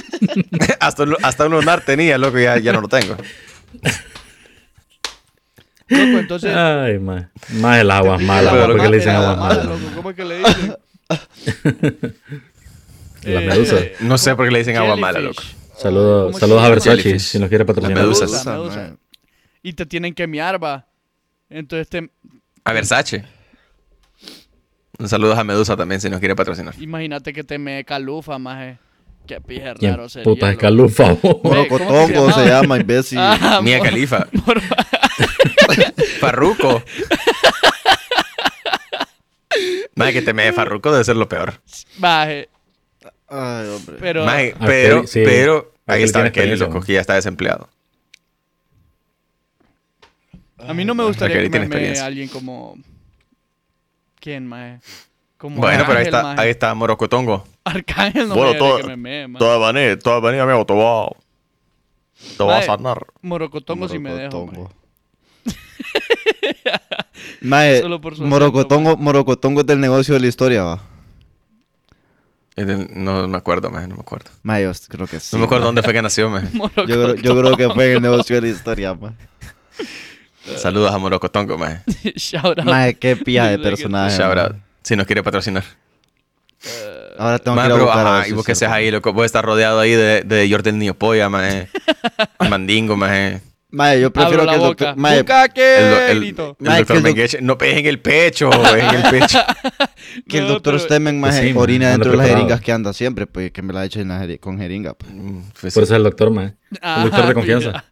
S3: hasta, un, lu- hasta un lunar tenía, loco, ya, ya no lo tengo.
S4: Loco, entonces.
S2: Ay, más. Más el agua Ah, mala,
S3: Pero
S2: porque
S3: más
S2: le dicen
S4: era
S2: agua
S4: mala,
S2: mala.
S4: loco, ¿Cómo es que le dicen?
S2: La
S4: Eh,
S2: medusa.
S3: No sé por qué le dicen agua mala, loco.
S4: jellyfish.
S2: Saludos,
S4: ¿Cómo
S2: saludos
S4: se
S2: a
S4: llama?
S2: Versace,
S3: Jellyfish.
S2: si nos quiere patrocinar.
S3: Las medusas.
S4: Medusa, medusa.
S5: mae.
S4: Y te tienen que miar, va. Entonces te
S3: A Versace. Un saludo a Medusa también si nos quiere patrocinar.
S4: imagínate que te me calufa, maje. Qué pija
S2: ¿Quién
S4: raro sería.
S2: puta es
S4: loco.
S2: Calufa?
S4: Ve, ¿cómo que
S5: Morocotongo
S4: se
S5: se
S4: llamaba?
S5: llama, imbécil.
S4: Ah,
S3: Mía
S4: mor-
S3: Califa.
S4: mor-
S3: Farruco. Madre, que te me Farruco debe ser lo peor.
S4: maje,
S5: Ay, hombre.
S4: pero
S5: Ah,
S3: Madre,
S2: Aquel-
S3: pero,
S2: sí.
S3: pero, ahí
S2: Aquel
S3: está
S2: tiene
S3: Kelly,
S2: experiencia,
S3: loco,
S2: ¿no?
S3: que ya está desempleado.
S4: a mí no me gustaría
S3: Raquel
S4: que
S3: tiene
S4: me mee
S3: experiencia.
S4: alguien como ¿Quién, maje? Como
S3: Bueno, pero ahí
S4: Arcángel,
S3: está,
S4: maje.
S3: ahí está Morocotongo.
S4: Arcángel no
S3: Bueno,
S4: me
S3: todo-
S4: haría que me mee, maje.
S3: Toda venir, toda venir, amigo, te va, te va a
S4: Madre.
S3: sanar.
S4: Morocotongo si me dejo, maje.
S5: Morocotongo. Mae,
S4: Solo por su
S5: morocotongo, morocotongo es del negocio de la historia, va.
S3: Eh, No me acuerdo, maje, no me acuerdo.
S5: Mae, yo creo que sí.
S3: No me acuerdo
S5: mae.
S3: dónde fue que nació, maje.
S5: Yo creo, yo creo que fue en el negocio de la historia, mae.
S3: Saludos a Morocotongo, maje.
S4: Shout out.
S5: Mae, qué pija de
S4: Dile que-
S5: personaje.
S3: Shout
S5: mae.
S3: out. Si nos quiere patrocinar.
S4: Eh,
S5: Ahora tengo
S3: Mae,
S5: que ir a
S3: pero,
S5: buscar a
S3: ajá,
S5: ver si
S3: y
S5: es
S3: vos que seas
S5: cierto.
S3: ahí, loco. Vos estar rodeado ahí de, de Jordan Niopoya, maje. Mandingo, maje.
S5: Mae, yo prefiero
S4: Abro
S5: que
S4: la
S5: el
S4: boca.
S5: doctor... Mae,
S4: Nunca que
S3: El, do- el-
S4: grito.
S3: el
S5: Mae,
S3: doctor
S5: que el doc-
S3: Mengeche. No, es en el pecho, es en el pecho.
S5: que el
S4: No,
S5: doctor
S4: pero-
S5: Stemmen, mae,
S2: sí, mae,
S5: orina
S2: anda
S5: dentro de las
S2: preparado.
S5: jeringas que anda siempre, pues que me la echen en la jeri- con jeringa. pues.
S3: Mm,
S2: Por
S3: pues sí.
S2: eso es el doctor, man.
S4: Ah,
S2: El doctor de
S4: mira.
S2: confianza.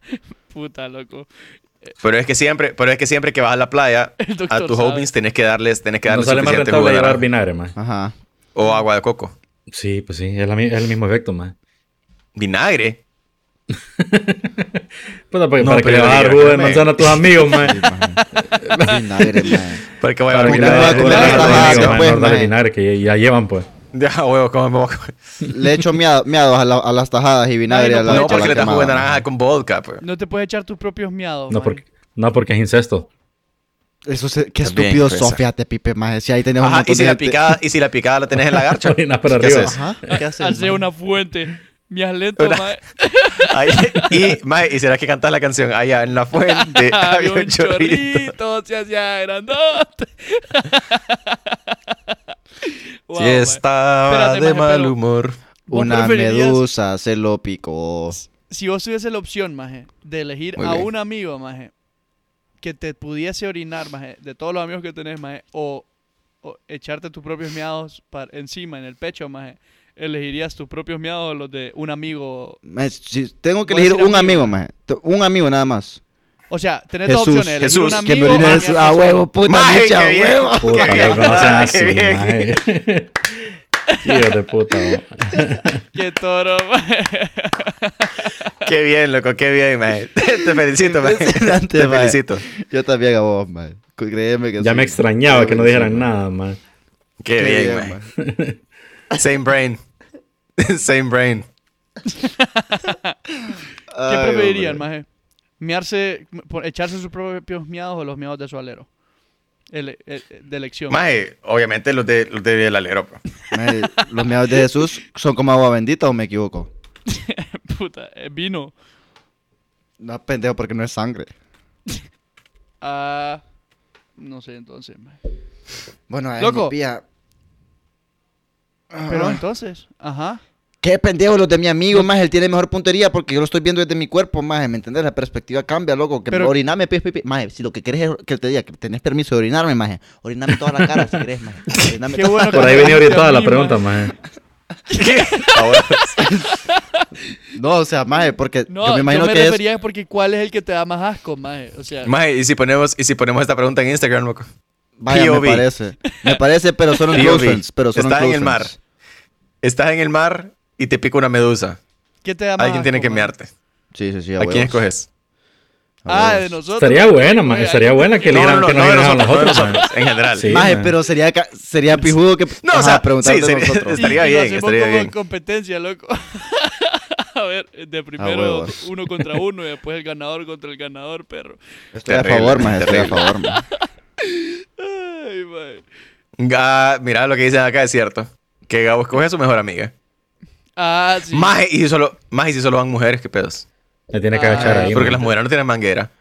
S4: Puta, loco.
S3: Pero es que siempre, pero es que siempre que vas a la playa,
S4: El doctor
S3: a tus
S4: sabe.
S3: homies tenés que darles, tenés que
S2: No
S3: darles
S2: sale más
S3: suficiente
S2: rentable
S3: jugo de
S2: llevar vinagre, man.
S3: naranja
S5: Ajá.
S3: o agua de coco.
S2: Sí, pues sí, es, la mi- es el mismo efecto, man.
S3: Vinagre.
S2: Puta, para,
S3: No,
S2: para que
S3: pero
S2: le vas a dar
S3: vinagre,
S2: jugo de
S3: mae.
S2: manzana a tus amigos, man.
S5: Sí, mae. Vinagre, mae.
S3: ¿Para qué voy a
S2: Para
S3: llevar
S2: que le
S5: no va
S2: vas a
S5: a
S2: dar
S3: vinagre?
S5: comer
S2: jugo de
S5: las
S2: manzana
S5: tajadas
S2: a tus
S5: después,
S2: amigos,
S3: pues,
S2: man. No darle
S5: mae.
S2: vinagre, que ya ya llevan, pues.
S3: Ya, huevo, ¿cómo me voy a comer?
S5: Le echo miado- miados a, la- a las tajadas y vinagre
S4: Ay, no
S5: a la
S4: puedo
S3: No,
S5: a la
S3: porque le das jugo de
S5: quemada.
S3: naranja con vodka, pues.
S4: No te puedes echar tus propios miados.
S2: No
S3: Oh,
S4: man.
S2: porque, no porque es incesto.
S5: Eso se- qué
S3: También,
S5: estúpido
S3: fresa.
S5: Sofía te pipe más. Si ahí tenemos un
S3: Ajá,
S5: montón
S3: y si
S5: de
S3: la
S5: gente-
S3: picada, y si la picada la tenés en la garcha.
S2: Orinas para
S3: ¿Qué
S2: arriba.
S3: haces?
S5: Ajá. ¿Qué haces?
S4: Hace
S5: mae?
S4: una fuente. Mias lento,
S3: Una-
S4: mae.
S3: Ay, y, mae, y será que cantas la canción allá en la fuente
S4: Había un
S3: chorrito.
S4: chorrito, se hacía grandote. Wow,
S3: Si
S4: mae.
S3: estaba
S4: Espérate,
S3: de
S4: maje,
S3: mal
S4: pero-
S3: humor.
S4: ¿Vos
S5: Una
S4: preferirías-
S5: medusa se lo picó.
S4: Si vos tuviese la opción, maje, de elegir
S3: Muy
S4: a
S3: bien.
S4: un amigo, maje, que te pudiese orinar, maje, de todos los amigos que tenés, maje, o, o echarte tus propios miados para, encima, en el pecho, maje, elegirías tus propios miados o los de un amigo.
S5: Mae, si tengo que
S4: Voy a
S5: elegir
S4: decir
S5: un
S4: amigo.
S5: amigo, más. Un amigo nada más.
S4: O sea, tenés dos
S5: Jesús.
S4: opciones. elegir
S3: Jesús,
S4: un
S5: Que me
S4: amigo o
S5: orine
S4: a
S5: Jesús.
S4: mi
S5: a
S4: amigo.
S5: Ah, huevo, puta,
S3: Mae,
S5: Nietzsche, a
S3: qué bien.
S5: huevo.
S2: Puta,
S3: Qué
S2: loco, no
S3: bien,
S2: seas
S3: qué
S2: así,
S3: bien.
S2: mae. Tío de puta. ma.
S4: Qué toro, maje.
S3: Qué bien, loco, qué bien, maje. Te felicito, maje.
S5: Impresionante,
S3: Te
S5: maje.
S3: felicito.
S5: Yo también a vos, mae. Créeme que
S2: Ya
S5: sí.
S2: me extrañaba que no dijeran
S5: Sí,
S2: nada, man.
S3: Qué,
S5: Qué
S3: bien,
S5: bien,
S3: maje. Same brain. Same brain.
S4: ¿Qué
S5: Ay,
S4: preferirían,
S5: hombre.
S4: maje? Miarse, por echarse sus propios miados o los miados de su alero. Ele- el- de elección.
S3: Maje, obviamente los de los de el alero, bro.
S5: Mae, Los meados de Jesús son como agua bendita o me equivoco.
S4: Puta, eh, vino.
S5: No, pendejo, porque no es sangre.
S4: Ah, no sé, entonces, maje.
S5: Bueno, es
S4: Loco.
S5: mi pía.
S4: Pero entonces, Ah. ajá.
S5: Qué pendejo los de mi amigo, más él tiene mejor puntería porque yo lo estoy viendo desde mi cuerpo, más, ¿me entendés? La perspectiva cambia, loco, que
S4: Pero-
S5: oriname, pis, pis, pis. Maje, si lo que querés es que te diga que tenés permiso de orinarme, más, oriname toda la cara si querés, más. Oriname
S4: Qué
S5: toda-
S4: bueno que
S2: Por ahí
S4: me
S2: venía
S4: dijiste a
S2: ahorita la
S4: mí,
S2: pregunta,
S4: maje.
S2: man.
S3: Ahora,
S5: No, o sea, más, porque
S4: No,
S5: yo me imagino que es
S4: refería es porque cuál es el que te da más asco, maje. O sea,
S3: maje, y si ponemos y si ponemos esta pregunta en Instagram, loco.
S5: Vaya,
S3: POV.
S5: me parece. Me parece, pero son
S3: POV.
S5: close friends. Pero son
S3: Está en
S5: close
S3: el mar.
S5: friends.
S3: Estás en el mar y te pica una medusa.
S4: ¿qué te da más
S3: Alguien tiene
S4: asco,
S3: que
S4: maje?
S3: mearte.
S5: Sí, sí, sí.
S3: ¿A quién escoges?
S4: Ah, de nosotros.
S2: Estaría buena, man.
S4: Oye,
S2: Estaría buena que le
S3: no, no,
S2: dieran
S3: no,
S2: que
S3: no
S2: nos
S3: de
S2: dieran a
S3: nosotros, no de
S2: nosotros, man.
S3: nosotros, en general.
S2: Sí.
S5: Maje,
S2: man.
S5: pero sería, ca- sería pijudo que.
S3: No, o sea,
S5: preguntar
S3: sí,
S5: de
S3: sería-
S5: nosotros.
S3: estaría-
S4: Y- y lo
S3: bien,
S4: hacemos
S3: estaría
S4: como
S3: bien.
S4: en competencia, loco. a ver, de
S3: Ah,
S4: primero
S5: huevos.
S4: uno contra uno y después el ganador contra el ganador, perro.
S5: Estoy a
S3: Terrible,
S5: favor, más. Estoy a
S3: terrible.
S5: favor, maje.
S4: Ay, mae.
S3: Ah, mira lo que dicen acá es cierto. Que Gabo escoge a su mejor amiga.
S4: Ah, sí.
S3: Maje, y si solo, maje, y si solo van mujeres, qué pedos.
S2: Me tiene que
S4: Ah,
S2: agachar ahí.
S3: Porque
S2: man.
S3: las mujeres no tienen manguera.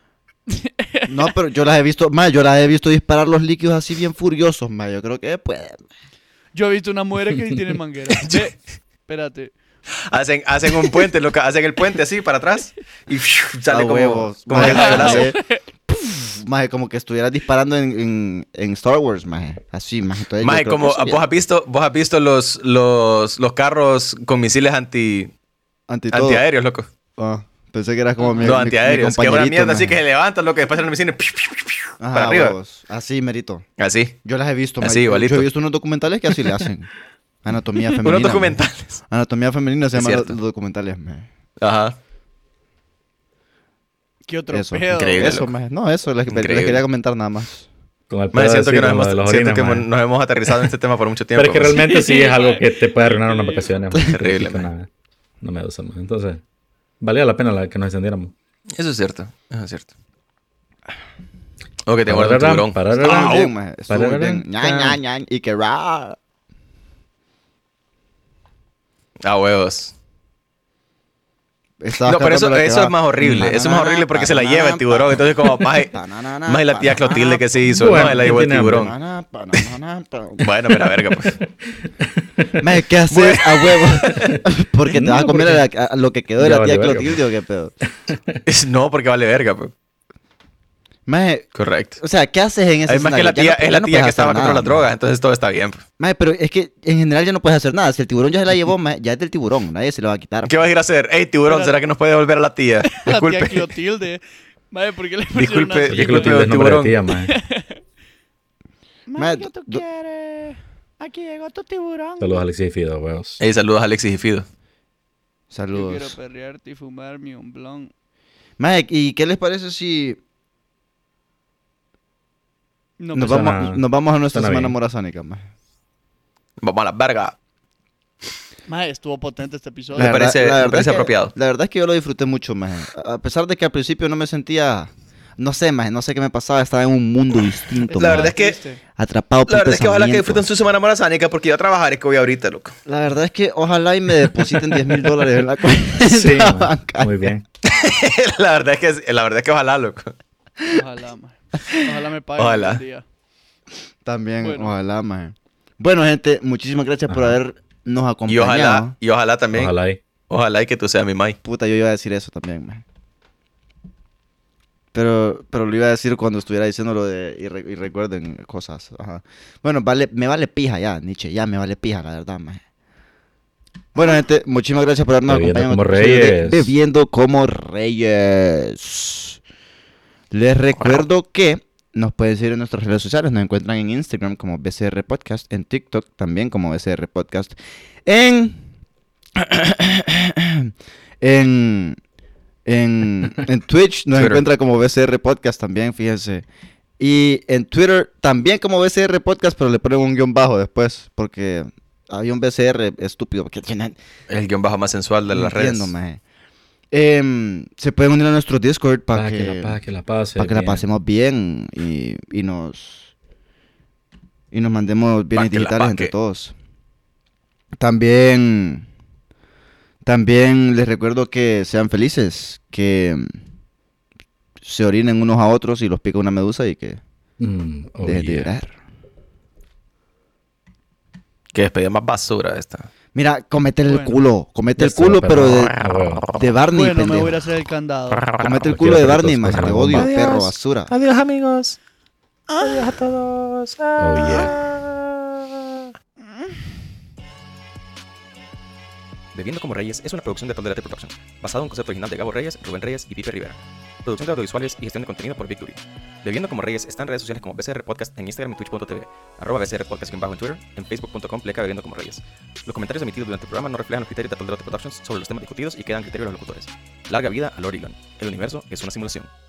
S5: No, pero yo las he visto. Más, yo las he visto disparar los líquidos así bien furiosos, más. Yo creo que puede.
S4: Yo he visto una mujer que tiene manguera. Ve, espérate.
S3: Hacen, hacen un puente, loca, hacen el puente así para atrás y fiu, sale
S5: A
S3: como,
S5: huevos.
S3: como
S5: Maje,
S3: que el rayolazo.
S5: puf, maje, como que estuvieras disparando en, en, en Star Wars, más. Así, más. Entonces, yo
S3: Maje,
S5: creo que
S3: como
S5: sí,
S3: vos has visto, vos has visto los, los, los carros con misiles anti,
S5: Ante todo.
S3: antiaéreos, loco.
S5: Ah, pensé que eras como mi.
S3: los
S5: mi- mi
S3: antiaéreos. Que una
S5: compañerito,
S3: mierda así
S5: maje.
S3: que se levantan, loco, después salen los misiles piu, piu, piu, piu,
S5: Ajá,
S3: para arriba.
S5: huevos. Así, merito.
S3: Así.
S5: Yo las he visto,
S3: Así,
S5: marico.
S3: igualito.
S5: Yo he visto unos documentales que así le hacen. Anatomía femenina.
S3: Unos
S5: man.
S3: documentales.
S5: Anatomía femenina se
S3: Es
S5: llaman los
S3: cierto.
S5: documentales, man.
S3: Ajá.
S4: Qué otro
S5: Eso,
S4: pedo.
S3: increíble.
S5: Eso, man. No, eso, les, les
S3: Increíble. Ah,
S5: quería comentar nada más.
S2: Con el
S3: Maje,
S2: pedo
S3: siento
S2: así,
S3: que, nos
S2: con lo
S3: hemos,
S2: de los
S3: siento
S2: orines,
S3: que
S2: man.
S3: nos hemos aterrizado en este tema por mucho tiempo.
S2: Pero es que
S3: man.
S2: realmente sí es algo que te puede arruinar ¿eh? unas vacaciones. man.
S3: Terrible,
S2: No,
S3: man.
S2: pues, No me gusta, man. Entonces, valía la pena la que nos encendiéramos.
S3: Eso es cierto, eso es cierto. O que te
S2: Pararán,
S3: guarda un tiburón. oh,
S2: pararán.
S5: Estuvo muy
S2: Ah,
S5: bien, man. Estuvo muy
S2: Pararán,
S5: bien. Ña, ña, ña, Y que ra.
S3: Ah, huevos.
S5: Estaba
S3: no, pero eso,
S5: cantando la que
S3: eso
S5: va.
S3: es más horrible. Eso es más horrible porque se la lleva el tiburón. Entonces, como, maje,
S5: Pananana,
S3: maje la tía
S5: pananana,
S3: Clotilde que se hizo.
S2: Bueno,
S3: no, él la llevó el
S2: ¿quién tiene hambre,
S3: tiburón.
S5: pananana, pananana, pananana.
S3: Bueno, pero la verga, pues.
S5: Maje, ¿qué haces a huevo? Porque te vas a
S2: No,
S5: comer
S2: porque-
S5: a la- a lo que quedó de
S2: Ya
S5: la tía
S2: vale verga,
S5: Clotilde o qué pedo.
S3: Es- No, porque vale verga, pues.
S5: Maje,
S3: Correcto.
S5: o sea, ¿qué haces en ese
S3: Además que
S5: escenario?
S3: la
S5: Ya
S3: tía
S5: no-
S3: es
S5: ya
S3: la
S5: no puedes
S3: tía que
S5: hacer
S3: estaba contra
S5: nada,
S3: la
S5: man.
S3: droga, entonces todo está bien. pues.
S5: Mae, pero es que en general ya no puedes hacer nada. Si el tiburón ya se la llevó, mae, ya es del tiburón. Nadie se lo va a quitar.
S3: ¿Qué vas a ir a hacer? Ey, tiburón, ¿será que nos puede devolver a la tía?
S4: La tía
S3: Disculpe.
S4: Clotilde. Madre, ¿por qué le pusieron
S3: Disculpe,
S2: Porque
S3: Yo
S4: una
S3: creo
S2: Clotilde
S3: que
S2: es nombre de
S3: tiburón.
S2: tía, man.
S5: Mae, ¿qué tú
S4: quieres? Aquí llegó tu tiburón.
S2: Saludos, Alexis y Fido, huevos.
S3: Ey, saludos a Alexis y Fido.
S4: Yo quiero
S5: Saludos.
S4: perrearte y fumar mi blon.
S5: Mae, ¿y qué les parece si
S4: No,
S5: nos,
S4: pues,
S2: suena-
S5: vamos, nos vamos a nuestra
S2: suena
S5: semana
S2: bien.
S5: morazánica, mae?
S3: Vamos a la verga.
S4: mae, estuvo potente este episodio.
S3: Me parece- me
S5: es
S3: parece
S5: que-
S3: apropiado.
S5: La verdad es que yo lo disfruté mucho, mae. A a pesar de que al principio no me sentía... No sé, mae, no sé qué me pasaba. Estaba en un mundo distinto,
S3: La
S5: mae.
S3: verdad es que-
S4: Triste.
S5: Atrapado por
S3: La verdad es que ojalá que
S5: pensamientos.
S3: disfruten su semana morazánica porque yo a trabajar es que voy ahorita, loco.
S5: La verdad es que ojalá y me depositen 10 mil dólares en la cuenta
S2: Sí, man.
S5: bancaria.
S2: Muy bien.
S3: la, verdad es que, la verdad es que ojalá, loco.
S4: Ojalá, mae. Ojalá me paguen
S3: Ojalá.
S4: un día.
S5: También,
S4: Bueno.
S5: ojalá, mae. Bueno, gente, muchísimas gracias por
S2: Ajá.
S5: habernos acompañado.
S3: Y ojalá, y ojalá también. Ojalá.
S2: Ojalá ahí.
S3: y que tú seas mi Mai.
S5: Puta, yo iba a decir eso también, man. Pero, pero lo iba a decir cuando estuviera diciendo lo de. Y, re- y recuerden cosas. Ajá. Bueno, vale, me vale pija ya, Nietzsche. Ya me vale pija, la verdad, man. Bueno, gente, muchísimas gracias por habernos
S2: Bebiendo
S5: acompañado.
S2: como
S5: en este episodio de
S2: reyes.
S5: Bebiendo como reyes. Les recuerdo que Nos pueden seguir en nuestras redes sociales. Nos encuentran en Instagram como BCR Podcast, en TikTok también como BCR Podcast, en. en. En, en Twitch nos
S3: Twitter.
S5: encuentra como BCR Podcast también, fíjense. Y en Twitter también como BCR Podcast, pero le ponen un guión bajo después, porque había un BCR estúpido. Que tiene,
S3: El guión bajo más sensual de
S5: no
S3: las redes.
S5: entiendo, maje. Em, se pueden unir a nuestro Discord para
S2: Para que,
S5: que,
S2: la, pa- que la pase.
S5: para que la
S2: bien.
S5: pasemos bien y, y nos y nos mandemos bienes
S3: que la
S5: digitales entre
S3: paque.
S5: todos. También también les recuerdo que sean felices, que mm, se orinen unos a otros y los pica una medusa y que
S2: Mm, oh,
S5: dejen de
S2: yeah.
S5: llorar.
S3: Que despedida más basura esta.
S5: Mira, comete el
S4: Bueno.
S5: culo, comete el
S2: Eso,
S5: culo, pero de,
S2: Ah, huevo.
S5: de Barney,
S4: Bueno, me
S5: pendejo.
S4: voy a ir a hacer el candado.
S5: Comete el
S2: Cualquiera
S5: culo de
S2: de las
S5: Barney,
S2: dos
S5: más
S2: cosas,
S5: te
S2: la
S5: odio,
S2: bomba.
S5: perro basura.
S1: Adiós amigos. Adiós a todos.
S2: Oh, yeah.
S3: Bebiendo como Reyes es una producción de Tolderate Production, basada en un concepto original de Gabo Reyes, Rubén Reyes y Pipe Rivera. Producción de audiovisuales y gestión de contenido por Victory. Bebiendo como Reyes está en redes sociales como BCR Podcast en Instagram y Twitch.tv, arroba BCR Podcast guión bajo en Twitter, en facebook.com pleca Bebiendo como Reyes. Los comentarios emitidos durante el programa no reflejan los criterios de Tolderate Productions sobre los temas discutidos y quedan criterios de los locutores. Larga vida al Orilon. El universo es una simulación.